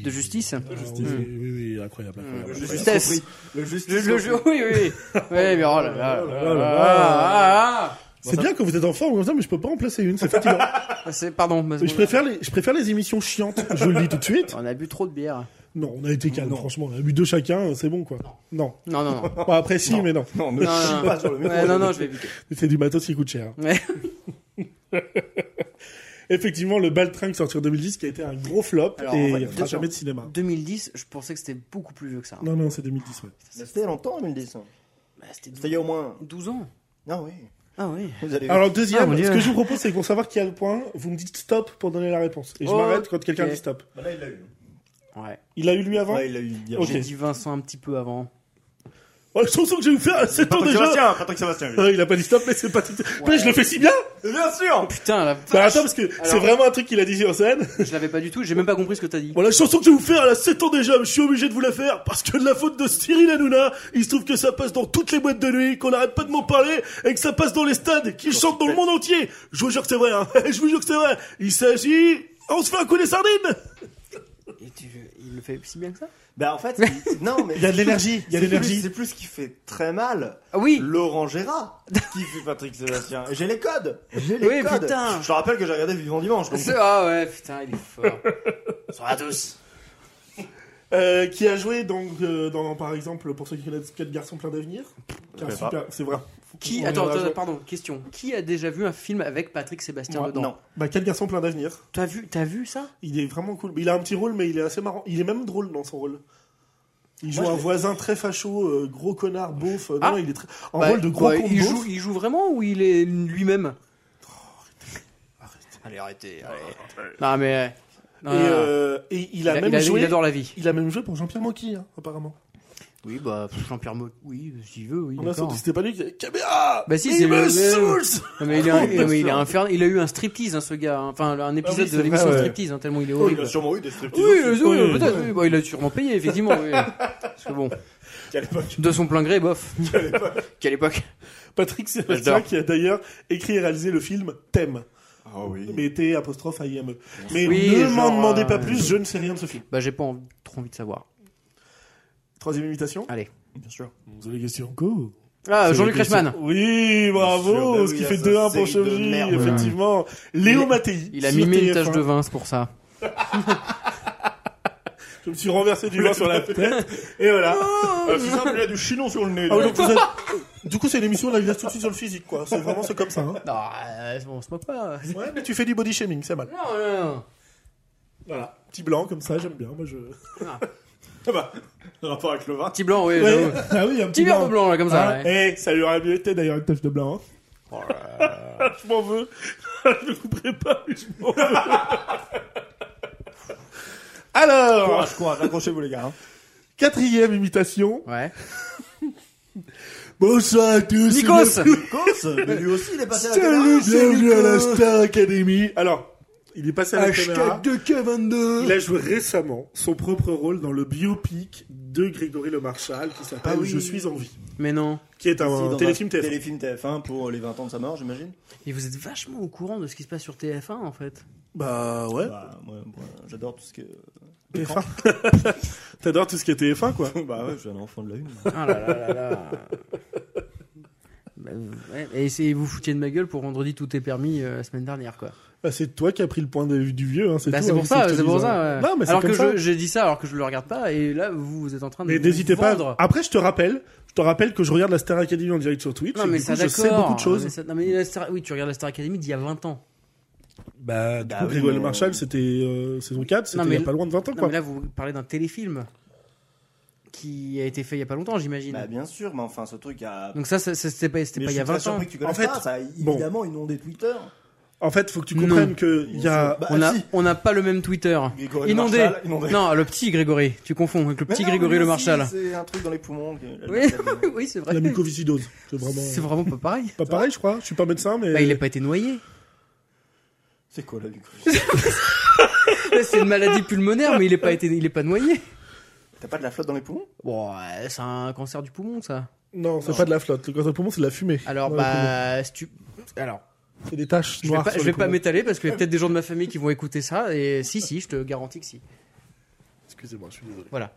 [SPEAKER 5] Ah,
[SPEAKER 7] De justice
[SPEAKER 5] bah,
[SPEAKER 7] Mm. Hmm,
[SPEAKER 5] Oui, oui, oui, incroyable. incroyable.
[SPEAKER 7] De justesse.
[SPEAKER 6] Le juste.
[SPEAKER 7] Le, le jeu, oui, oui. Oui, mais oh là là. là là là
[SPEAKER 5] C'est bien que vous êtes en forme comme ça, mais je peux pas en placer une. C'est
[SPEAKER 7] <laughs>
[SPEAKER 5] fatigant.
[SPEAKER 7] là. Ah, C'est- Pardon. parce
[SPEAKER 5] je
[SPEAKER 7] qu'on-
[SPEAKER 5] préfère les, je préfère les émissions chiantes. Je vous le dis tout de suite.
[SPEAKER 7] On a bu trop de bière.
[SPEAKER 5] Non, on a été calme. Franchement, on a bu deux chacun. euh, C'est bon, quoi. Non.
[SPEAKER 7] Non, non, non.
[SPEAKER 5] <laughs> Bon, après, si, mais non.
[SPEAKER 6] Non, ne
[SPEAKER 7] Non,
[SPEAKER 6] chie
[SPEAKER 7] non,
[SPEAKER 6] pas sur le
[SPEAKER 7] non.
[SPEAKER 6] micro.
[SPEAKER 7] Ouais, non, non, je vais piquer.
[SPEAKER 5] C'est du matos qui coûte cher.
[SPEAKER 7] Ouais.
[SPEAKER 5] <laughs> Effectivement, le Baltringue sorti en 2010 qui a été un gros flop
[SPEAKER 7] Alors,
[SPEAKER 5] et
[SPEAKER 7] en
[SPEAKER 5] il
[SPEAKER 7] vrai,
[SPEAKER 5] n'y aura
[SPEAKER 7] peut-être
[SPEAKER 5] jamais
[SPEAKER 7] en-
[SPEAKER 5] de cinéma.
[SPEAKER 7] 2010, je pensais que c'était beaucoup plus vieux que ça. hein.
[SPEAKER 5] Non, non, c'est 2010, ouais.
[SPEAKER 6] Mais C'était longtemps, 2010.
[SPEAKER 7] Bah, c'était
[SPEAKER 6] C'était il y a au moins.
[SPEAKER 7] 12 ans.
[SPEAKER 6] Ah oui.
[SPEAKER 7] Ah oui.
[SPEAKER 6] Vous allez.
[SPEAKER 5] Alors,
[SPEAKER 7] Ah,
[SPEAKER 5] deuxième,
[SPEAKER 7] mon Dieu.
[SPEAKER 5] ce que je vous propose, c'est pour savoir qui a le point, vous me dites stop pour donner la réponse. Et je
[SPEAKER 7] Oh,
[SPEAKER 5] m'arrête quand quelqu'un
[SPEAKER 7] ok.
[SPEAKER 5] dit stop.
[SPEAKER 6] Bah, là, il l'a eu. hein.
[SPEAKER 7] Ouais.
[SPEAKER 5] Il a eu lui avant
[SPEAKER 6] Ouais, il l'a eu. hier.
[SPEAKER 5] Ok.
[SPEAKER 7] J'ai dit Vincent un petit peu avant.
[SPEAKER 5] Oh, je sens que j'ai vous fait
[SPEAKER 7] Bah,
[SPEAKER 5] 7 ans déjà
[SPEAKER 6] Patrick Sébastien.
[SPEAKER 5] Ah, Il a pas dit stop, mais c'est pas tout. Mais je le fais si bien
[SPEAKER 6] Euh, Bien sûr.
[SPEAKER 7] Putain, la
[SPEAKER 5] Bah
[SPEAKER 7] vache,
[SPEAKER 5] attends, parce que c'est vraiment un truc qu'il a dit sur scène.
[SPEAKER 7] je l'avais pas du tout, j'ai même pas compris ce que t'as dit.
[SPEAKER 5] Bon, la chanson que je vais vous faire, elle a 7 ans déjà, mais je suis obligé de vous la faire, parce que de la faute de Cyril Hanouna, il se trouve que ça passe dans toutes les boîtes de nuit, qu'on n'arrête pas de m'en parler, et que ça passe dans les stades, qu'il chante dans le monde entier. Je vous jure que c'est vrai, hein. <laughs> Je vous jure que c'est vrai. Il s'agit... On se fait un coup des sardines
[SPEAKER 7] Et tu- Il le fait si bien que ça
[SPEAKER 6] Bah en fait, <laughs> il- non mais.
[SPEAKER 5] Il y a de l'énergie, il y a de
[SPEAKER 6] C'est plus-
[SPEAKER 5] l'énergie.
[SPEAKER 6] C'est plus ce qui fait très mal.
[SPEAKER 7] Ah oui
[SPEAKER 6] Laurent Gérard qui fait Patrick Sébastien. J'ai les codes. J'ai les
[SPEAKER 7] Oui,
[SPEAKER 6] codes.
[SPEAKER 7] putain.
[SPEAKER 6] Je te rappelle que j'ai regardé Vivant Dimanche. Donc...
[SPEAKER 7] C'est- Ah ouais, putain, il est fort.
[SPEAKER 6] Bonsoir à tous.
[SPEAKER 5] Euh, qui a joué donc euh, dans par exemple pour ceux qui connaissent Quel garçon plein d'avenir qui est un
[SPEAKER 6] Je sais pas.
[SPEAKER 5] super- c'est vrai
[SPEAKER 7] Qui,
[SPEAKER 5] On
[SPEAKER 7] attends,
[SPEAKER 5] en a
[SPEAKER 7] attends,
[SPEAKER 5] joué.
[SPEAKER 7] pardon, question. Qui a déjà vu un film avec Patrick Sébastien dedans
[SPEAKER 6] Non.
[SPEAKER 5] bah Quel garçon plein d'avenir
[SPEAKER 7] T'as vu, t'as vu ça
[SPEAKER 5] il est vraiment cool il a un petit rôle mais il est assez marrant il est même drôle dans son rôle il joue un voisin très facho euh, gros connard beauf euh, non,
[SPEAKER 7] Ah.
[SPEAKER 5] non, il est très un
[SPEAKER 7] Bah,
[SPEAKER 5] rôle de gros
[SPEAKER 7] bah,
[SPEAKER 5] con
[SPEAKER 7] il
[SPEAKER 5] beauf.
[SPEAKER 7] joue, il joue vraiment ou il est lui-même Allez, arrêtez, allez. Non, mais. non,
[SPEAKER 5] et,
[SPEAKER 7] non, non.
[SPEAKER 5] euh, et il a
[SPEAKER 7] il, a-
[SPEAKER 5] même
[SPEAKER 7] il a-
[SPEAKER 5] joué
[SPEAKER 7] il adore la vie.
[SPEAKER 5] il a même joué pour Jean-Pierre Mocky hein, apparemment
[SPEAKER 7] Oui, bah, pff, Jean-Pierre Mo... Oui, s'il veut, oui.
[SPEAKER 5] On a
[SPEAKER 7] d'accord.
[SPEAKER 5] sauté, c'était pas lui qui Caméra
[SPEAKER 7] Bah si,
[SPEAKER 5] il
[SPEAKER 7] c'est
[SPEAKER 5] me
[SPEAKER 7] le-
[SPEAKER 5] saoule
[SPEAKER 7] <laughs> Non, mais il, est un-
[SPEAKER 5] Bien
[SPEAKER 7] mais il, est
[SPEAKER 5] sûr.
[SPEAKER 7] infernal. il a eu un striptease, hein, ce gars. Enfin, un épisode
[SPEAKER 5] Ah c'est
[SPEAKER 7] de l'émission
[SPEAKER 5] vrai, ouais. Oh,
[SPEAKER 7] striptease, hein, tellement il est
[SPEAKER 6] Il
[SPEAKER 7] horrible.
[SPEAKER 6] a sûrement eu des
[SPEAKER 7] Oui,
[SPEAKER 6] striptease.
[SPEAKER 7] oui, oui,
[SPEAKER 5] Oui,
[SPEAKER 7] peut-être, oui. Bon, il a sûrement payé, effectivement. <laughs> oui. Parce que bon,
[SPEAKER 6] Quelle époque.
[SPEAKER 7] de son plein gré, bof. <laughs> Quelle époque
[SPEAKER 5] Patrick Sébastien
[SPEAKER 7] J'adore.
[SPEAKER 5] qui a d'ailleurs écrit et réalisé le film Thème
[SPEAKER 6] Ah oui.
[SPEAKER 5] mais T apostrophe IME. E. Mais
[SPEAKER 7] Mm. Oui,
[SPEAKER 5] ne
[SPEAKER 7] genre,
[SPEAKER 5] m'en demandez
[SPEAKER 7] euh,
[SPEAKER 5] pas plus, je ne sais rien de ce film.
[SPEAKER 7] Bah, j'ai pas envie- trop envie de savoir.
[SPEAKER 5] Troisième imitation.
[SPEAKER 7] Allez.
[SPEAKER 6] Bien sûr.
[SPEAKER 5] Vous avez des questions Go.
[SPEAKER 7] Ah, Jean-Luc Reichmann.
[SPEAKER 5] Oui, bravo,
[SPEAKER 6] Bien sûr, bah
[SPEAKER 5] ce
[SPEAKER 6] oui,
[SPEAKER 5] qui
[SPEAKER 6] à
[SPEAKER 5] fait
[SPEAKER 6] sa
[SPEAKER 5] 2-1 pour
[SPEAKER 6] série de
[SPEAKER 5] Chevry,
[SPEAKER 6] merde.
[SPEAKER 5] effectivement. Léo
[SPEAKER 7] Il-
[SPEAKER 5] Mattei.
[SPEAKER 7] Il a
[SPEAKER 5] sur
[SPEAKER 7] mimé une
[SPEAKER 5] TF1.
[SPEAKER 7] tache de vin, c'est pour ça.
[SPEAKER 5] Je me suis renversé du vin sur
[SPEAKER 7] <laughs>
[SPEAKER 5] la tête. Et voilà.
[SPEAKER 7] Ah,
[SPEAKER 6] Euh, c'est simple, il a du chilon sur le nez.
[SPEAKER 5] Ah oui,
[SPEAKER 7] <laughs>
[SPEAKER 5] donc vous êtes- Du coup, c'est une émission, là, il reste tout de suite sur le physique, quoi. C'est vraiment c'est comme ça. hein.
[SPEAKER 7] Non, euh, on se moque pas.
[SPEAKER 5] Ouais, mais tu fais du body shaming, c'est mal.
[SPEAKER 7] Non, non, non.
[SPEAKER 5] Voilà, petit blanc comme ça, j'aime bien. Moi, je.
[SPEAKER 7] Ah.
[SPEAKER 5] <laughs> ah bah, en rapport avec le vin.
[SPEAKER 7] Petit blanc, oui.
[SPEAKER 5] Ouais,
[SPEAKER 7] j'avoue.
[SPEAKER 5] ah oui, un
[SPEAKER 7] Petit
[SPEAKER 5] petit
[SPEAKER 7] verre de
[SPEAKER 5] blanc.
[SPEAKER 7] blanc, Ah. là, comme ça.
[SPEAKER 5] Hein,
[SPEAKER 7] ouais.
[SPEAKER 5] eh, ça lui aurait mieux été d'ailleurs une tache de blanc. hein. <laughs> je m'en veux. <laughs> je ne couperai pas, mais je m'en veux. <laughs> Alors,
[SPEAKER 6] Courage, courage, accrochez-vous les gars. hein.
[SPEAKER 5] quatrième imitation.
[SPEAKER 7] Ouais.
[SPEAKER 5] Bonsoir à tous.
[SPEAKER 7] Nikos
[SPEAKER 6] Mais lui aussi, il est
[SPEAKER 5] Ah,
[SPEAKER 6] passé à la
[SPEAKER 5] Salut,
[SPEAKER 6] caméra.
[SPEAKER 5] bienvenue à la Star Academy. Alors, il est passé à la caméra.
[SPEAKER 2] 2K22
[SPEAKER 5] Il a joué récemment son propre rôle dans le biopic de Grégory Le Marchal qui s'appelle
[SPEAKER 6] Ah oui.
[SPEAKER 5] Je suis en vie,
[SPEAKER 7] Mais non.
[SPEAKER 5] qui est
[SPEAKER 6] Ah, Si,
[SPEAKER 5] un
[SPEAKER 6] dans
[SPEAKER 5] téléfilm
[SPEAKER 6] un
[SPEAKER 5] TF1.
[SPEAKER 6] Téléfilm TF1 pour les 20 ans de sa mort, j'imagine.
[SPEAKER 7] Et vous êtes vachement au courant de ce qui se passe sur TF1, en fait.
[SPEAKER 5] Bah ouais.
[SPEAKER 6] Bah, moi, moi, j'adore tout ce que.
[SPEAKER 5] TF1. <laughs> T'adores tout ce qui est TF1
[SPEAKER 7] <laughs>
[SPEAKER 5] quoi.
[SPEAKER 6] Bah ouais, je suis un enfant de la une.
[SPEAKER 7] Ah là là là là. Bah, ouais, et essayez vous foutiez de ma gueule pour vendredi tout est permis euh, la semaine dernière quoi.
[SPEAKER 5] Bah, c'est toi qui as pris le point de vue du vieux. Hein, c'est
[SPEAKER 7] Bah,
[SPEAKER 5] tout,
[SPEAKER 7] c'est
[SPEAKER 5] hein,
[SPEAKER 7] pour
[SPEAKER 5] qu'est-ce que
[SPEAKER 7] ça,
[SPEAKER 5] je te
[SPEAKER 7] c'est
[SPEAKER 5] dis,
[SPEAKER 7] pour
[SPEAKER 5] hein.
[SPEAKER 7] ça. ouais.
[SPEAKER 5] Non mais c'est
[SPEAKER 7] alors
[SPEAKER 5] comme
[SPEAKER 7] que
[SPEAKER 5] ça.
[SPEAKER 7] je- j'ai dit ça alors que je le regarde pas et là vous, vous êtes en train de
[SPEAKER 5] Mais
[SPEAKER 7] me
[SPEAKER 5] n'hésitez pas.
[SPEAKER 7] vendre.
[SPEAKER 5] Après je te rappelle, je te rappelle que je regarde la Star Academy en direct sur Twitch.
[SPEAKER 7] Non
[SPEAKER 5] et
[SPEAKER 7] mais
[SPEAKER 5] du
[SPEAKER 7] ça
[SPEAKER 5] coup, je sais
[SPEAKER 7] d'accord.
[SPEAKER 5] beaucoup de choses.
[SPEAKER 7] Non, mais ça- non, mais la Star- oui, tu regardes la Star Academy d'il y a 20 ans.
[SPEAKER 5] Bah, du
[SPEAKER 6] Bah
[SPEAKER 5] coup,
[SPEAKER 6] oui,
[SPEAKER 5] Grégory
[SPEAKER 6] mais-
[SPEAKER 5] Le Marchal c'était euh, saison 4, c'était
[SPEAKER 7] Non, mais-
[SPEAKER 5] il y a pas loin de 20 ans
[SPEAKER 7] Non,
[SPEAKER 5] quoi.
[SPEAKER 7] mais là vous parlez d'un téléfilm qui a été fait il y a pas longtemps, j'imagine.
[SPEAKER 6] Bah, bien sûr, mais enfin, ce truc a.
[SPEAKER 7] Donc ça, ça- ça- c'était pas, c'était
[SPEAKER 6] Mais
[SPEAKER 7] pas
[SPEAKER 6] je
[SPEAKER 7] il y a
[SPEAKER 6] suis très
[SPEAKER 7] 20 ans.
[SPEAKER 6] surpris que tu connaisses
[SPEAKER 5] En fait,
[SPEAKER 6] pas, ça a
[SPEAKER 5] bon.
[SPEAKER 6] évidemment inondé Twitter.
[SPEAKER 5] En fait, faut que tu
[SPEAKER 7] Non.
[SPEAKER 5] comprennes que il y a
[SPEAKER 6] Bah,
[SPEAKER 7] On a,
[SPEAKER 6] si.
[SPEAKER 7] on n'a pas le même Twitter.
[SPEAKER 6] Grégory
[SPEAKER 7] Inondé.
[SPEAKER 6] Le Marchal, inondé.
[SPEAKER 7] Non, le petit Grégory. Tu confonds avec le
[SPEAKER 6] Mais
[SPEAKER 7] petit
[SPEAKER 6] non,
[SPEAKER 7] Grégory
[SPEAKER 6] mais
[SPEAKER 7] le
[SPEAKER 6] si,
[SPEAKER 7] Marshal.
[SPEAKER 6] C'est un truc dans les poumons. que-
[SPEAKER 7] Oui, <laughs> oui, c'est vrai.
[SPEAKER 5] la mucoviscidose. C'est vraiment
[SPEAKER 7] hein. C'est vraiment pas pareil.
[SPEAKER 5] pas pareil, je crois. Je suis pas médecin, mais
[SPEAKER 7] Bah, il n'a pas été noyé.
[SPEAKER 6] C'est quoi là du coup
[SPEAKER 7] Là, C'est une maladie pulmonaire, mais il n'est pas, été- il est pas noyé.
[SPEAKER 6] T'as pas de la flotte dans les poumons
[SPEAKER 7] Bon, ouais, c'est un cancer du poumon, ça.
[SPEAKER 5] non, c'est pas de la flotte. Le cancer poumon, c'est de la fumée.
[SPEAKER 7] Alors,
[SPEAKER 5] Ouais,
[SPEAKER 7] bah, si tu- Alors,
[SPEAKER 5] c'est des taches
[SPEAKER 7] je vais
[SPEAKER 5] noires.
[SPEAKER 7] pas,
[SPEAKER 5] sur
[SPEAKER 7] je
[SPEAKER 5] les
[SPEAKER 7] vais pas
[SPEAKER 5] poumons.
[SPEAKER 7] m'étaler parce qu'il y a peut-être des gens de ma famille qui vont écouter ça. Et si, si, je te garantis que si.
[SPEAKER 5] Excusez-moi, je suis désolé.
[SPEAKER 7] Voilà.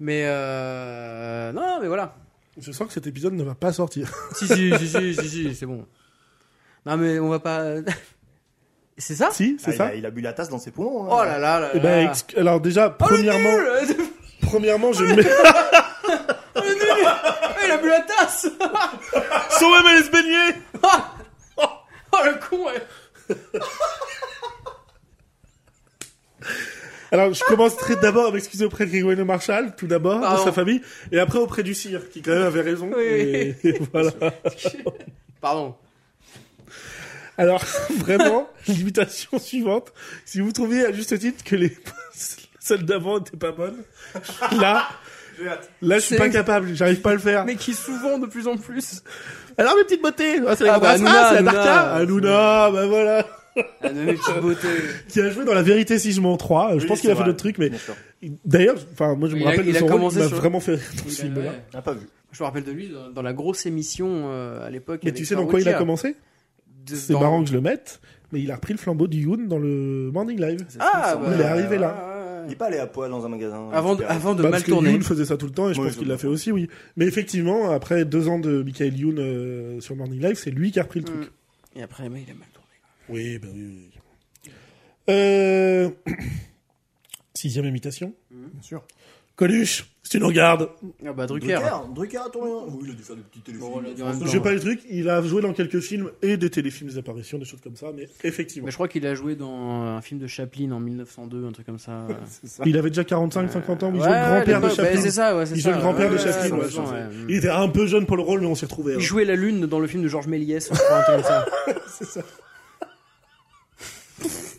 [SPEAKER 7] Mais euh... non, mais voilà.
[SPEAKER 5] Je sens que cet épisode ne va pas sortir.
[SPEAKER 7] Si, si, si, si, si, si, c'est bon. Non, mais on va pas. <laughs> C'est ça
[SPEAKER 5] si, c'est
[SPEAKER 6] Ah,
[SPEAKER 5] ça.
[SPEAKER 6] il a, il a bu la tasse dans ses poumons. hein.
[SPEAKER 7] Oh là là là.
[SPEAKER 5] Eh ben,
[SPEAKER 7] là.
[SPEAKER 5] exc- alors déjà,
[SPEAKER 7] Oh, le
[SPEAKER 5] premièrement,
[SPEAKER 7] nul
[SPEAKER 5] premièrement,
[SPEAKER 7] <laughs>
[SPEAKER 5] je mets
[SPEAKER 7] Le nul Ah, Il a bu la tasse
[SPEAKER 5] son elle se baigner.
[SPEAKER 7] Ah oh, oh, le con ouais.
[SPEAKER 5] Alors, je commencerai d'abord à m'excuser auprès de Grégory Le Marchal, tout d'abord, de
[SPEAKER 7] Pardon.
[SPEAKER 5] sa famille, et après auprès du cire, qui quand même avait raison.
[SPEAKER 7] Oui,
[SPEAKER 5] et-
[SPEAKER 7] <laughs>
[SPEAKER 5] et voilà.
[SPEAKER 7] Pardon.
[SPEAKER 5] Alors, <laughs> vraiment, l'imitation suivante, si vous trouviez à juste titre que les <laughs> celles d'avant n'étaient pas bonnes, là, là, je
[SPEAKER 7] C'est-
[SPEAKER 5] suis pas capable, j'arrive pas à le faire.
[SPEAKER 7] Mais qui souvent de plus en plus.
[SPEAKER 5] Alors, mes petites beautés, ah, c'est
[SPEAKER 7] Ah,
[SPEAKER 5] la
[SPEAKER 7] bah,
[SPEAKER 5] Grâce, ah, c'est la
[SPEAKER 7] Hanouna,
[SPEAKER 5] Darka,
[SPEAKER 7] Hanouna.
[SPEAKER 5] Hanouna, bah voilà,
[SPEAKER 7] Ah, de mes petites beautés.
[SPEAKER 5] qui a joué dans La Vérité si je mens 3, je
[SPEAKER 6] Oui,
[SPEAKER 5] pense qu'il a
[SPEAKER 6] c'est
[SPEAKER 5] fait
[SPEAKER 6] vrai.
[SPEAKER 5] d'autres trucs, mais
[SPEAKER 6] Bien sûr.
[SPEAKER 5] d'ailleurs, enfin, moi, je me
[SPEAKER 7] Il a-
[SPEAKER 5] rappelle
[SPEAKER 7] il
[SPEAKER 5] de
[SPEAKER 7] a
[SPEAKER 5] son rôle,
[SPEAKER 7] commencé
[SPEAKER 5] il m'a
[SPEAKER 7] sur-
[SPEAKER 5] vraiment fait rire dans ce
[SPEAKER 7] Il a-
[SPEAKER 5] film-là.
[SPEAKER 7] ouais.
[SPEAKER 6] On n'a pas vu.
[SPEAKER 7] Je me rappelle de lui dans, dans la grosse émission euh, à l'époque.
[SPEAKER 5] Mais
[SPEAKER 7] avec
[SPEAKER 5] tu sais dans
[SPEAKER 7] Carole
[SPEAKER 5] quoi il a
[SPEAKER 7] Kerr.
[SPEAKER 5] commencé?
[SPEAKER 7] De-
[SPEAKER 5] C'est
[SPEAKER 7] hein. dans-
[SPEAKER 5] marrant que je le mette, mais il a repris le flambeau du Yoon dans le Morning Live.
[SPEAKER 7] Ah, bah,
[SPEAKER 5] Il est arrivé là.
[SPEAKER 7] ouais,
[SPEAKER 6] Il
[SPEAKER 7] ouais.
[SPEAKER 6] est pas allé à poil dans un magasin.
[SPEAKER 7] Avant de,
[SPEAKER 6] récupérer.
[SPEAKER 7] avant de
[SPEAKER 5] Bah,
[SPEAKER 7] mal
[SPEAKER 5] parce que
[SPEAKER 7] tourner.
[SPEAKER 5] Youn faisait ça tout le temps et je
[SPEAKER 6] Oui,
[SPEAKER 5] pense
[SPEAKER 6] je
[SPEAKER 5] qu'il l'a
[SPEAKER 6] vois.
[SPEAKER 5] fait aussi, oui. Mais effectivement, après deux ans de Michael Youn euh, sur Morning Live, c'est lui qui a repris le
[SPEAKER 7] Mm.
[SPEAKER 5] truc.
[SPEAKER 7] Et après, mais il a mal tourné.
[SPEAKER 5] Oui, bah oui, oui. oui. Euh... <clears throat> Sixième imitation.
[SPEAKER 7] Mm.
[SPEAKER 6] Bien sûr.
[SPEAKER 5] Coluche, si tu nous regardes.
[SPEAKER 7] Ah bah Drucker.
[SPEAKER 6] Drucker. Drucker a tourné. un- Oui, il a dû faire des petits téléfilms.
[SPEAKER 7] Bon, voilà, en même temps.
[SPEAKER 5] J'ai pas le truc, il a joué dans quelques films et des téléfilms, des apparitions, des choses comme ça, mais effectivement.
[SPEAKER 7] Mais je crois qu'il a joué dans un film de Chaplin en 1902, un truc comme ça.
[SPEAKER 5] Il avait déjà 45-50 ans, mais il
[SPEAKER 7] Ah. Ouais,
[SPEAKER 5] jouait
[SPEAKER 7] ouais,
[SPEAKER 5] le grand-père de
[SPEAKER 7] l'époque, bah,
[SPEAKER 5] Chaplin.
[SPEAKER 7] c'est ça, ouais, c'est
[SPEAKER 5] Il
[SPEAKER 7] ça.
[SPEAKER 5] jouait le grand-père
[SPEAKER 7] Ouais, ouais,
[SPEAKER 5] de Chaplin,
[SPEAKER 7] ouais,
[SPEAKER 5] ouais,
[SPEAKER 7] c'est
[SPEAKER 5] je
[SPEAKER 7] ça,
[SPEAKER 5] Il
[SPEAKER 7] ouais.
[SPEAKER 5] était un peu jeune pour le rôle, mais on hein. s'est retrouvé.
[SPEAKER 7] Il jouait la lune dans le film de Georges Méliès, je crois, un truc comme ça.
[SPEAKER 5] Ah,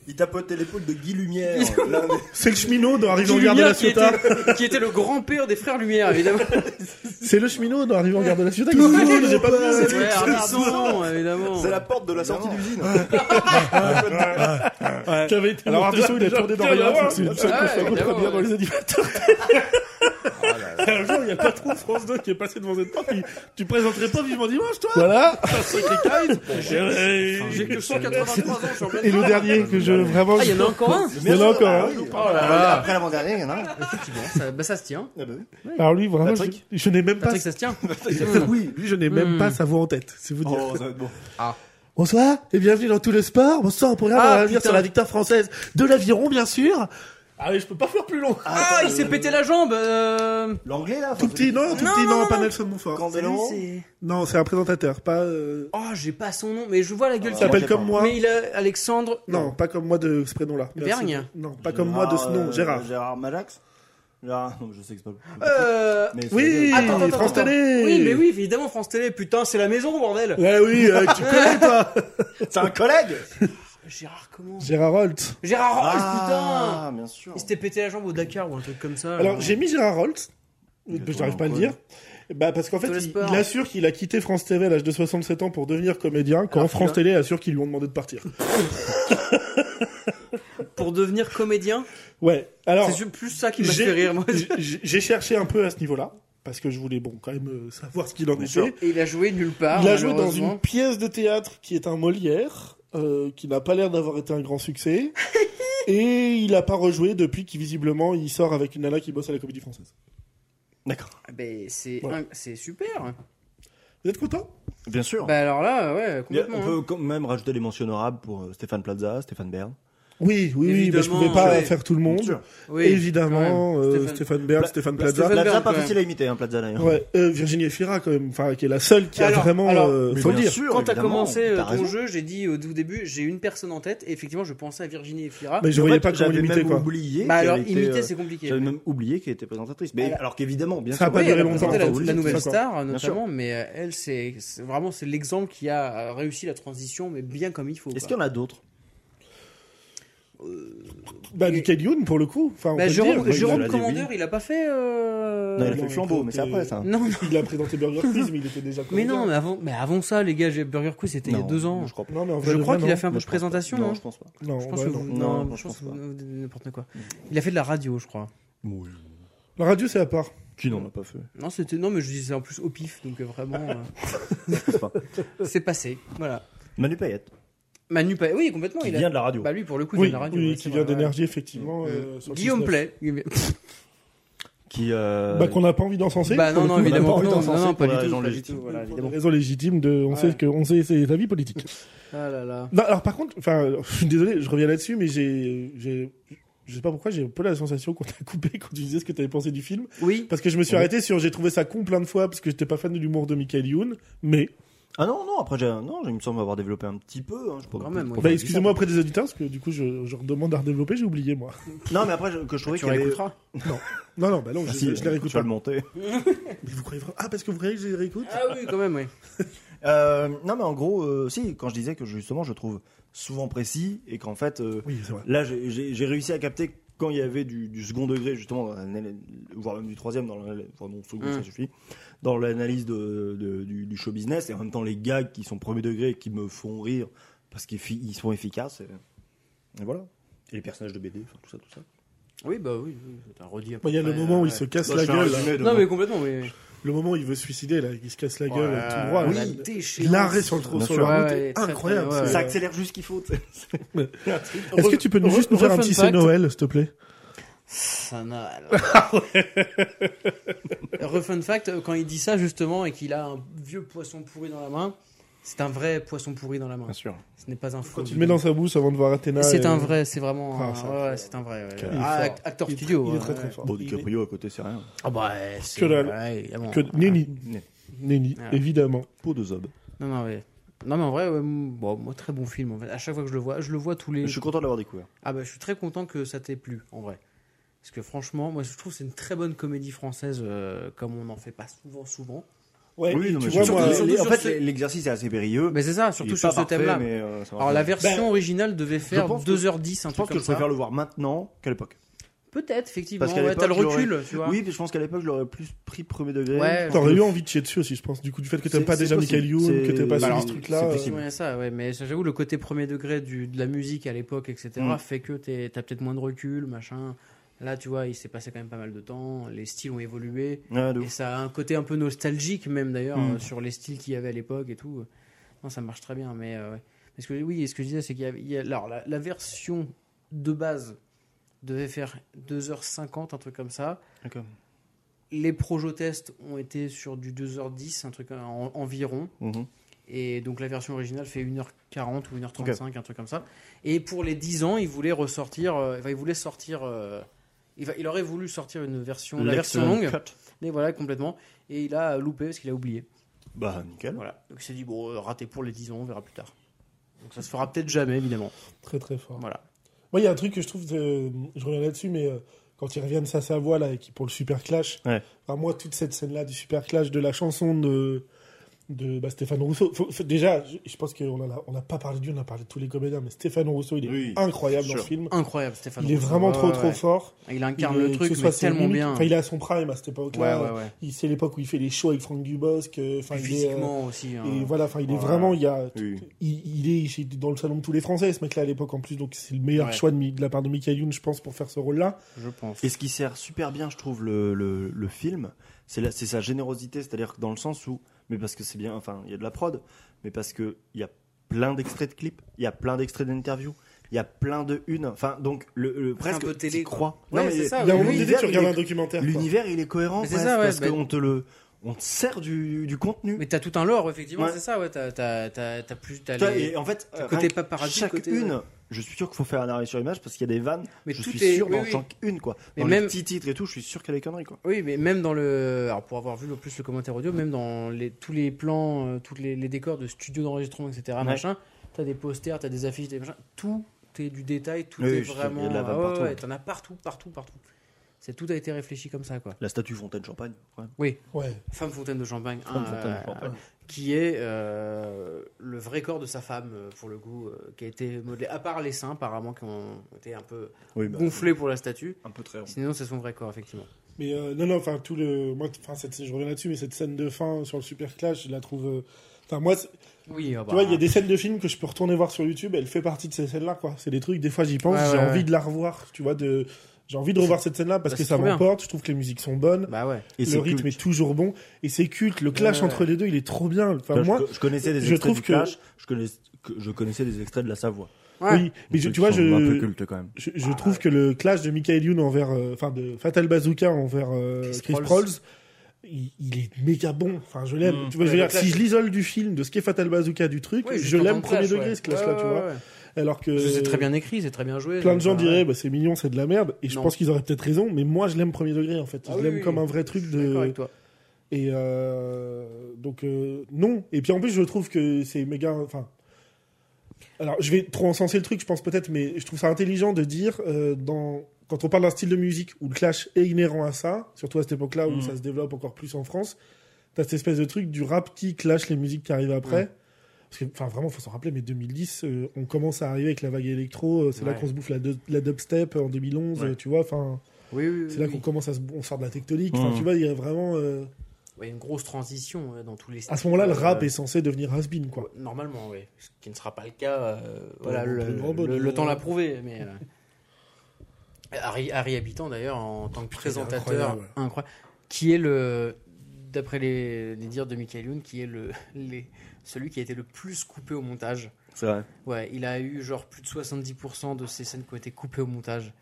[SPEAKER 6] Il tapotait l'épaule de
[SPEAKER 7] <laughs>
[SPEAKER 6] Guy Lumière. L'un des-
[SPEAKER 5] C'est le cheminot dans Arrivant
[SPEAKER 7] Guy
[SPEAKER 5] Garde de
[SPEAKER 7] Lumière,
[SPEAKER 5] la
[SPEAKER 7] qui,
[SPEAKER 5] Ciotat.
[SPEAKER 7] était, qui était le grand-père des frères Lumière,
[SPEAKER 5] <laughs>
[SPEAKER 7] évidemment.
[SPEAKER 5] C'est le cheminot dans Arrivant Garde de la Ciotat. qui se dit, Oh, j'ai pas vu.
[SPEAKER 7] Ouais, Ardisson, évidemment.
[SPEAKER 6] C'est la porte de la sortie d'usine.
[SPEAKER 5] qui avait été Alors, Ardisson, il a tourné dans Rien, donc c'est une chose qu'on
[SPEAKER 7] Ouais,
[SPEAKER 5] fait à peu près
[SPEAKER 7] évidemment,
[SPEAKER 5] bien dans
[SPEAKER 7] ouais. Oh <laughs>
[SPEAKER 5] les animateurs. Un jour, il y a le patron de France 2 qui est passé devant cette porte, il- tu présenterais pas vivement dimanche, toi Voilà
[SPEAKER 7] Ah, J'ai que 183 ans sur
[SPEAKER 5] Et le dernier que je vraiment.
[SPEAKER 7] Ah, il y en a encore un
[SPEAKER 5] Il y en a encore hein. un.
[SPEAKER 7] Oh là
[SPEAKER 6] Ah.
[SPEAKER 7] là
[SPEAKER 6] Après hein. l'avant-dernier, il y en a un.
[SPEAKER 7] Effectivement, ça, bah, ça se tient.
[SPEAKER 6] Ah bah oui.
[SPEAKER 5] Alors lui, vraiment, je,
[SPEAKER 6] Patrick
[SPEAKER 5] je n'ai même pas.
[SPEAKER 7] Patrick, ça se tient.
[SPEAKER 5] <laughs> Oui, lui, je n'ai même
[SPEAKER 7] Hmm.
[SPEAKER 5] pas sa voix en tête, c'est vous dire.
[SPEAKER 6] Oh, ça va être bon.
[SPEAKER 5] Bonsoir et bienvenue dans tout le sport. Bonsoir au programme
[SPEAKER 7] Ah,
[SPEAKER 5] à l'avenir
[SPEAKER 7] putain.
[SPEAKER 5] sur la victoire française de l'aviron, bien sûr. Ah oui, je peux pas faire plus long.
[SPEAKER 7] Ah, il s'est pété la jambe euh,
[SPEAKER 6] L'anglais là
[SPEAKER 5] Tout petit, non, tout
[SPEAKER 7] Non,
[SPEAKER 5] petit,
[SPEAKER 7] non,
[SPEAKER 5] non,
[SPEAKER 7] non.
[SPEAKER 5] pas Nelson Montfort.
[SPEAKER 7] salut, c'est-
[SPEAKER 5] Non, c'est un présentateur, pas. euh,
[SPEAKER 7] Oh, j'ai pas son nom, mais je vois la gueule
[SPEAKER 6] Ah,
[SPEAKER 5] Il
[SPEAKER 7] qu'il a.
[SPEAKER 5] s'appelle
[SPEAKER 6] j'ai
[SPEAKER 5] comme
[SPEAKER 6] pas.
[SPEAKER 5] moi.
[SPEAKER 7] Mais il a Alexandre.
[SPEAKER 5] Non, pas comme moi de ce prénom-là. Merci.
[SPEAKER 7] Vergne
[SPEAKER 5] Non,
[SPEAKER 6] Ah,
[SPEAKER 5] pas comme moi de ce nom, Gérard.
[SPEAKER 6] euh, Gérard Majax Gérard, non, je sais que c'est pas le.
[SPEAKER 7] Euh.
[SPEAKER 6] Mais c'est-
[SPEAKER 5] Oui,
[SPEAKER 7] Attends, attends,
[SPEAKER 5] France
[SPEAKER 7] attends.
[SPEAKER 5] Télé.
[SPEAKER 7] Oui, mais oui, évidemment, France Télé. Putain, c'est la maison, bordel.
[SPEAKER 5] Ouais, oui, euh, tu connais pas.
[SPEAKER 6] C'est un collègue
[SPEAKER 7] Gérard, comment
[SPEAKER 5] Gérard Holt.
[SPEAKER 7] Gérard Rolls,
[SPEAKER 6] Ah, bien
[SPEAKER 7] putain
[SPEAKER 6] sûr
[SPEAKER 7] Il s'était pété la jambe au Dakar ou un truc comme ça. euh,
[SPEAKER 5] Alors,
[SPEAKER 7] genre.
[SPEAKER 5] j'ai mis Gérard Holt.
[SPEAKER 6] Il est
[SPEAKER 5] J'arrive pas à le
[SPEAKER 6] dans
[SPEAKER 5] dire. Bah, parce qu'en fait,
[SPEAKER 7] Tout le
[SPEAKER 5] il,
[SPEAKER 7] sport.
[SPEAKER 5] il assure qu'il a quitté France TV à l'âge de 67 ans pour devenir comédien, quand
[SPEAKER 6] Alors,
[SPEAKER 5] France
[SPEAKER 6] tu
[SPEAKER 5] Télé assure qu'ils lui ont demandé de partir.
[SPEAKER 7] Pour devenir comédien,
[SPEAKER 5] Ouais. Alors,
[SPEAKER 7] c'est su- plus ça qui m'a
[SPEAKER 5] j'ai-
[SPEAKER 7] fait rire, moi.
[SPEAKER 5] j'ai j'ai cherché un peu à ce niveau-là, parce que je voulais, bon, quand même euh, savoir ce qu'il en
[SPEAKER 6] Bien
[SPEAKER 5] était.
[SPEAKER 6] sûr.
[SPEAKER 7] Et il a joué nulle part.
[SPEAKER 5] Il a joué dans
[SPEAKER 7] Ah, malheureusement.
[SPEAKER 5] une pièce de théâtre qui est un Molière, euh, qui n'a pas l'air d'avoir été un grand
[SPEAKER 7] <laughs>
[SPEAKER 5] succès. Et il n'a pas rejoué depuis qu'il, visiblement, il sort avec une nana qui bosse à la comédie française.
[SPEAKER 6] D'accord.
[SPEAKER 7] Ah, Ben, c'est
[SPEAKER 5] Voilà.
[SPEAKER 7] un- c'est super.
[SPEAKER 5] Vous êtes content
[SPEAKER 6] Bien sûr
[SPEAKER 7] Bah alors là, ouais,
[SPEAKER 6] Il y a-
[SPEAKER 7] complètement.
[SPEAKER 6] On
[SPEAKER 7] hein.
[SPEAKER 6] peut quand même rajouter les mentions honorables pour euh, Stéphane Plaza, Stéphane Bern.
[SPEAKER 5] Oui, oui, oui, mais je
[SPEAKER 7] Évidemment,
[SPEAKER 5] pouvais pas
[SPEAKER 7] ouais.
[SPEAKER 5] faire tout le monde.
[SPEAKER 6] Bien sûr.
[SPEAKER 7] Oui,
[SPEAKER 5] Évidemment,
[SPEAKER 7] quand même.
[SPEAKER 5] euh,
[SPEAKER 7] Stéphane-
[SPEAKER 5] Stéphane, Bern,
[SPEAKER 6] Pla-
[SPEAKER 5] Stéphane
[SPEAKER 7] Pla-
[SPEAKER 5] Plaza.
[SPEAKER 7] Stéphane
[SPEAKER 6] Plaza,
[SPEAKER 7] Bern,
[SPEAKER 6] pas
[SPEAKER 7] quand
[SPEAKER 6] facile à imiter, hein, Plaza d'ailleurs.
[SPEAKER 5] Ouais, euh, Virginie Efira quand même, enfin qui est la seule qui
[SPEAKER 7] Alors,
[SPEAKER 5] a vraiment,
[SPEAKER 7] alors,
[SPEAKER 5] euh,
[SPEAKER 6] Mais
[SPEAKER 5] faut le
[SPEAKER 6] bien
[SPEAKER 5] dire.
[SPEAKER 6] sûr,
[SPEAKER 7] Quand t'as
[SPEAKER 6] évidemment,
[SPEAKER 7] commencé euh,
[SPEAKER 6] t'as
[SPEAKER 7] ton
[SPEAKER 6] raison.
[SPEAKER 7] jeu, j'ai dit au tout début, j'ai une personne en tête. Et effectivement, je pensais à Virginie Efira.
[SPEAKER 5] Mais je voyais pas comment
[SPEAKER 6] j'avais
[SPEAKER 5] l'imiter
[SPEAKER 6] même
[SPEAKER 5] quoi.
[SPEAKER 6] oublié.
[SPEAKER 7] Bah
[SPEAKER 6] qu'elle
[SPEAKER 7] alors,
[SPEAKER 6] était,
[SPEAKER 7] imiter,
[SPEAKER 6] euh,
[SPEAKER 7] c'est compliqué.
[SPEAKER 6] J'avais même oublié qu'elle était présentatrice. Mais
[SPEAKER 7] Elle-
[SPEAKER 6] alors qu'évidemment, bien
[SPEAKER 5] Ça
[SPEAKER 6] sûr.
[SPEAKER 5] a pas
[SPEAKER 7] Oui,
[SPEAKER 5] duré
[SPEAKER 7] elle a
[SPEAKER 5] longtemps,
[SPEAKER 7] présenté
[SPEAKER 5] ça,
[SPEAKER 7] La,
[SPEAKER 5] oui,
[SPEAKER 7] la
[SPEAKER 5] tout
[SPEAKER 7] nouvelle
[SPEAKER 5] ça, quoi.
[SPEAKER 7] star,
[SPEAKER 6] Bien
[SPEAKER 7] notamment, mais euh, elle, c'est c'est vraiment c'est l'exemple qui a euh, réussi la transition, mais bien comme il faut.
[SPEAKER 6] Est-ce
[SPEAKER 7] quoi.
[SPEAKER 6] qu'il y en a d'autres
[SPEAKER 5] Bah Nickel Youn pour le coup. Enfin, on
[SPEAKER 7] Bah,
[SPEAKER 5] peut le
[SPEAKER 7] Jérôme,
[SPEAKER 5] dire.
[SPEAKER 7] Jérôme
[SPEAKER 6] il a dit
[SPEAKER 7] Commandeur, il a pas fait. euh,
[SPEAKER 6] Non, il a
[SPEAKER 5] non,
[SPEAKER 6] fait le
[SPEAKER 5] il
[SPEAKER 6] flambeau,
[SPEAKER 5] était-
[SPEAKER 6] mais c'est après ça.
[SPEAKER 7] Non, non.
[SPEAKER 5] Il a présenté Burger Quiz, mais il était déjà.
[SPEAKER 7] Mais
[SPEAKER 5] comédien.
[SPEAKER 7] non, mais avant, mais avant ça, les gars, j'ai- Burger Quiz, c'était il y a
[SPEAKER 6] Non,
[SPEAKER 7] deux ans.
[SPEAKER 6] Je crois pas.
[SPEAKER 5] Non, mais en vrai,
[SPEAKER 7] Je
[SPEAKER 5] de
[SPEAKER 7] crois
[SPEAKER 5] vrai,
[SPEAKER 7] qu'il a
[SPEAKER 5] non.
[SPEAKER 7] fait un peu
[SPEAKER 6] Non,
[SPEAKER 7] de
[SPEAKER 6] je pense pas.
[SPEAKER 7] présentation.
[SPEAKER 6] Non,
[SPEAKER 7] hein.
[SPEAKER 6] je pense pas.
[SPEAKER 5] Non,
[SPEAKER 7] Je pense
[SPEAKER 5] ouais,
[SPEAKER 7] que
[SPEAKER 5] non.
[SPEAKER 7] vous-
[SPEAKER 6] Non,
[SPEAKER 7] non,
[SPEAKER 6] je
[SPEAKER 7] je pense
[SPEAKER 6] pense pas.
[SPEAKER 7] que- n'importe quoi. Il a fait de la radio, je crois.
[SPEAKER 5] La radio c'est à part.
[SPEAKER 6] Qui n'en a pas fait
[SPEAKER 7] Non, c'était non, mais je disais en plus au pif, donc euh, vraiment, euh,
[SPEAKER 6] <laughs> Je sais pas.
[SPEAKER 7] <laughs> c'est passé. Voilà.
[SPEAKER 6] Manu Payette,
[SPEAKER 7] Manu, Pa- oui, complètement.
[SPEAKER 6] qui
[SPEAKER 7] Il
[SPEAKER 6] vient
[SPEAKER 7] a...
[SPEAKER 6] de la radio.
[SPEAKER 7] Bah lui, pour le coup, il
[SPEAKER 5] Oui,
[SPEAKER 7] vient de la radio.
[SPEAKER 5] oui,
[SPEAKER 7] ouais,
[SPEAKER 5] qui
[SPEAKER 7] c'est
[SPEAKER 5] vient
[SPEAKER 7] vrai,
[SPEAKER 5] d'énergie effectivement.
[SPEAKER 7] ouais.
[SPEAKER 5] euh, sur
[SPEAKER 7] Euh,
[SPEAKER 5] le
[SPEAKER 7] Guillaume
[SPEAKER 5] 19.
[SPEAKER 7] Play.
[SPEAKER 6] Qui. euh,
[SPEAKER 5] Bah qu'on n'a pas envie d'en censer.
[SPEAKER 7] Bah
[SPEAKER 5] pour
[SPEAKER 7] non,
[SPEAKER 5] le
[SPEAKER 7] non,
[SPEAKER 5] coup, on a
[SPEAKER 6] évidemment,
[SPEAKER 7] évidemment,
[SPEAKER 5] pas envie
[SPEAKER 7] non,
[SPEAKER 5] d'en
[SPEAKER 7] non,
[SPEAKER 5] censer.
[SPEAKER 7] non, pas
[SPEAKER 6] pour la
[SPEAKER 7] du tout,
[SPEAKER 6] raison
[SPEAKER 7] pas du
[SPEAKER 6] légitime.
[SPEAKER 7] tout, voilà,
[SPEAKER 5] Pour des
[SPEAKER 7] évidemment.
[SPEAKER 5] raisons légitimes de, on
[SPEAKER 7] Ouais.
[SPEAKER 5] sait que on sait c'est la vie politique.
[SPEAKER 7] Ah là là.
[SPEAKER 5] Non, alors par contre, enfin, <laughs> je suis désolé, je reviens là-dessus, mais j'ai, j'ai, je sais pas pourquoi, j'ai un peu la sensation qu'on t'a coupé quand tu disais ce que t'avais pensé du film,
[SPEAKER 7] Oui.
[SPEAKER 5] parce que je me suis arrêté sur, j'ai trouvé ça con plein de fois parce que j'étais pas fan de l'humour de Michael Youn, mais,
[SPEAKER 6] Ah non, non, après, j'ai- non, il me semble avoir développé un petit peu. hein, je
[SPEAKER 7] Quand même, oui.
[SPEAKER 5] bah, excusez-moi auprès des auditeurs parce que du coup, je, je redemande à redévelopper, j'ai oublié moi.
[SPEAKER 6] Non, mais après, je- que je trouvais
[SPEAKER 7] Ah, Tu
[SPEAKER 6] qu'il y avait.
[SPEAKER 7] réécouteras.
[SPEAKER 5] Non, non, bah non,
[SPEAKER 6] Ah,
[SPEAKER 5] je,
[SPEAKER 6] si,
[SPEAKER 5] je les réécoute
[SPEAKER 6] tu vas
[SPEAKER 5] pas.
[SPEAKER 6] le monter.
[SPEAKER 5] Mais vous croyez vraiment Ah, parce que vous croyez que je les réécoute
[SPEAKER 7] Ah oui, quand même, oui.
[SPEAKER 6] Euh, non, mais en gros, euh, si, quand je disais que justement, je trouve souvent précis et qu'en fait, euh,
[SPEAKER 5] Oui, c'est vrai.
[SPEAKER 6] là, j'ai- j'ai j'ai réussi à capter quand il y avait du, du second degré, justement, dans l'anal- voire même du troisième, dans l'anal- enfin, non, second,
[SPEAKER 7] Mm.
[SPEAKER 6] ça suffit, dans l'analyse de, de- du, du show business et en même temps les gags qui sont premier degré et qui me font rire parce qu'ils fi- ils sont efficaces. Et, et voilà. Et les personnages de BD, enfin, tout ça, tout ça.
[SPEAKER 7] Oui, bah oui, oui, c'est un redit. à peu
[SPEAKER 5] Bah, Il y a le
[SPEAKER 7] près,
[SPEAKER 5] moment où il
[SPEAKER 7] ouais.
[SPEAKER 5] se casse
[SPEAKER 6] Bah,
[SPEAKER 5] la
[SPEAKER 6] je fais un
[SPEAKER 5] gueule,
[SPEAKER 6] résumé de
[SPEAKER 7] Non,
[SPEAKER 6] mon-
[SPEAKER 7] mais complètement, oui.
[SPEAKER 5] le moment où il veut se suicider, là, il se casse la gueule
[SPEAKER 7] Ouais,
[SPEAKER 5] tout droit.
[SPEAKER 7] oui,
[SPEAKER 5] là.
[SPEAKER 7] déchéance.
[SPEAKER 5] L'arrêt sur le trou,
[SPEAKER 6] Bien
[SPEAKER 5] sur
[SPEAKER 6] sûr.
[SPEAKER 5] la route,
[SPEAKER 7] Ouais,
[SPEAKER 5] est
[SPEAKER 7] très, très,
[SPEAKER 5] incroyable.
[SPEAKER 7] ouais.
[SPEAKER 5] c'est-
[SPEAKER 6] Ça accélère juste qu'il faut. tu sais.
[SPEAKER 5] Est-ce que tu peux nous
[SPEAKER 7] Re-
[SPEAKER 5] juste nous faire un
[SPEAKER 7] refun
[SPEAKER 5] petit
[SPEAKER 7] fact.
[SPEAKER 5] c'est Noël, s'il te plaît
[SPEAKER 7] Ça n'a.
[SPEAKER 5] <laughs> Ah
[SPEAKER 7] Refun fact, quand il dit ça justement et qu'il a un vieux poisson pourri dans la main, c'est un vrai poisson pourri dans la main.
[SPEAKER 6] sûr.
[SPEAKER 7] Ce n'est pas un faux.
[SPEAKER 5] Quand il le met dans sa bouche avant de voir Athéna.
[SPEAKER 7] C'est
[SPEAKER 5] et-
[SPEAKER 7] un vrai, c'est vraiment.
[SPEAKER 5] Ah,
[SPEAKER 7] un-
[SPEAKER 5] ça,
[SPEAKER 7] ouais, ouais, c'est un vrai. ouais.
[SPEAKER 5] Quel
[SPEAKER 7] Ah,
[SPEAKER 5] effort.
[SPEAKER 7] act- acteur
[SPEAKER 5] Il est très-
[SPEAKER 7] studio.
[SPEAKER 5] Il est
[SPEAKER 7] ouais,
[SPEAKER 5] très très
[SPEAKER 7] ouais.
[SPEAKER 5] fort.
[SPEAKER 6] <laughs> Bon,
[SPEAKER 5] Il est-
[SPEAKER 6] DiCaprio à côté, c'est rien.
[SPEAKER 7] Ah bah, ouais, c'est.
[SPEAKER 5] Que dalle.
[SPEAKER 7] ouais, évidemment.
[SPEAKER 5] Que Nenni, Nenni,
[SPEAKER 7] Ah.
[SPEAKER 5] évidemment.
[SPEAKER 6] Peau de zob.
[SPEAKER 7] Non, non, mais. Non, mais en vrai, ouais, bon, moi, très bon film. En fait. À chaque fois que je le vois, je le vois tous les.
[SPEAKER 6] Je suis content de l'avoir découvert.
[SPEAKER 7] Ah bah je suis très content que ça t'ait plu en vrai. Parce que franchement, moi je trouve que c'est une très bonne comédie française euh, comme on n'en fait pas souvent souvent.
[SPEAKER 5] Ouais,
[SPEAKER 6] Oui,
[SPEAKER 5] et
[SPEAKER 6] non,
[SPEAKER 5] tu
[SPEAKER 6] mais
[SPEAKER 5] vois,
[SPEAKER 6] surtout-
[SPEAKER 5] moi,
[SPEAKER 7] surtout
[SPEAKER 6] les- en
[SPEAKER 7] sur ce-
[SPEAKER 6] fait, les- l'exercice est assez périlleux.
[SPEAKER 7] Mais c'est ça,
[SPEAKER 6] Il
[SPEAKER 7] surtout
[SPEAKER 6] est
[SPEAKER 7] sur
[SPEAKER 6] pas
[SPEAKER 7] ce
[SPEAKER 6] parfait,
[SPEAKER 7] thème-là.
[SPEAKER 6] mais, euh, ça marche
[SPEAKER 7] Alors la
[SPEAKER 6] bien.
[SPEAKER 7] version originale devait faire
[SPEAKER 6] pense que-
[SPEAKER 7] 2h10, un
[SPEAKER 6] Je pense
[SPEAKER 7] truc
[SPEAKER 6] que
[SPEAKER 7] comme
[SPEAKER 6] je
[SPEAKER 7] ça.
[SPEAKER 6] préfère le voir maintenant qu'à l'époque.
[SPEAKER 7] Peut-être effectivement,
[SPEAKER 6] Parce qu'à
[SPEAKER 7] ouais, t'as le
[SPEAKER 6] l'époque,
[SPEAKER 7] recul, tu vois.
[SPEAKER 6] Oui, mais je pense qu'à l'époque, je l'aurais plus pris premier degré.
[SPEAKER 7] Ouais.
[SPEAKER 6] Je pense
[SPEAKER 5] T'aurais
[SPEAKER 6] que-
[SPEAKER 5] eu envie de chier dessus aussi, je pense. Du coup, du fait que t'aimes
[SPEAKER 6] C'est-
[SPEAKER 5] pas
[SPEAKER 6] c'est
[SPEAKER 5] déjà
[SPEAKER 6] possible.
[SPEAKER 5] Michael Youn, que
[SPEAKER 6] C'est-
[SPEAKER 5] t'aimes pas
[SPEAKER 6] Alors,
[SPEAKER 5] ce truc-là.
[SPEAKER 6] c'est
[SPEAKER 5] euh,
[SPEAKER 6] possible.
[SPEAKER 7] Ouais, ça, ouais, mais j'avoue, le côté premier degré du, de la musique à l'époque, etc.,
[SPEAKER 6] Mm.
[SPEAKER 7] fait que t'es- t'as peut-être moins de recul, machin. Là, tu vois, il s'est passé quand même pas mal de temps, les styles ont évolué.
[SPEAKER 6] Ouais, de
[SPEAKER 7] Et
[SPEAKER 6] ouf.
[SPEAKER 7] ça a un côté un peu nostalgique même d'ailleurs
[SPEAKER 6] Mm.
[SPEAKER 7] euh, sur les styles qu'il y avait à l'époque et tout. Non, ça marche très bien, mais euh, ouais. Parce que oui, et ce que je disais, c'est qu'il y avait, il y a- alors la, la version de base devait faire 2h50, un truc comme ça.
[SPEAKER 6] D'accord.
[SPEAKER 7] Les projo tests ont été sur du 2h10, un truc en- environ.
[SPEAKER 6] Mhm.
[SPEAKER 7] Et donc la version originale fait 1h40 ou 1h35, un truc comme ça. Et pour les 10 ans, il voulait ressortir. euh, enfin, il voulait sortir. euh, il, va- il aurait voulu sortir une version, la version longue.
[SPEAKER 6] L'excellent cut.
[SPEAKER 7] Mais voilà, complètement. Et il a loupé parce qu'il a oublié.
[SPEAKER 6] Bah, nickel.
[SPEAKER 7] Voilà. Donc il s'est dit, bon, euh, raté pour les 10 ans, on verra plus tard. Donc ça se fera peut-être jamais, évidemment.
[SPEAKER 5] euh, Très très fort.
[SPEAKER 7] Voilà.
[SPEAKER 5] Moi, il y a un truc que je trouve, euh, je reviens là-dessus, mais euh, quand il revient de sa Savoie, là, et qui- pour le Super Clash,
[SPEAKER 6] Ouais.
[SPEAKER 5] enfin, moi, toute cette scène-là du Super Clash, de la chanson de, de bah, Stéphane Rousseau, Faut- faut- déjà, je, je pense qu'on n'a on a pas parlé de lui, on a parlé de tous les comédiens, mais Stéphane Rousseau, il est
[SPEAKER 8] Oui,
[SPEAKER 5] incroyable
[SPEAKER 8] sûr.
[SPEAKER 5] dans ce film.
[SPEAKER 7] Incroyable, Stéphane.
[SPEAKER 5] Il est
[SPEAKER 7] Rousseau.
[SPEAKER 5] vraiment
[SPEAKER 7] Ouais,
[SPEAKER 5] trop
[SPEAKER 7] ouais,
[SPEAKER 5] trop
[SPEAKER 7] ouais.
[SPEAKER 5] fort.
[SPEAKER 7] Il incarne
[SPEAKER 5] Il est-
[SPEAKER 7] le truc,
[SPEAKER 5] que ce
[SPEAKER 7] mais
[SPEAKER 5] soit ses
[SPEAKER 7] tellement
[SPEAKER 5] mimiques-
[SPEAKER 7] bien.
[SPEAKER 5] Enfin, il est à son prime à cette
[SPEAKER 7] ouais,
[SPEAKER 5] époque-là.
[SPEAKER 7] ouais, ouais.
[SPEAKER 5] Il- C'est l'époque où il fait les shows avec Franck Dubosc. euh, Enfin,
[SPEAKER 7] Puis
[SPEAKER 5] il est, euh,
[SPEAKER 7] physiquement aussi. hein.
[SPEAKER 5] et voilà, enfin, il est
[SPEAKER 6] Voilà.
[SPEAKER 5] vraiment, il y a,
[SPEAKER 6] Oui.
[SPEAKER 5] il, il est chez- dans le salon de tous les Français, ce mec-là à l'époque en plus, donc c'est le meilleur
[SPEAKER 7] Ouais.
[SPEAKER 5] choix de, mi- de la part de Michael Youn, je pense, pour faire ce rôle-là.
[SPEAKER 7] Je pense.
[SPEAKER 6] Et ce qui sert super bien, je trouve, le, le, le film, c'est la- c'est sa générosité, c'est-à-dire que dans le sens où, mais parce que c'est bien, enfin, il y a de la prod, mais parce que il y a plein d'extraits de clips, il y a plein d'extraits d'interviews, il y a plein de une, enfin, donc le, le- presque
[SPEAKER 7] peu télé,
[SPEAKER 6] t'y crois.
[SPEAKER 7] quoi.
[SPEAKER 6] Non,
[SPEAKER 7] Ouais,
[SPEAKER 6] mais
[SPEAKER 7] c'est ça,
[SPEAKER 5] Il y a un
[SPEAKER 7] oui,
[SPEAKER 5] moment donné,
[SPEAKER 6] Ah l'univers,
[SPEAKER 5] tu
[SPEAKER 6] il
[SPEAKER 5] regardes
[SPEAKER 6] est-
[SPEAKER 5] un documentaire. quoi.
[SPEAKER 6] L'univers, il est cohérent
[SPEAKER 7] Mais c'est
[SPEAKER 6] presque,
[SPEAKER 7] ça, ouais,
[SPEAKER 6] parce
[SPEAKER 7] bah-
[SPEAKER 6] qu'on te le, on te sert du, du contenu.
[SPEAKER 7] Mais t'as tout un lore, effectivement,
[SPEAKER 6] Ouais.
[SPEAKER 7] c'est ça, ouais. T'as, t'as, t'as, t'as plus. T'as
[SPEAKER 6] Tu vois,
[SPEAKER 7] les-
[SPEAKER 6] et en fait, euh,
[SPEAKER 7] côté
[SPEAKER 6] rien que
[SPEAKER 7] paparazzi,
[SPEAKER 6] chaque
[SPEAKER 7] côté- euh,
[SPEAKER 6] une, je suis sûr qu'il faut faire un arrêt sur image parce qu'il y a des vannes.
[SPEAKER 7] Mais
[SPEAKER 6] je
[SPEAKER 7] tout
[SPEAKER 6] suis
[SPEAKER 7] est-
[SPEAKER 6] sûr
[SPEAKER 7] oui,
[SPEAKER 6] dans
[SPEAKER 7] oui.
[SPEAKER 6] chaque une quoi.
[SPEAKER 7] Mais
[SPEAKER 6] Dans les
[SPEAKER 7] même-
[SPEAKER 6] petits titres et tout, je suis sûr qu'il y a des conneries quoi.
[SPEAKER 7] Oui, mais même dans le. Alors, pour avoir vu le plus le commentaire audio, même dans les, tous les plans, euh, tous les, les décors de studio d'enregistrement, etc.,
[SPEAKER 6] Ouais.
[SPEAKER 7] machin, t'as des posters, t'as des affiches, des machins, tout est du détail, tout
[SPEAKER 6] Oui,
[SPEAKER 7] est
[SPEAKER 6] je sais, il y a de
[SPEAKER 7] vraiment.
[SPEAKER 6] la vanne
[SPEAKER 7] Ah ouais,
[SPEAKER 6] partout.
[SPEAKER 7] ouais, t'en as partout, partout, partout. C'est tout a été réfléchi comme ça, quoi.
[SPEAKER 6] La statue Fontaine Champagne. ouais.
[SPEAKER 5] Ouais.
[SPEAKER 7] Femme Fontaine de Champagne,
[SPEAKER 6] Femme
[SPEAKER 7] un,
[SPEAKER 6] Fontaine de
[SPEAKER 7] euh,
[SPEAKER 6] Champagne.
[SPEAKER 7] qui est euh, le vrai corps de sa femme, euh, pour le coup, euh, qui a été modelé, à part les seins, apparemment, qui ont été un peu
[SPEAKER 6] Oui, bah,
[SPEAKER 7] gonflés pour la statue.
[SPEAKER 6] un peu très rond.
[SPEAKER 7] Sinon, c'est son vrai corps, effectivement.
[SPEAKER 5] Mais euh, non, non, enfin, tout le. Moi, enfin, cette... je reviens là-dessus, mais cette scène de fin euh, sur le Super Clash, je la trouve. euh, Enfin, moi, c'est-
[SPEAKER 7] Oui, ah bah,
[SPEAKER 5] tu vois, il y a des scènes de films que je peux retourner voir sur YouTube, elle fait partie de ces scènes-là, quoi. C'est des trucs, des fois, j'y pense,
[SPEAKER 7] Ouais,
[SPEAKER 5] j'ai
[SPEAKER 7] ouais,
[SPEAKER 5] envie
[SPEAKER 7] ouais.
[SPEAKER 5] de la revoir, tu vois, de. J'ai envie de revoir cette scène-là parce
[SPEAKER 7] Bah,
[SPEAKER 5] que
[SPEAKER 7] c'est
[SPEAKER 5] ça
[SPEAKER 7] trop bien.
[SPEAKER 5] m'emporte, je trouve que les musiques sont bonnes.
[SPEAKER 7] Bah ouais.
[SPEAKER 6] Et c'est
[SPEAKER 5] le rythme
[SPEAKER 6] culte.
[SPEAKER 5] est toujours bon et c'est culte. Le clash
[SPEAKER 7] Ouais.
[SPEAKER 5] entre les deux, il est trop bien. Enfin,
[SPEAKER 6] Là, Bah, je
[SPEAKER 5] moi,
[SPEAKER 6] co- je, connaissais des
[SPEAKER 5] je
[SPEAKER 6] extraits
[SPEAKER 5] trouve
[SPEAKER 6] du
[SPEAKER 5] que-
[SPEAKER 6] Clash, je, connaiss- que je connaissais des extraits de la Savoie.
[SPEAKER 7] Ouais.
[SPEAKER 5] oui, mais
[SPEAKER 6] Des
[SPEAKER 5] je-
[SPEAKER 6] trucs
[SPEAKER 5] tu vois,
[SPEAKER 6] qui sont un peu
[SPEAKER 5] je,
[SPEAKER 6] culte quand même.
[SPEAKER 5] je, je trouve que le clash de Michael Youn envers, euh, enfin de Fatal Bazooka envers euh,
[SPEAKER 7] Chris
[SPEAKER 5] Chris
[SPEAKER 7] Prolls.
[SPEAKER 5] Prolls, il, il est méga bon. Enfin, je l'aime.
[SPEAKER 7] Mm.
[SPEAKER 5] Tu vois, je veux
[SPEAKER 7] Ouais, le
[SPEAKER 5] dire, si
[SPEAKER 7] clash-
[SPEAKER 5] je l'isole du film de ce qu'est Fatal Bazooka du truc,
[SPEAKER 7] Oui,
[SPEAKER 5] je
[SPEAKER 7] juste en
[SPEAKER 5] l'aime
[SPEAKER 7] tant que
[SPEAKER 5] premier
[SPEAKER 7] clash,
[SPEAKER 5] degré
[SPEAKER 7] ouais.
[SPEAKER 5] ce clash-là,
[SPEAKER 7] Ouais,
[SPEAKER 5] tu
[SPEAKER 7] ouais,
[SPEAKER 5] vois.
[SPEAKER 7] ouais.
[SPEAKER 5] Alors que
[SPEAKER 7] C'est très bien écrit, c'est très bien joué. euh,
[SPEAKER 5] Plein de gens
[SPEAKER 7] Enfin,
[SPEAKER 5] diraient, bah, c'est mignon, c'est de la merde, et je
[SPEAKER 7] Non.
[SPEAKER 5] pense qu'ils auraient peut-être raison, mais moi je l'aime premier degré en fait.
[SPEAKER 7] Ah
[SPEAKER 5] je
[SPEAKER 7] oui,
[SPEAKER 5] l'aime
[SPEAKER 7] oui,
[SPEAKER 5] comme
[SPEAKER 7] oui.
[SPEAKER 5] un vrai truc
[SPEAKER 7] Je suis
[SPEAKER 5] de.
[SPEAKER 7] d'accord avec toi.
[SPEAKER 5] Et euh, donc, euh, non. Et puis en plus, je trouve que c'est méga. Enfin. Alors, je vais trop encenser le truc, je pense peut-être, mais je trouve ça intelligent de dire, euh, dans... quand on parle d'un style de musique où le clash est inhérent à ça, surtout à cette époque-là où
[SPEAKER 7] Mm.
[SPEAKER 6] Mhm.
[SPEAKER 5] ça se développe encore plus en France, t'as cette espèce de truc du rap qui clash les musiques qui arrivent après.
[SPEAKER 7] Mm.
[SPEAKER 5] Parce que, enfin, vraiment, faut s'en rappeler, mais 2010, euh, on commence à arriver avec la vague électro, euh, c'est là
[SPEAKER 7] Ouais.
[SPEAKER 5] qu'on se bouffe la, du- la dubstep en 2011,
[SPEAKER 6] Ouais.
[SPEAKER 5] euh, tu vois, enfin,
[SPEAKER 7] Oui, oui, oui,
[SPEAKER 5] c'est là
[SPEAKER 7] oui. Mm.
[SPEAKER 5] qu'on commence à se... on sort de la tectonique, enfin,
[SPEAKER 6] Mhm.
[SPEAKER 5] tu vois, il y a vraiment. euh,
[SPEAKER 7] Ouais, une grosse transition euh, dans tous les.
[SPEAKER 5] à ce moment-là, le
[SPEAKER 7] styles,
[SPEAKER 5] rap
[SPEAKER 7] euh,
[SPEAKER 5] est censé devenir has-been, quoi.
[SPEAKER 7] Normalement, oui. Ce qui ne sera pas le cas. euh, voilà,
[SPEAKER 5] le
[SPEAKER 7] le,
[SPEAKER 5] plus grand bonheur.
[SPEAKER 7] le- le temps l'a prouvé. Mais, euh, Harry, Harry Habitant, d'ailleurs, en tant que présentateur,
[SPEAKER 5] incroyable.
[SPEAKER 7] incroyable, qui est le. D'après les, les dires de Michael Youn, qui est le, <laughs> les- celui qui a été le plus coupé au montage.
[SPEAKER 6] C'est vrai.
[SPEAKER 7] Ouais, il a eu genre plus de 70% de ses scènes qui ont été coupées au montage.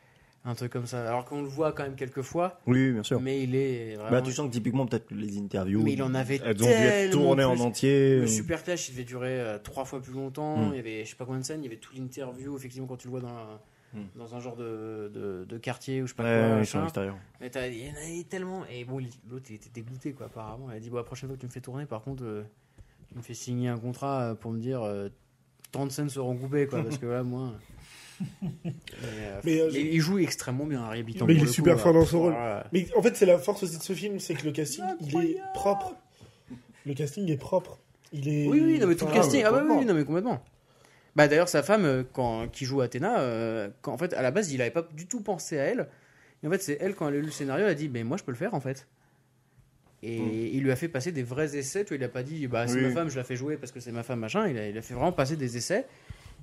[SPEAKER 7] Un truc comme ça. Alors qu'on le voit quand même quelques fois,
[SPEAKER 6] Oui, oui, bien sûr.
[SPEAKER 7] mais il est vraiment.
[SPEAKER 6] Bah, tu sens que typiquement, peut-être que les interviews.
[SPEAKER 7] Mais il en avait
[SPEAKER 6] Elles ont dû être
[SPEAKER 7] tellement
[SPEAKER 6] tournées en
[SPEAKER 7] plus.
[SPEAKER 6] entier.
[SPEAKER 7] Le Super Clash, il devait durer euh, trois fois plus longtemps.
[SPEAKER 6] Mm.
[SPEAKER 7] Il y avait, je sais pas combien de scènes, il y avait tout l'interview, effectivement, quand tu le vois dans, la-
[SPEAKER 6] Mm.
[SPEAKER 7] dans un genre de, de, de quartier ou je sais pas quoi.
[SPEAKER 6] Ouais, ils sont
[SPEAKER 7] machin.
[SPEAKER 6] extérieurs.
[SPEAKER 7] Mais t'as- il y en avait tellement. Et bon, il- l'autre, il était dégoûté, quoi, apparemment. Il a dit, bon, la prochaine fois que tu me fais tourner, par contre, euh, tu me fais signer un contrat euh, pour me dire, euh, tant de scènes seront coupées, quoi, parce que là, moi. Mais, euh,
[SPEAKER 5] Mais, euh,
[SPEAKER 7] mais il joue extrêmement bien, Harry Habitant.
[SPEAKER 5] Mais
[SPEAKER 7] pour
[SPEAKER 5] il est
[SPEAKER 7] le coup,
[SPEAKER 5] super
[SPEAKER 7] là.
[SPEAKER 5] fort dans son rôle.
[SPEAKER 7] Voilà.
[SPEAKER 5] Mais en fait, c'est la force aussi de ce film, c'est que le casting, il est propre. Le casting est propre. Il est.
[SPEAKER 7] Oui, oui, non, mais tout le
[SPEAKER 5] Enfin,
[SPEAKER 7] casting. Ah, bah oui,
[SPEAKER 5] complètement.
[SPEAKER 7] oui, non, mais complètement. Bah, d'ailleurs, sa femme, euh, quand, qui joue Athéna, euh, quand, en fait, à la base, il n'avait pas du tout pensé à elle. Et en fait, c'est elle, quand elle a lu le scénario, elle a dit Mais moi, je peux le faire, en fait. Et
[SPEAKER 5] Hmm.
[SPEAKER 7] il lui a fait passer des vrais essais. Tu vois, il a pas dit Bah, c'est
[SPEAKER 6] Oui.
[SPEAKER 7] ma femme, je la fais jouer parce que c'est ma femme, machin. Il a, il a fait vraiment passer des essais.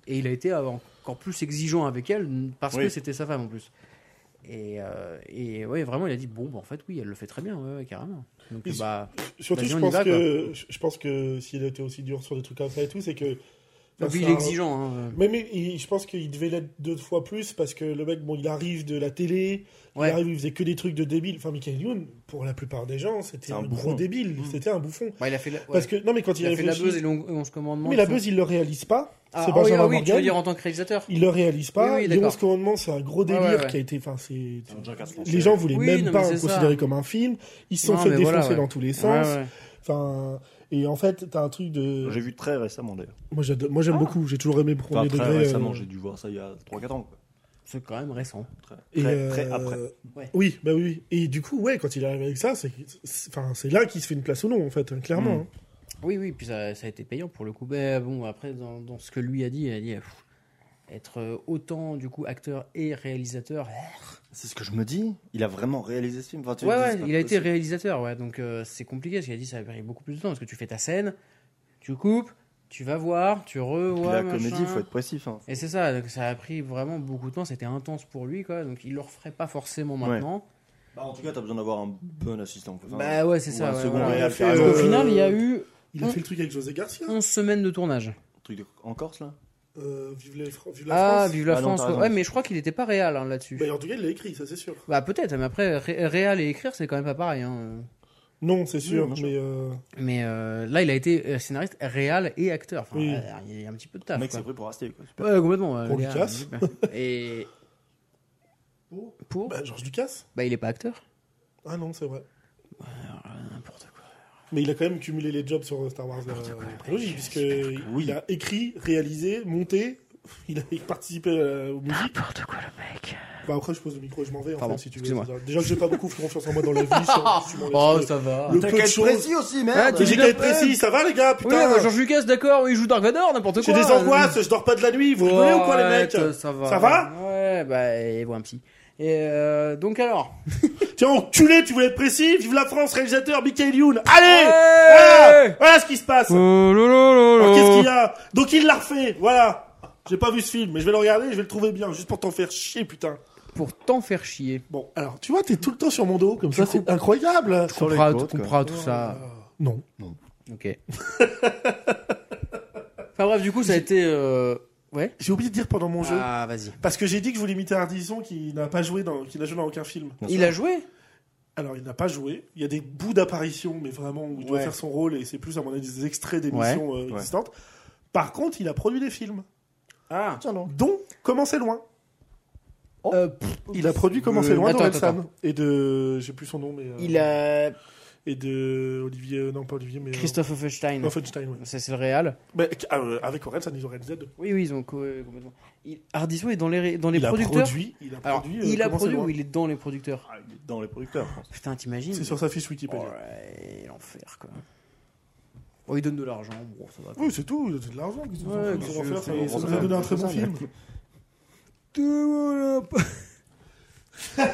[SPEAKER 7] Et il a été encore plus exigeant avec elle parce
[SPEAKER 6] Oui.
[SPEAKER 7] que c'était sa femme, en plus. Et, euh, et ouais, vraiment, il a dit Bon, bah, en fait, oui, elle le fait très bien, ouais, ouais, carrément. Donc,
[SPEAKER 5] Et
[SPEAKER 7] bah,
[SPEAKER 5] Surtout,
[SPEAKER 7] Vas-y,
[SPEAKER 5] je
[SPEAKER 7] on y
[SPEAKER 5] pense,
[SPEAKER 7] va,
[SPEAKER 5] que, je je pense que s'il a été aussi dur sur des trucs comme ça et tout, c'est que
[SPEAKER 7] Et puis il est exigeant. hein.
[SPEAKER 5] Mais, mais il- je pense qu'il devait l'être deux fois plus parce que le mec, bon, il arrive de la télé,
[SPEAKER 7] Ouais.
[SPEAKER 5] il arrive, il faisait que des trucs de débile. Enfin, Michael Youn, pour la plupart des gens, c'était
[SPEAKER 6] C'est un
[SPEAKER 5] un,
[SPEAKER 6] bouffon.
[SPEAKER 5] gros débile, c'était un bouffon.
[SPEAKER 7] Mm. Ouais, Bah, il a fait la, ouais.
[SPEAKER 5] Parce que, non, mais quand il,
[SPEAKER 7] il a fait la
[SPEAKER 5] réfléchit.
[SPEAKER 7] buzz et l'on- et on se commande.
[SPEAKER 5] mais la buzz, il le réalise pas.
[SPEAKER 7] ah,
[SPEAKER 5] c'est
[SPEAKER 7] ah oui,
[SPEAKER 5] Benjamin
[SPEAKER 7] ah oui, tu
[SPEAKER 5] Morgan.
[SPEAKER 7] veux dire en tant que réalisateur
[SPEAKER 5] Il le réalise pas.
[SPEAKER 7] Oui, oui,
[SPEAKER 5] les
[SPEAKER 7] d'accord.
[SPEAKER 5] 11 commandements, c'est un gros
[SPEAKER 7] Ouais,
[SPEAKER 5] délire
[SPEAKER 7] ouais, ouais.
[SPEAKER 5] qui a été. Enfin, c'est. Les
[SPEAKER 6] Les
[SPEAKER 5] gens voulaient
[SPEAKER 7] Oui,
[SPEAKER 5] même
[SPEAKER 7] non,
[SPEAKER 5] pas
[SPEAKER 7] mais
[SPEAKER 5] le
[SPEAKER 7] c'est ça.
[SPEAKER 5] considérer comme un film. Ils se sont
[SPEAKER 7] Non,
[SPEAKER 5] fait
[SPEAKER 7] mais voilà,
[SPEAKER 5] défoncer
[SPEAKER 7] ouais.
[SPEAKER 5] dans tous les sens.
[SPEAKER 7] Ouais, ouais.
[SPEAKER 5] Enfin, et en fait, t'as un truc de.
[SPEAKER 6] J'ai vu très récemment d'ailleurs.
[SPEAKER 5] Moi, j'adore- moi,
[SPEAKER 7] Ah
[SPEAKER 5] j'aime beaucoup. J'ai toujours aimé
[SPEAKER 6] Enfin,
[SPEAKER 5] Premier
[SPEAKER 6] très
[SPEAKER 5] Degré. euh,
[SPEAKER 6] récemment, j'ai dû voir ça il y a 3-4 ans. quoi.
[SPEAKER 7] C'est quand même récent.
[SPEAKER 6] Très,
[SPEAKER 5] et,
[SPEAKER 6] très,
[SPEAKER 5] euh,
[SPEAKER 6] très après.
[SPEAKER 7] Ouais.
[SPEAKER 5] Oui, bah oui, oui. Et du coup, ouais, quand il arrive avec ça, c'est, c'est- enfin, c'est là qu'il se fait une place ou non, en fait, hein, clairement.
[SPEAKER 6] Mm.
[SPEAKER 5] hein.
[SPEAKER 7] Oui, oui, puis ça, ça a été payant pour le coup. Ben, bon, après, dans, dans ce que lui a dit, il a dit pff, être euh, autant du coup acteur et réalisateur. ah,
[SPEAKER 6] C'est ce que je me dis. Il a vraiment réalisé ce film. Enfin, tu
[SPEAKER 7] Ouais,
[SPEAKER 6] dis,
[SPEAKER 7] ouais,
[SPEAKER 6] c'est pas
[SPEAKER 7] il a été
[SPEAKER 6] possible.
[SPEAKER 7] réalisateur, ouais, donc euh, c'est compliqué parce qu'il a dit ça a pris beaucoup plus de temps parce que tu fais ta scène, tu coupes, tu vas voir, tu
[SPEAKER 6] Puis
[SPEAKER 7] revois.
[SPEAKER 6] la
[SPEAKER 7] machin.
[SPEAKER 6] comédie, il faut être précis. hein.
[SPEAKER 7] Et c'est ça, donc ça a pris vraiment beaucoup de temps, c'était intense pour lui, quoi, donc il le referait pas forcément
[SPEAKER 6] Ouais.
[SPEAKER 7] maintenant.
[SPEAKER 6] Bah, en tout cas, t'as besoin d'avoir un bon assistant. quoi. Enfin,
[SPEAKER 7] bah ouais, c'est
[SPEAKER 6] ou
[SPEAKER 7] ça.
[SPEAKER 6] un
[SPEAKER 7] ouais,
[SPEAKER 6] second
[SPEAKER 7] voilà.
[SPEAKER 5] Ouais, il a fait,
[SPEAKER 7] Parce
[SPEAKER 6] réalisateur.
[SPEAKER 7] qu'au
[SPEAKER 5] euh,
[SPEAKER 7] final, il y a eu
[SPEAKER 5] Il a
[SPEAKER 7] Mm.
[SPEAKER 5] fait le truc avec José Garcia.
[SPEAKER 7] 11 semaines de tournage.
[SPEAKER 6] Un truc de- en Corse là
[SPEAKER 5] Euh, vive, les Fran- vive la
[SPEAKER 7] Ah,
[SPEAKER 5] France.
[SPEAKER 7] vive la
[SPEAKER 6] Ah non,
[SPEAKER 7] France,
[SPEAKER 6] t'as
[SPEAKER 7] ouais.
[SPEAKER 6] raison.
[SPEAKER 7] ouais, mais je crois qu'il n'était pas réel hein, là-dessus.
[SPEAKER 5] Bah, en tout cas, il l'a écrit, ça c'est sûr.
[SPEAKER 7] Bah peut-être, mais après, ré- réal et écrire, c'est quand même pas pareil. hein.
[SPEAKER 5] Non, c'est sûr,
[SPEAKER 6] bien sûr.
[SPEAKER 5] mais euh,
[SPEAKER 7] Mais euh, là, il a été euh, scénariste, réal et acteur. Enfin,
[SPEAKER 5] Oui.
[SPEAKER 7] euh, il y a un petit peu de
[SPEAKER 6] Le
[SPEAKER 7] taf.
[SPEAKER 6] mec
[SPEAKER 7] quoi. Bah,
[SPEAKER 6] s'est pris pour rester. Quoi. Super.
[SPEAKER 7] Ouais, complètement. ouais,
[SPEAKER 5] Pour
[SPEAKER 7] le gars,
[SPEAKER 5] Lucas.
[SPEAKER 7] super. Et. Pour
[SPEAKER 5] bah, Georges Lucas.
[SPEAKER 7] Bah, il est pas acteur.
[SPEAKER 5] Ah non, c'est vrai.
[SPEAKER 7] N'importe quoi.
[SPEAKER 5] Mais il a quand même cumulé les jobs sur euh, Star Wars la la trilogie, puisque
[SPEAKER 6] Oui.
[SPEAKER 5] il a écrit, réalisé, monté. Il a participé euh, aux musiques.
[SPEAKER 7] N'importe quoi, le mec.
[SPEAKER 5] Bah après, je pose le micro et je m'en vais, en
[SPEAKER 7] Ah, Pardon,
[SPEAKER 5] fait, si tu veux.
[SPEAKER 7] excusez-moi.
[SPEAKER 5] Déjà que j'ai pas beaucoup confiance en moi dans la vie. je- je m'en laisse
[SPEAKER 7] Oh,
[SPEAKER 5] le-
[SPEAKER 7] ça va.
[SPEAKER 5] Le peu de choses.
[SPEAKER 6] aussi,
[SPEAKER 7] Ah,
[SPEAKER 5] Mais
[SPEAKER 7] tu
[SPEAKER 5] J'ai
[SPEAKER 7] dis
[SPEAKER 5] qu'à être
[SPEAKER 7] la peine.
[SPEAKER 5] précis, ça va les gars,
[SPEAKER 7] Oui,
[SPEAKER 5] putain.
[SPEAKER 7] bah, George Lucas, d'accord, il joue Dark Vador, n'importe
[SPEAKER 5] J'ai
[SPEAKER 7] quoi.
[SPEAKER 5] des
[SPEAKER 7] euh,
[SPEAKER 5] angoices, je dors pas de la nuit, vous rigolez
[SPEAKER 7] Ouais,
[SPEAKER 5] ou quoi les mecs
[SPEAKER 7] euh, Ça va.
[SPEAKER 5] Ça va
[SPEAKER 7] Ouais, bah, et voit un psy. Et euh, donc alors
[SPEAKER 5] Tiens, enculé, tu voulais être précis Vive la France, réalisateur Michael Youn Allez voilà,
[SPEAKER 7] Ouais
[SPEAKER 5] Voilà ce qui se passe
[SPEAKER 7] Oh, lo, lo, lo,
[SPEAKER 5] Alors,
[SPEAKER 7] lo.
[SPEAKER 5] Qu'est-ce qu'il y a Donc il l'a refait, voilà j'ai pas vu ce film, mais je vais le regarder, je vais le trouver bien, juste pour t'en faire chier, putain.
[SPEAKER 7] Pour t'en faire chier.
[SPEAKER 5] Bon, alors, tu vois, t'es tout le temps sur mon dos, comme ça, c'est incroyable. Ah.
[SPEAKER 6] Sur les
[SPEAKER 7] comprends,
[SPEAKER 6] côtes,
[SPEAKER 7] tu
[SPEAKER 6] quoi.
[SPEAKER 7] comprends tout ça.
[SPEAKER 5] Non.
[SPEAKER 7] Ok. enfin bref, du coup, ça a été. euh, Ouais.
[SPEAKER 5] J'ai oublié de dire pendant mon jeu,
[SPEAKER 7] Ah, vas-y.
[SPEAKER 5] parce que j'ai dit que je voulais imiter Ardisson qui n'a pas joué dans, qui n'a joué dans aucun film.
[SPEAKER 7] Il a joué
[SPEAKER 5] Alors, il n'a pas joué. Il y a des bouts d'apparition, mais vraiment, où il doit
[SPEAKER 7] Ouais.
[SPEAKER 5] faire son rôle, et c'est plus, à mon avis, des extraits d'émissions euh, existantes. Par contre, il a produit des films,
[SPEAKER 7] Ah.
[SPEAKER 5] dont Comment c'est loin.
[SPEAKER 7] Euh, pff,
[SPEAKER 5] Il a produit Comment
[SPEAKER 7] Euh,
[SPEAKER 5] c'est loin
[SPEAKER 7] attends,
[SPEAKER 5] d'Orelsan.
[SPEAKER 7] attends,
[SPEAKER 5] Et de. J'ai plus son nom, mais. euh,
[SPEAKER 7] il a
[SPEAKER 5] Et de. Olivier. Non, pas Olivier, mais. euh,
[SPEAKER 7] Christophe Offenstein.
[SPEAKER 5] Offenstein, ouais.
[SPEAKER 7] Ça, c'est le Real.
[SPEAKER 5] Mais, euh, avec Orelsan, ils ont réalisé deux.
[SPEAKER 7] Oui, oui, ils ont co- euh, complètement. Il- Ardisson est dans les, ré- dans les
[SPEAKER 5] il
[SPEAKER 7] producteurs.
[SPEAKER 5] a produit. Il a
[SPEAKER 7] Alors,
[SPEAKER 5] produit. euh,
[SPEAKER 7] il a
[SPEAKER 5] Comment c'est
[SPEAKER 7] produit
[SPEAKER 5] loin.
[SPEAKER 7] ou il est dans les producteurs
[SPEAKER 6] Ah, il est Dans les producteurs, je pense.
[SPEAKER 7] Putain, t'imagines
[SPEAKER 5] C'est sur sa fiche Wikipédia.
[SPEAKER 7] Ouais, l'enfer, quoi. Bon, il donne de l'argent. Bon, ça va.
[SPEAKER 5] Oui, c'est tout, il a de l'argent. Qu'est-ce
[SPEAKER 7] Ouais,
[SPEAKER 5] qu'on
[SPEAKER 7] qu'est-ce
[SPEAKER 5] va faire
[SPEAKER 7] que
[SPEAKER 5] Ça-
[SPEAKER 7] c'est-
[SPEAKER 5] Ça nous a donné un très bon
[SPEAKER 6] c'est ça,
[SPEAKER 5] film. <laughs>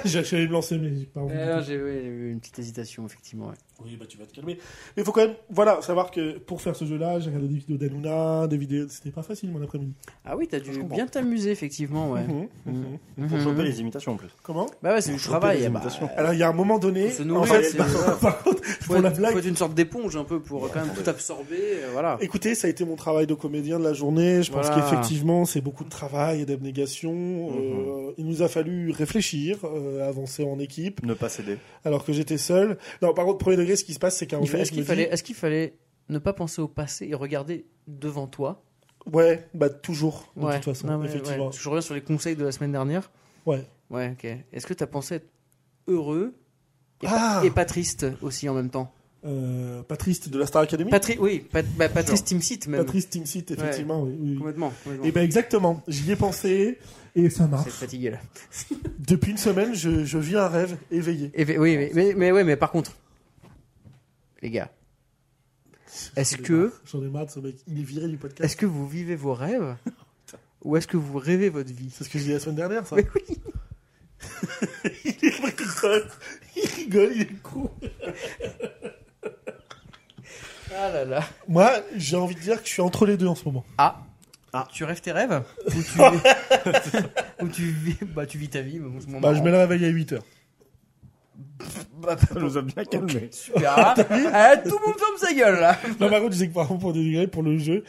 [SPEAKER 5] J'allais me lancer, mais j'ai pas envie.
[SPEAKER 7] Eh, non, J'ai ouais, j'ai eu une petite hésitation, effectivement. ouais.
[SPEAKER 5] Oui, bah tu vas te calmer. Mais il faut quand même, voilà, savoir que pour faire ce jeu-là, j'ai regardé des vidéos d'Anouna, des vidéos. C'était pas facile mon après-midi.
[SPEAKER 7] Ah oui, t'as dû bien t'amuser, effectivement,
[SPEAKER 5] <laughs>
[SPEAKER 7] ouais.
[SPEAKER 5] Mhm.
[SPEAKER 7] Mhm.
[SPEAKER 6] Pour
[SPEAKER 7] Mhm.
[SPEAKER 6] choper les imitations en plus.
[SPEAKER 5] Comment
[SPEAKER 7] Bah ouais, c'est du
[SPEAKER 6] choper
[SPEAKER 7] travail.
[SPEAKER 6] les
[SPEAKER 7] eh bah,
[SPEAKER 6] imitations.
[SPEAKER 7] euh,
[SPEAKER 5] Alors il y a un moment donné,
[SPEAKER 7] Faut se nourrir,
[SPEAKER 5] en fait,
[SPEAKER 7] c'est-
[SPEAKER 5] par, <laughs> par contre, pour
[SPEAKER 7] faut,
[SPEAKER 5] la
[SPEAKER 7] être, faut
[SPEAKER 5] blague.
[SPEAKER 7] être une sorte d'éponge un peu pour euh, quand même tout absorber, euh, voilà.
[SPEAKER 5] Écoutez, ça a été mon travail de comédien de la journée. Je pense
[SPEAKER 7] Voilà. Mhm.
[SPEAKER 5] qu'effectivement, c'est beaucoup de travail et d'abnégation. Euh, il nous a fallu réfléchir, euh, avancer en équipe,
[SPEAKER 6] Ne pas céder.
[SPEAKER 5] alors que j'étais seul. Non, par contre, premier degré, ce qui se passe, c'est qu'à un
[SPEAKER 7] Il fa-
[SPEAKER 5] moment,
[SPEAKER 7] Est-ce
[SPEAKER 5] je
[SPEAKER 7] qu'il
[SPEAKER 5] me
[SPEAKER 7] fallait, est-ce qu'il fallait ne pas penser au passé et regarder devant toi
[SPEAKER 5] dis, ouais, bah toujours, de
[SPEAKER 7] Ouais.
[SPEAKER 5] toute façon,
[SPEAKER 7] Non, mais,
[SPEAKER 5] effectivement.
[SPEAKER 7] ouais. Je reviens sur les conseils de la semaine dernière.
[SPEAKER 5] Ouais.
[SPEAKER 7] Ouais, ok. Est-ce que t'as pensé être heureux et,
[SPEAKER 5] Ah.
[SPEAKER 7] pas, et pas triste aussi en même temps
[SPEAKER 5] Euh, pas triste de la Star Academy.
[SPEAKER 7] Patri Oui, pas, bah, pas triste Team Site même.
[SPEAKER 5] Patrice Team Seat, effectivement. oui, oui, oui.
[SPEAKER 7] Complètement. complètement.
[SPEAKER 5] Et ben exactement, j'y ai pensé et ça
[SPEAKER 7] C'est
[SPEAKER 5] marche.
[SPEAKER 7] fatigué là.
[SPEAKER 5] Depuis une semaine, je, je vis un rêve éveillé.
[SPEAKER 7] Et- oui, mais, mais, mais, ouais, mais par contre, les gars, est-ce que,
[SPEAKER 5] J'en ai marre de ce mec, il est viré du podcast.
[SPEAKER 7] est que vous vivez vos <laughs> rêves ou est-ce que vous rêvez votre vie
[SPEAKER 5] C'est ce que je disais la semaine dernière, ça.
[SPEAKER 7] Mais oui.
[SPEAKER 5] il rigole, il rigole, il est con.
[SPEAKER 7] Ah là là.
[SPEAKER 5] Moi, j'ai envie de dire que je suis entre les deux en ce moment.
[SPEAKER 7] Ah. Tu rêves tes rêves Ou tu, <laughs> ou tu vis, bah, tu vis ta vie. mais bon, c'est mon
[SPEAKER 5] Bah,
[SPEAKER 7] marrant.
[SPEAKER 5] je mets le réveil à 8h.
[SPEAKER 7] Bah,
[SPEAKER 6] <laughs> Ça nous a bien calmé.
[SPEAKER 7] <laughs> super. Ah, tout le monde ferme sa gueule là.
[SPEAKER 5] Non, par contre, je sais que par contre, pour des degrés, pour le jeu,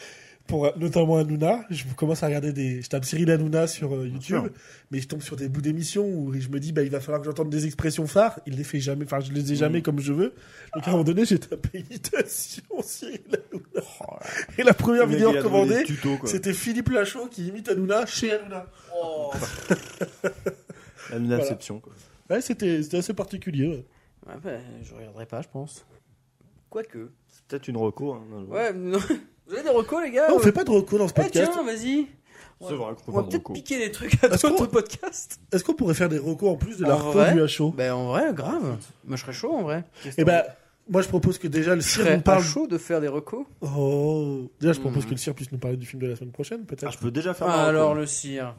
[SPEAKER 5] pour euh, notamment Hanouna, je commence à regarder des. Je tape Cyril Hanouna sur euh, YouTube, mais je tombe sur des bouts d'émissions où je me dis, bah, il va falloir que j'entende des expressions phares. Il les fait jamais, enfin, je
[SPEAKER 6] Mmh.
[SPEAKER 5] les ai jamais comme je veux. Donc, à un moment donné, j'ai tapé imitation Cyril Hanouna. Et la première
[SPEAKER 6] Le mec,
[SPEAKER 5] vidéo
[SPEAKER 6] Oh il a trouvé des
[SPEAKER 5] recommandée,
[SPEAKER 6] tutos, quoi.
[SPEAKER 5] c'était Philippe Lachaud qui imite Hanouna chez Hanouna.
[SPEAKER 7] Oh.
[SPEAKER 6] La déception, quoi.
[SPEAKER 5] Ouais, c'était c'était assez particulier. ouais.
[SPEAKER 7] Ouais, bah, je regarderai pas, je pense. Quoique.
[SPEAKER 6] C'est peut-être une reco. hein, un jour.
[SPEAKER 7] Ouais, non. <laughs> Vous avez des recos, les gars
[SPEAKER 5] Ah, on
[SPEAKER 7] Euh,
[SPEAKER 5] fait pas de recours dans ce
[SPEAKER 7] eh,
[SPEAKER 5] podcast.
[SPEAKER 7] tiens, vas-y.
[SPEAKER 6] C'est vrai qu'on peut
[SPEAKER 7] On va
[SPEAKER 6] pas de
[SPEAKER 7] peut-être
[SPEAKER 6] reco.
[SPEAKER 7] piquer des trucs à
[SPEAKER 5] Est-ce
[SPEAKER 7] toi,
[SPEAKER 5] qu'on-
[SPEAKER 7] ton podcast.
[SPEAKER 5] Est-ce qu'on pourrait faire des recours en plus de la
[SPEAKER 7] En
[SPEAKER 5] reco
[SPEAKER 7] vrai
[SPEAKER 5] du HO
[SPEAKER 7] <laughs> Ben, en vrai, grave. Moi, je serais chaud, en vrai.
[SPEAKER 5] Eh ben, moi je propose que déjà le
[SPEAKER 7] je
[SPEAKER 5] cirque
[SPEAKER 7] serais
[SPEAKER 5] nous parle.
[SPEAKER 7] pas chaud de faire des recos.
[SPEAKER 5] Oh, déjà je propose
[SPEAKER 7] Mhm.
[SPEAKER 5] que le cirque puisse nous parler du film de la semaine prochaine,
[SPEAKER 6] Ah,
[SPEAKER 5] peut-être.
[SPEAKER 6] je peux déjà faire
[SPEAKER 7] Ah,
[SPEAKER 6] ma reco.
[SPEAKER 7] alors, le cire.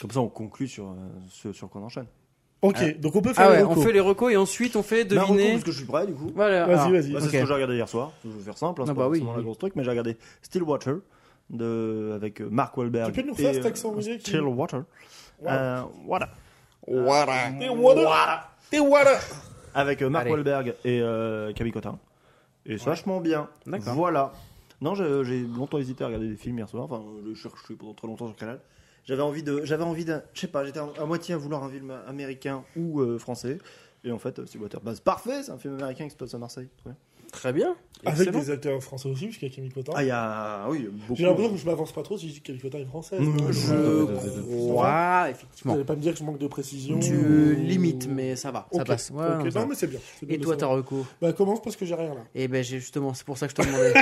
[SPEAKER 6] Comme ça, on conclut sur, euh, ce sur quoi on enchaîne.
[SPEAKER 5] ok, donc on peut faire
[SPEAKER 7] Ah
[SPEAKER 5] les
[SPEAKER 7] ouais, on
[SPEAKER 5] recos.
[SPEAKER 7] fait les recos et ensuite, on fait
[SPEAKER 6] Ma reco,
[SPEAKER 7] deviner...
[SPEAKER 6] parce que je suis prêt, du coup.
[SPEAKER 7] Voilà.
[SPEAKER 5] Vas-y,
[SPEAKER 7] ah.
[SPEAKER 5] vas-y.
[SPEAKER 6] Bah,
[SPEAKER 7] Ok.
[SPEAKER 6] C'est ce que j'ai regardé hier soir. Je vais faire simple, hein, c'est
[SPEAKER 7] Ah
[SPEAKER 6] pas
[SPEAKER 7] bah oui,
[SPEAKER 6] forcément la
[SPEAKER 7] oui.
[SPEAKER 6] grosse truc, mais j'ai regardé Stillwater de, avec euh, Mark Wahlberg.
[SPEAKER 5] Tu peux nous refaire
[SPEAKER 6] et,
[SPEAKER 5] cet accent
[SPEAKER 6] euh,
[SPEAKER 5] anglais qui-
[SPEAKER 6] Stillwater. Euh, voilà.
[SPEAKER 7] Ah.
[SPEAKER 5] T'es water T'es water
[SPEAKER 6] Avec euh, Mark
[SPEAKER 7] Allez.
[SPEAKER 6] Wahlberg et euh, Camille Cotin. Et c'est vachement bien.
[SPEAKER 7] D'accord.
[SPEAKER 6] Voilà. Non, j'ai j'ai longtemps hésité à regarder des films hier soir. Enfin, euh, je l'ai cherché pendant très longtemps sur Canal. J'avais envie de. J'avais envie d'un. Je sais pas, j'étais à, à moitié à vouloir un film américain ou euh, français. Et en fait, euh, Stillwater. Bah, c'est parfait, c'est un film américain qui se passe à Marseille. Très bien.
[SPEAKER 7] Très bien.
[SPEAKER 5] Avec
[SPEAKER 7] Excellent.
[SPEAKER 5] des acteurs français aussi, parce qu'il y a Camille Cotin.
[SPEAKER 6] Ah, il y a. Oui, beaucoup.
[SPEAKER 5] J'ai l'impression que je m'avance pas trop si je dis que Camille Cotin est française.
[SPEAKER 6] Mmh,
[SPEAKER 5] Euh,
[SPEAKER 6] je-
[SPEAKER 7] Je crois,
[SPEAKER 5] Vous
[SPEAKER 7] Ah, effectivement.
[SPEAKER 5] allez pas me dire que je manque de précision.
[SPEAKER 7] Tu limites, mais ça va, ça
[SPEAKER 5] Ok.
[SPEAKER 7] passe. Ouais,
[SPEAKER 5] Ok,
[SPEAKER 7] non,
[SPEAKER 5] Non,
[SPEAKER 7] ça va.
[SPEAKER 5] mais c'est bien. c'est bien
[SPEAKER 7] Et
[SPEAKER 5] de
[SPEAKER 7] toi,
[SPEAKER 5] le
[SPEAKER 7] t'as
[SPEAKER 5] savoir.
[SPEAKER 7] recours
[SPEAKER 5] Bah commence parce que j'ai rien là.
[SPEAKER 7] Eh ben, j'ai- justement, c'est pour ça que je te <laughs> demandais.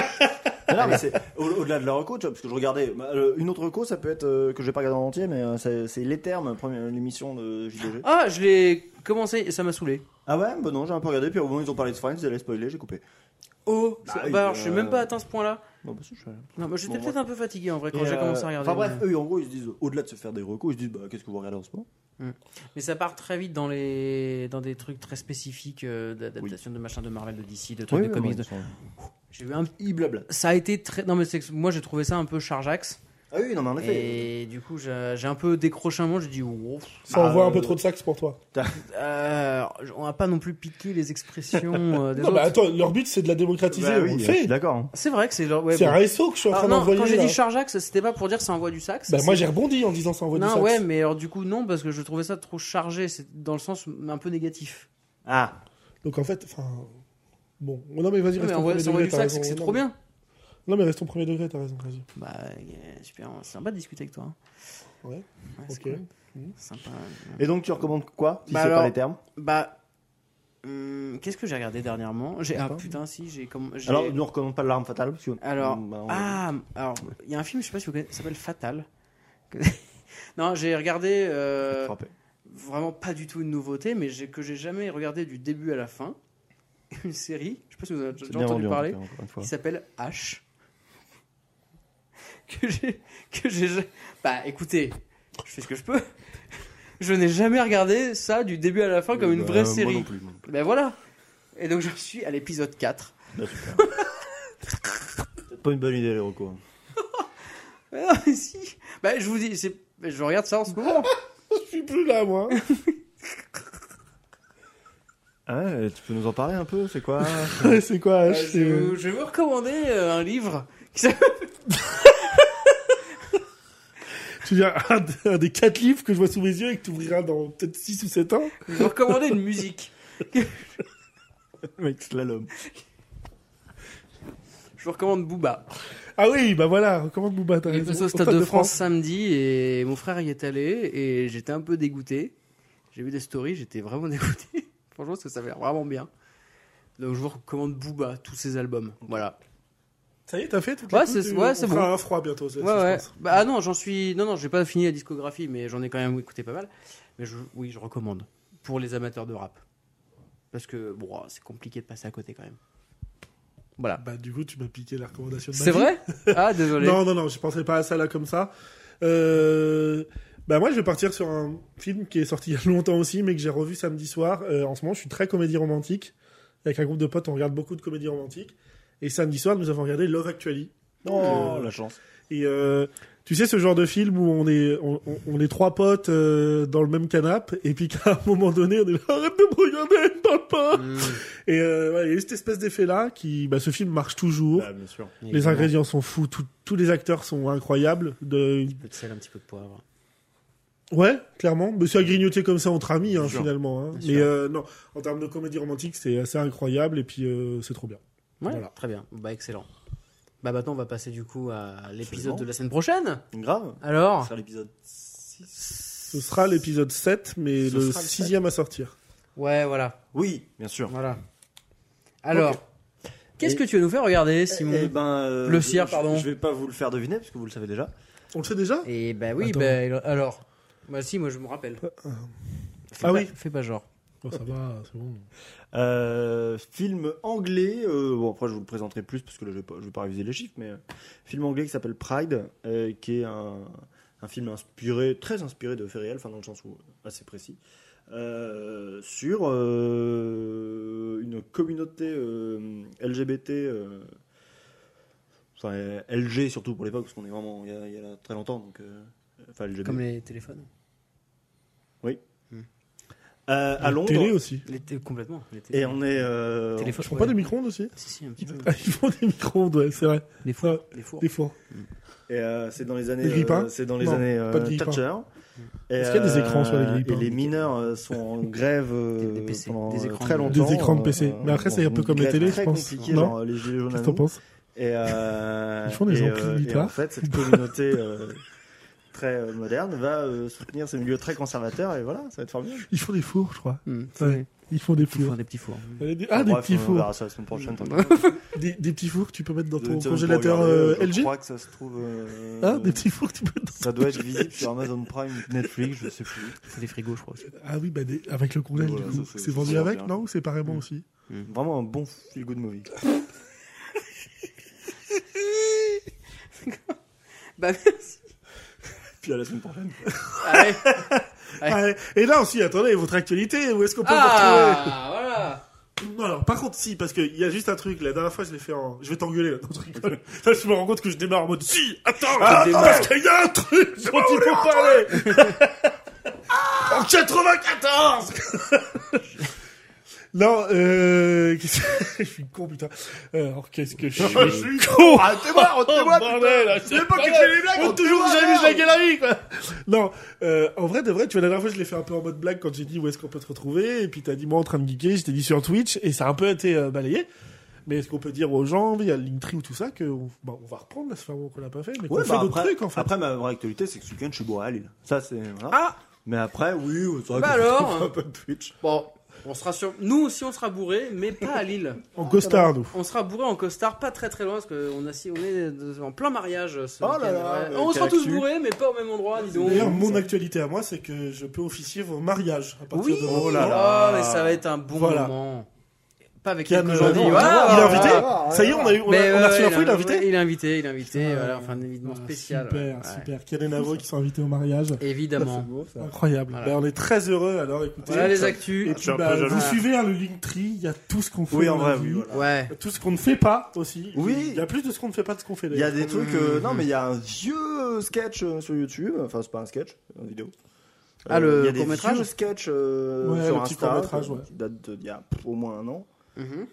[SPEAKER 6] Non, non, mais c'est au- au-delà de la reco, tu vois, parce que je regardais bah, le- une autre reco, ça peut être euh, que je vais pas regarder en entier, mais euh, c'est c'est les termes, première l'émission de JDG.
[SPEAKER 7] ah, je l'ai commencé et ça m'a saoulé.
[SPEAKER 6] Ah ouais, bah non, j'ai un peu regardé, puis au moment où ils ont parlé de Friends, ils allaient spoiler, j'ai coupé.
[SPEAKER 7] Oh,
[SPEAKER 6] Bah,
[SPEAKER 7] c'est-
[SPEAKER 6] il-
[SPEAKER 7] bah, alors, je suis
[SPEAKER 6] euh,
[SPEAKER 7] même pas atteint ce point-là.
[SPEAKER 6] Non, bah si, je suis allé.
[SPEAKER 7] Non, mais j'étais
[SPEAKER 6] Bon,
[SPEAKER 7] peut-être un peu fatigué en vrai quand
[SPEAKER 6] Et,
[SPEAKER 7] j'ai
[SPEAKER 6] euh,
[SPEAKER 7] commencé à regarder.
[SPEAKER 6] Enfin bref, eux en gros ils se disent, au-delà de se faire des recos, ils se disent bah qu'est-ce que vous regardez en ce moment
[SPEAKER 7] Mais ça part très vite dans les dans des trucs très spécifiques euh, d'adaptation de machin de Marvel, de DC, de trucs de comics. de- J'ai eu un.
[SPEAKER 6] Ils blabla.
[SPEAKER 7] Ça a été très. Non, mais c'est que moi j'ai trouvé ça un peu chargeax.
[SPEAKER 6] Ah oui, non mais en effet.
[SPEAKER 7] Et du coup, j'ai j'ai un peu décroché un moment. J'ai dit, ouf.
[SPEAKER 5] Ça
[SPEAKER 6] Bah,
[SPEAKER 5] envoie un
[SPEAKER 6] euh,
[SPEAKER 5] peu trop de sax pour toi.
[SPEAKER 7] Euh, on va pas non plus piquer les expressions
[SPEAKER 5] <laughs>
[SPEAKER 7] euh, des
[SPEAKER 5] Non, mais
[SPEAKER 7] autres.
[SPEAKER 5] attends, leur but c'est de la démocratiser.
[SPEAKER 6] Bah oui,
[SPEAKER 5] on le
[SPEAKER 6] je
[SPEAKER 5] fait.
[SPEAKER 6] suis d'accord. hein.
[SPEAKER 7] C'est vrai que c'est leur. ouais,
[SPEAKER 5] c'est
[SPEAKER 7] bon.
[SPEAKER 5] un SO que je suis en
[SPEAKER 7] Ah,
[SPEAKER 5] train
[SPEAKER 7] non,
[SPEAKER 5] d'envoyer.
[SPEAKER 7] quand j'ai
[SPEAKER 5] là.
[SPEAKER 7] dit chargeax, c'était pas pour dire ça envoie du sax.
[SPEAKER 5] Bah moi
[SPEAKER 7] c'est-
[SPEAKER 5] j'ai rebondi en disant ça envoie du
[SPEAKER 7] Non,
[SPEAKER 5] sax.
[SPEAKER 7] ouais, mais alors du coup, non, parce que je trouvais ça trop chargé. C'est dans le sens un peu négatif.
[SPEAKER 6] Ah,
[SPEAKER 5] Donc en fait, enfin. Bon, Oh, non mais vas-y,
[SPEAKER 7] Non, mais
[SPEAKER 5] reste
[SPEAKER 7] on
[SPEAKER 5] au
[SPEAKER 7] voit,
[SPEAKER 5] premier
[SPEAKER 7] ça envoie du
[SPEAKER 5] degré. t'as
[SPEAKER 7] sax, c'est
[SPEAKER 5] raison.
[SPEAKER 7] que c'est
[SPEAKER 5] Non,
[SPEAKER 7] trop
[SPEAKER 5] mais-
[SPEAKER 7] bien.
[SPEAKER 5] Non mais reste au premier degré, t'as raison, vas-y.
[SPEAKER 7] Bah, yeah, super, c'est sympa de discuter avec toi. hein.
[SPEAKER 5] Ouais,
[SPEAKER 7] c'est
[SPEAKER 5] ok.
[SPEAKER 7] cool.
[SPEAKER 5] Mhm.
[SPEAKER 7] Sympa.
[SPEAKER 6] et donc tu recommandes quoi Si
[SPEAKER 7] Bah
[SPEAKER 6] c'est
[SPEAKER 7] alors-
[SPEAKER 6] pas les termes.
[SPEAKER 7] Bah, hum, qu'est-ce que j'ai regardé dernièrement J'ai ah putain si j'ai comme j'ai-
[SPEAKER 6] Alors nous recommandons pas l'arme fatale parce que.
[SPEAKER 7] Alors,
[SPEAKER 6] Bah, on-
[SPEAKER 7] ah, alors, il y a un film, je sais pas si vous connaissez, ça s'appelle Fatal. <laughs> Que- non, j'ai regardé euh,
[SPEAKER 6] Frappé.
[SPEAKER 7] vraiment pas du tout une nouveauté, mais j'ai- que j'ai jamais regardé du début à la fin. <laughs> Une série, je sais pas si vous avez
[SPEAKER 6] C'est
[SPEAKER 7] déjà
[SPEAKER 6] bien
[SPEAKER 7] entendu
[SPEAKER 6] vendu, en
[SPEAKER 7] parler,
[SPEAKER 6] tout cas, encore une fois.
[SPEAKER 7] qui s'appelle H. <laughs> Que j'ai. Que j'ai. ja- Bah écoutez, je fais ce que je peux. Je n'ai jamais regardé ça du début à la fin comme une
[SPEAKER 6] Bah,
[SPEAKER 7] vraie
[SPEAKER 6] moi non
[SPEAKER 7] série.
[SPEAKER 6] plus, moi non plus.
[SPEAKER 7] Ben voilà. Et donc j'en suis à l'épisode <laughs> 4.
[SPEAKER 6] C'est Pas une bonne idée les recos. hein.
[SPEAKER 7] Mais non, Ah, mais si. Bah, je vous dis, c'est- je regarde ça en ce moment.
[SPEAKER 5] <laughs> Je suis plus là moi. hein.
[SPEAKER 7] <laughs>
[SPEAKER 6] Ah ouais, tu peux nous en parler un peu C'est quoi
[SPEAKER 5] Ouais, c'est quoi
[SPEAKER 6] Ah,
[SPEAKER 7] Euh,
[SPEAKER 5] H, E?
[SPEAKER 7] je,
[SPEAKER 5] c'est-
[SPEAKER 7] vais vous- je vais vous recommander euh, un livre qui s'appelle.
[SPEAKER 5] Tu viens un, de- un des quatre livres que je vois sous mes yeux et que tu ouvriras dans peut-être 6 ou 7 ans.
[SPEAKER 7] Je vais vous recommander une musique.
[SPEAKER 6] Mec slalom.
[SPEAKER 7] Je vous recommande Booba.
[SPEAKER 5] Ah oui, bah voilà, recommande Booba, t'as
[SPEAKER 7] Il est
[SPEAKER 5] raison.
[SPEAKER 7] passé au Stade de France samedi et mon frère y est allé et j'étais un peu dégoûté. J'ai vu des stories, j'étais vraiment <laughs> dégoûté. Franchement, parce que ça avait l'air vraiment bien. Donc, je vous recommande Booba, tous ses albums. Voilà.
[SPEAKER 5] Ça y est, t'as fait toutes
[SPEAKER 7] Ouais,
[SPEAKER 5] les
[SPEAKER 7] c'est-
[SPEAKER 5] coups, tu-
[SPEAKER 7] ouais, c'est
[SPEAKER 5] on fera
[SPEAKER 7] bon.
[SPEAKER 5] un froid bientôt, ça,
[SPEAKER 7] Ouais,
[SPEAKER 5] ça, je
[SPEAKER 7] ouais.
[SPEAKER 5] pense.
[SPEAKER 7] Bah, ah non, j'en suis. Non, non, j'ai pas fini la discographie, mais j'en ai quand même écouté pas mal. Mais je- oui, je recommande. Pour les amateurs de rap. Parce que, bon, ah, c'est compliqué de passer à côté quand même. Voilà.
[SPEAKER 5] Bah du coup, tu m'as piqué la recommandation de ma
[SPEAKER 7] C'est
[SPEAKER 5] vie.
[SPEAKER 7] vrai Ah, désolé.
[SPEAKER 5] Non, non, non, je pensais pas à ça là comme ça. Euh, Bah moi, je vais partir sur un film qui est sorti il y a longtemps aussi, mais que j'ai revu samedi soir. Euh, en ce moment, je suis très comédie romantique. Avec un groupe de potes, on regarde beaucoup de comédies romantiques. Et samedi soir, nous avons regardé Love Actually.
[SPEAKER 6] Oh
[SPEAKER 5] Euh,
[SPEAKER 6] la chance.
[SPEAKER 5] Et euh, Tu sais, ce genre de film où on est, on, on- on est trois potes euh, dans le même canapé, et puis qu'à un moment donné, on est là, arrête de me regarder, elle me parle pas
[SPEAKER 7] Mmh.
[SPEAKER 5] Et euh, ouais, il y a eu cette espèce d'effet-là qui, bah, ce film marche toujours.
[SPEAKER 8] Bah, bien sûr.
[SPEAKER 5] les ingrédients sont fous, tout- tous les acteurs sont incroyables. De...
[SPEAKER 7] Un peu de sel, un petit peu de poivre.
[SPEAKER 5] Ouais, clairement. Mais c'est à grignoter comme ça entre amis, hein,
[SPEAKER 7] Bien sûr.
[SPEAKER 5] finalement. hein.
[SPEAKER 7] Bien
[SPEAKER 5] Mais
[SPEAKER 7] sûr.
[SPEAKER 5] euh, non, en termes de comédie romantique, c'est assez incroyable, et puis euh, c'est trop bien.
[SPEAKER 7] Ouais,
[SPEAKER 5] Voilà.
[SPEAKER 7] très bien. Bah, excellent. Bah, maintenant, on va passer du coup à l'épisode de la semaine prochaine.
[SPEAKER 6] Grave.
[SPEAKER 7] Alors
[SPEAKER 6] C'est l'épisode.
[SPEAKER 5] Ce sera l'épisode 7, mais
[SPEAKER 6] Ce
[SPEAKER 5] le
[SPEAKER 6] sera le
[SPEAKER 5] sixième à sortir.
[SPEAKER 7] Ouais, voilà.
[SPEAKER 6] Oui, bien sûr.
[SPEAKER 7] Voilà. Alors, qu'est-ce que tu vas nous faire regarder, Simon
[SPEAKER 6] Eh ben, euh,
[SPEAKER 7] Le
[SPEAKER 6] je-
[SPEAKER 7] cire,
[SPEAKER 6] je-
[SPEAKER 7] pardon.
[SPEAKER 6] Je vais pas vous le faire deviner parce que vous le savez déjà.
[SPEAKER 5] On le sait déjà
[SPEAKER 7] Et bah oui,
[SPEAKER 5] Attends.
[SPEAKER 7] bah, il- alors. Bah si, moi je me rappelle. Fais
[SPEAKER 5] Ah
[SPEAKER 7] pas-
[SPEAKER 5] oui.
[SPEAKER 7] Fais pas genre.
[SPEAKER 5] Oh, Ça va, c'est bon.
[SPEAKER 6] Euh, film anglais, euh, bon après je vous le présenterai plus parce que là, je vais pas, je vais pas réviser les chiffres, mais euh, film anglais qui s'appelle Pride, euh, qui est un, un film inspiré, très inspiré de faits réels, enfin dans le sens où assez précis, euh, sur euh, une communauté euh, LGBT, euh, enfin euh, LG surtout pour l'époque parce qu'on est vraiment il y a, il y a très longtemps donc euh, enfin LGBT.
[SPEAKER 7] Comme les téléphones.
[SPEAKER 6] Euh, à Londres
[SPEAKER 5] Télé aussi.
[SPEAKER 7] Les té- complètement. Les
[SPEAKER 6] et on est euh,
[SPEAKER 7] Téléphone.
[SPEAKER 5] Ils font pas des micro-ondes aussi
[SPEAKER 7] Si, si, un <laughs> petit peu.
[SPEAKER 5] Ah, <laughs> Ils font des micro-ondes, ouais, c'est vrai.
[SPEAKER 7] Des
[SPEAKER 5] Ah,
[SPEAKER 7] fours. Des fours.
[SPEAKER 5] Des fois.
[SPEAKER 6] Et euh, c'est dans les années.
[SPEAKER 5] Des grippins
[SPEAKER 6] euh, c'est dans les
[SPEAKER 5] Non,
[SPEAKER 6] années euh,
[SPEAKER 5] pas de grippins.
[SPEAKER 6] Thatcher. Et,
[SPEAKER 5] Est-ce qu'il y a des
[SPEAKER 6] euh,
[SPEAKER 5] écrans sur les grippins
[SPEAKER 6] Et les mineurs euh, sont en grève euh,
[SPEAKER 7] Des- des PC,
[SPEAKER 6] pendant
[SPEAKER 7] des
[SPEAKER 6] euh,
[SPEAKER 7] écrans
[SPEAKER 6] très
[SPEAKER 7] de-
[SPEAKER 6] longtemps.
[SPEAKER 5] Des écrans de PC. Mais après,
[SPEAKER 6] dans
[SPEAKER 5] c'est un
[SPEAKER 6] une
[SPEAKER 5] peu comme les
[SPEAKER 6] grève
[SPEAKER 5] télés,
[SPEAKER 6] très
[SPEAKER 5] je pense.
[SPEAKER 6] compliquée,
[SPEAKER 5] Non
[SPEAKER 6] genre, les gilets jaunes. à
[SPEAKER 5] Qu'est-ce que
[SPEAKER 6] nous.
[SPEAKER 5] t'en penses
[SPEAKER 6] Et, euh,
[SPEAKER 5] Ils font des
[SPEAKER 6] et,
[SPEAKER 5] gentils
[SPEAKER 6] euh, et
[SPEAKER 5] guitares.
[SPEAKER 6] en fait, cette communauté euh, très euh, moderne va euh, soutenir ces milieux très conservateurs et voilà, ça va être formidable.
[SPEAKER 5] Ils font des fours, je crois.
[SPEAKER 7] Hum,
[SPEAKER 5] Ouais. Ils font
[SPEAKER 7] Des
[SPEAKER 5] des
[SPEAKER 7] petits fours,
[SPEAKER 5] fours.
[SPEAKER 7] des petits fours.
[SPEAKER 5] Euh, des- Ah, des
[SPEAKER 6] Bref,
[SPEAKER 5] petits
[SPEAKER 6] On
[SPEAKER 5] fours.
[SPEAKER 6] verra ça la semaine prochaine. tant pis.
[SPEAKER 5] Des, des petits fours que tu peux mettre dans
[SPEAKER 6] De-
[SPEAKER 5] ton
[SPEAKER 6] de-
[SPEAKER 5] congélateur
[SPEAKER 6] pour regarder,
[SPEAKER 5] euh,
[SPEAKER 6] Je
[SPEAKER 5] LG
[SPEAKER 6] crois que ça se trouve. euh,
[SPEAKER 5] Ah, des petits fours que tu peux mettre
[SPEAKER 6] Ça doit être visible sur Amazon Prime, Netflix, je sais plus.
[SPEAKER 7] Des frigos, je crois. aussi.
[SPEAKER 5] dans... Ah oui, bah des- avec le congèle,
[SPEAKER 6] Voilà,
[SPEAKER 5] du coup.
[SPEAKER 6] ça, c'est-
[SPEAKER 5] C'est vendu
[SPEAKER 6] c'est
[SPEAKER 5] avec,
[SPEAKER 6] bien.
[SPEAKER 5] non Ou séparément aussi
[SPEAKER 6] Vraiment un bon feel good movie.
[SPEAKER 7] <laughs> Bah merci.
[SPEAKER 6] Puis à la semaine prochaine.
[SPEAKER 7] <laughs> Allez. Ouais.
[SPEAKER 5] Ah, Et là aussi, attendez, votre actualité, où est-ce qu'on peut vous retrouver
[SPEAKER 7] Ah, voilà.
[SPEAKER 5] Non, alors par contre, si, parce qu'il y a juste un truc, la dernière fois je l'ai fait en. Je vais t'engueuler là, non, je rigole. Là, je me rends compte que je démarre en mode si, attends,
[SPEAKER 6] Ah,
[SPEAKER 5] attends, parce qu'il y a un truc dont il faut parler <laughs> En 94 <laughs> Non, euh. <laughs> qu'est-ce que- je suis con, putain. Alors qu'est-ce que je suis. je suis con Ah, t'es mort, t'es mort, putain C'est pas que tu fais les blagues, toujours j'amuse la galerie, quoi non, euh, en vrai, de vrai, tu vois, la dernière fois, je l'ai fait un peu en mode blague quand j'ai dit où est-ce qu'on peut te retrouver, et puis t'as dit moi en train de geeker, je t'ai dit sur Twitch, et ça a un peu été euh, balayé. Mais est-ce qu'on peut dire aux gens, via Linktree ou tout ça, que on, bah, on va reprendre la sphère qu'on n'a pas fait, mais qu'on
[SPEAKER 6] Ouais,
[SPEAKER 5] fait
[SPEAKER 6] bah
[SPEAKER 5] d'autres
[SPEAKER 6] après,
[SPEAKER 5] trucs en fait.
[SPEAKER 6] après, ma vraie actualité, c'est que ce week-end, je suis bourré à Lille. Ça, c'est. voilà.
[SPEAKER 7] Ah.
[SPEAKER 6] Mais après, oui, euh, c'est vrai
[SPEAKER 7] Bah
[SPEAKER 6] que je
[SPEAKER 7] alors.
[SPEAKER 6] trouve un peu de Twitch.
[SPEAKER 7] Bon, on sera sur. Nous aussi, on sera bourrés, mais pas à Lille.
[SPEAKER 5] En costard, nous.
[SPEAKER 7] On sera bourrés en costard, pas très très loin, parce qu'on assi- on est de- en plein mariage euh, ce
[SPEAKER 6] Oh là
[SPEAKER 7] week-end,
[SPEAKER 6] là,
[SPEAKER 7] ouais.
[SPEAKER 6] le
[SPEAKER 7] On sera tous
[SPEAKER 6] cul.
[SPEAKER 7] bourrés, mais pas au même endroit, dis donc.
[SPEAKER 5] D'ailleurs, mon actualité à moi, c'est que je peux officier vos mariages à partir
[SPEAKER 7] Oui,
[SPEAKER 5] de
[SPEAKER 7] oh
[SPEAKER 5] maintenant.
[SPEAKER 7] là mais ça va être un bon
[SPEAKER 5] Voilà.
[SPEAKER 7] moment. Pas avec
[SPEAKER 5] Kian,
[SPEAKER 7] quelques
[SPEAKER 5] euh,
[SPEAKER 7] gens dit.
[SPEAKER 5] il
[SPEAKER 7] Ah,
[SPEAKER 5] est invité.
[SPEAKER 7] ah,
[SPEAKER 5] Ça y est, on a, eu, on a,
[SPEAKER 7] Mais
[SPEAKER 5] on a reçu
[SPEAKER 7] ouais,
[SPEAKER 5] l'info, il est
[SPEAKER 7] ouais,
[SPEAKER 5] invité.
[SPEAKER 7] Il est invité, il est invité.
[SPEAKER 5] Putain,
[SPEAKER 7] voilà, enfin, un événement
[SPEAKER 5] Ah,
[SPEAKER 7] spécial.
[SPEAKER 5] Super,
[SPEAKER 7] ouais.
[SPEAKER 5] super. Quel est
[SPEAKER 7] <laughs>
[SPEAKER 5] qui sont invités au mariage
[SPEAKER 7] Ouais. Évidemment.
[SPEAKER 5] Incroyable.
[SPEAKER 7] Voilà.
[SPEAKER 5] Ben, on est très heureux, alors écoutez.
[SPEAKER 7] Voilà les
[SPEAKER 5] Et
[SPEAKER 7] actus.
[SPEAKER 5] puis,
[SPEAKER 8] suis un peu
[SPEAKER 5] bah,
[SPEAKER 8] jaloux.
[SPEAKER 5] vous suivez hein, le Linktree, il y a tout ce qu'on fait.
[SPEAKER 6] Oui, en
[SPEAKER 5] dans
[SPEAKER 6] vrai,
[SPEAKER 5] la vie.
[SPEAKER 6] oui. voilà.
[SPEAKER 7] Ouais.
[SPEAKER 5] Tout ce qu'on ne fait pas aussi.
[SPEAKER 6] Oui.
[SPEAKER 5] Il y a plus de ce qu'on ne fait pas de ce qu'on fait.
[SPEAKER 6] Il y a
[SPEAKER 5] d'ailleurs.
[SPEAKER 6] des trucs. euh, non, mais il y a un vieux sketch euh, sur YouTube. Enfin, c'est pas un sketch, une vidéo.
[SPEAKER 7] Ah,
[SPEAKER 6] Euh,
[SPEAKER 7] le
[SPEAKER 6] Il y a des
[SPEAKER 7] court-métrage
[SPEAKER 6] vieux sketchs euh,
[SPEAKER 5] Ouais,
[SPEAKER 6] sur
[SPEAKER 5] le petit
[SPEAKER 6] Insta.
[SPEAKER 5] court-métrage, ouais.
[SPEAKER 6] Qui date d'il y a au moins un an.
[SPEAKER 7] Mhm.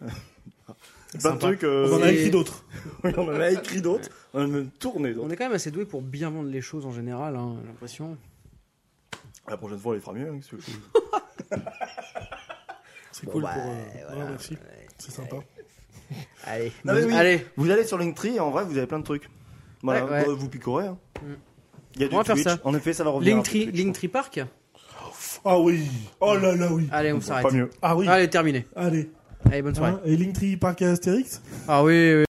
[SPEAKER 6] Plein de trucs. euh,
[SPEAKER 5] On en a
[SPEAKER 6] <laughs>
[SPEAKER 7] Et-
[SPEAKER 5] écrit d'autres.
[SPEAKER 6] oui, on en a écrit d'autres. On en a même tourné
[SPEAKER 7] On
[SPEAKER 6] d'autres.
[SPEAKER 7] est quand même assez doué pour bien vendre les choses en général, hein, j'ai l'impression.
[SPEAKER 6] La prochaine fois, on les fera mieux. hein, qu'est-ce que je-
[SPEAKER 5] C'est
[SPEAKER 7] Bon,
[SPEAKER 5] cool
[SPEAKER 7] bah,
[SPEAKER 5] pour. euh,
[SPEAKER 7] voilà.
[SPEAKER 5] ouais, merci. C'est sympa.
[SPEAKER 7] Allez.
[SPEAKER 6] Non, mais oui.
[SPEAKER 7] Allez.
[SPEAKER 6] Vous allez sur Linktree et en vrai, vous avez plein de trucs. Voilà,
[SPEAKER 7] Ouais, ouais.
[SPEAKER 6] vous- vous picorez. Hein. Il y a du
[SPEAKER 7] On va faire
[SPEAKER 6] Twitch.
[SPEAKER 7] ça.
[SPEAKER 6] En effet, ça va revenir. un peu
[SPEAKER 7] Linktree,
[SPEAKER 6] Twitch, je
[SPEAKER 7] Linktree Park
[SPEAKER 5] Ah oui. Oh là là oui.
[SPEAKER 7] Ah, Allez, on
[SPEAKER 6] pense.
[SPEAKER 7] s'arrête.
[SPEAKER 6] Pas mieux.
[SPEAKER 5] Ah oui.
[SPEAKER 7] Allez, terminé.
[SPEAKER 5] Allez.
[SPEAKER 7] Allez, bonne soirée.
[SPEAKER 5] Hein, Et Linktree par Astérix
[SPEAKER 7] Ah oui, oui.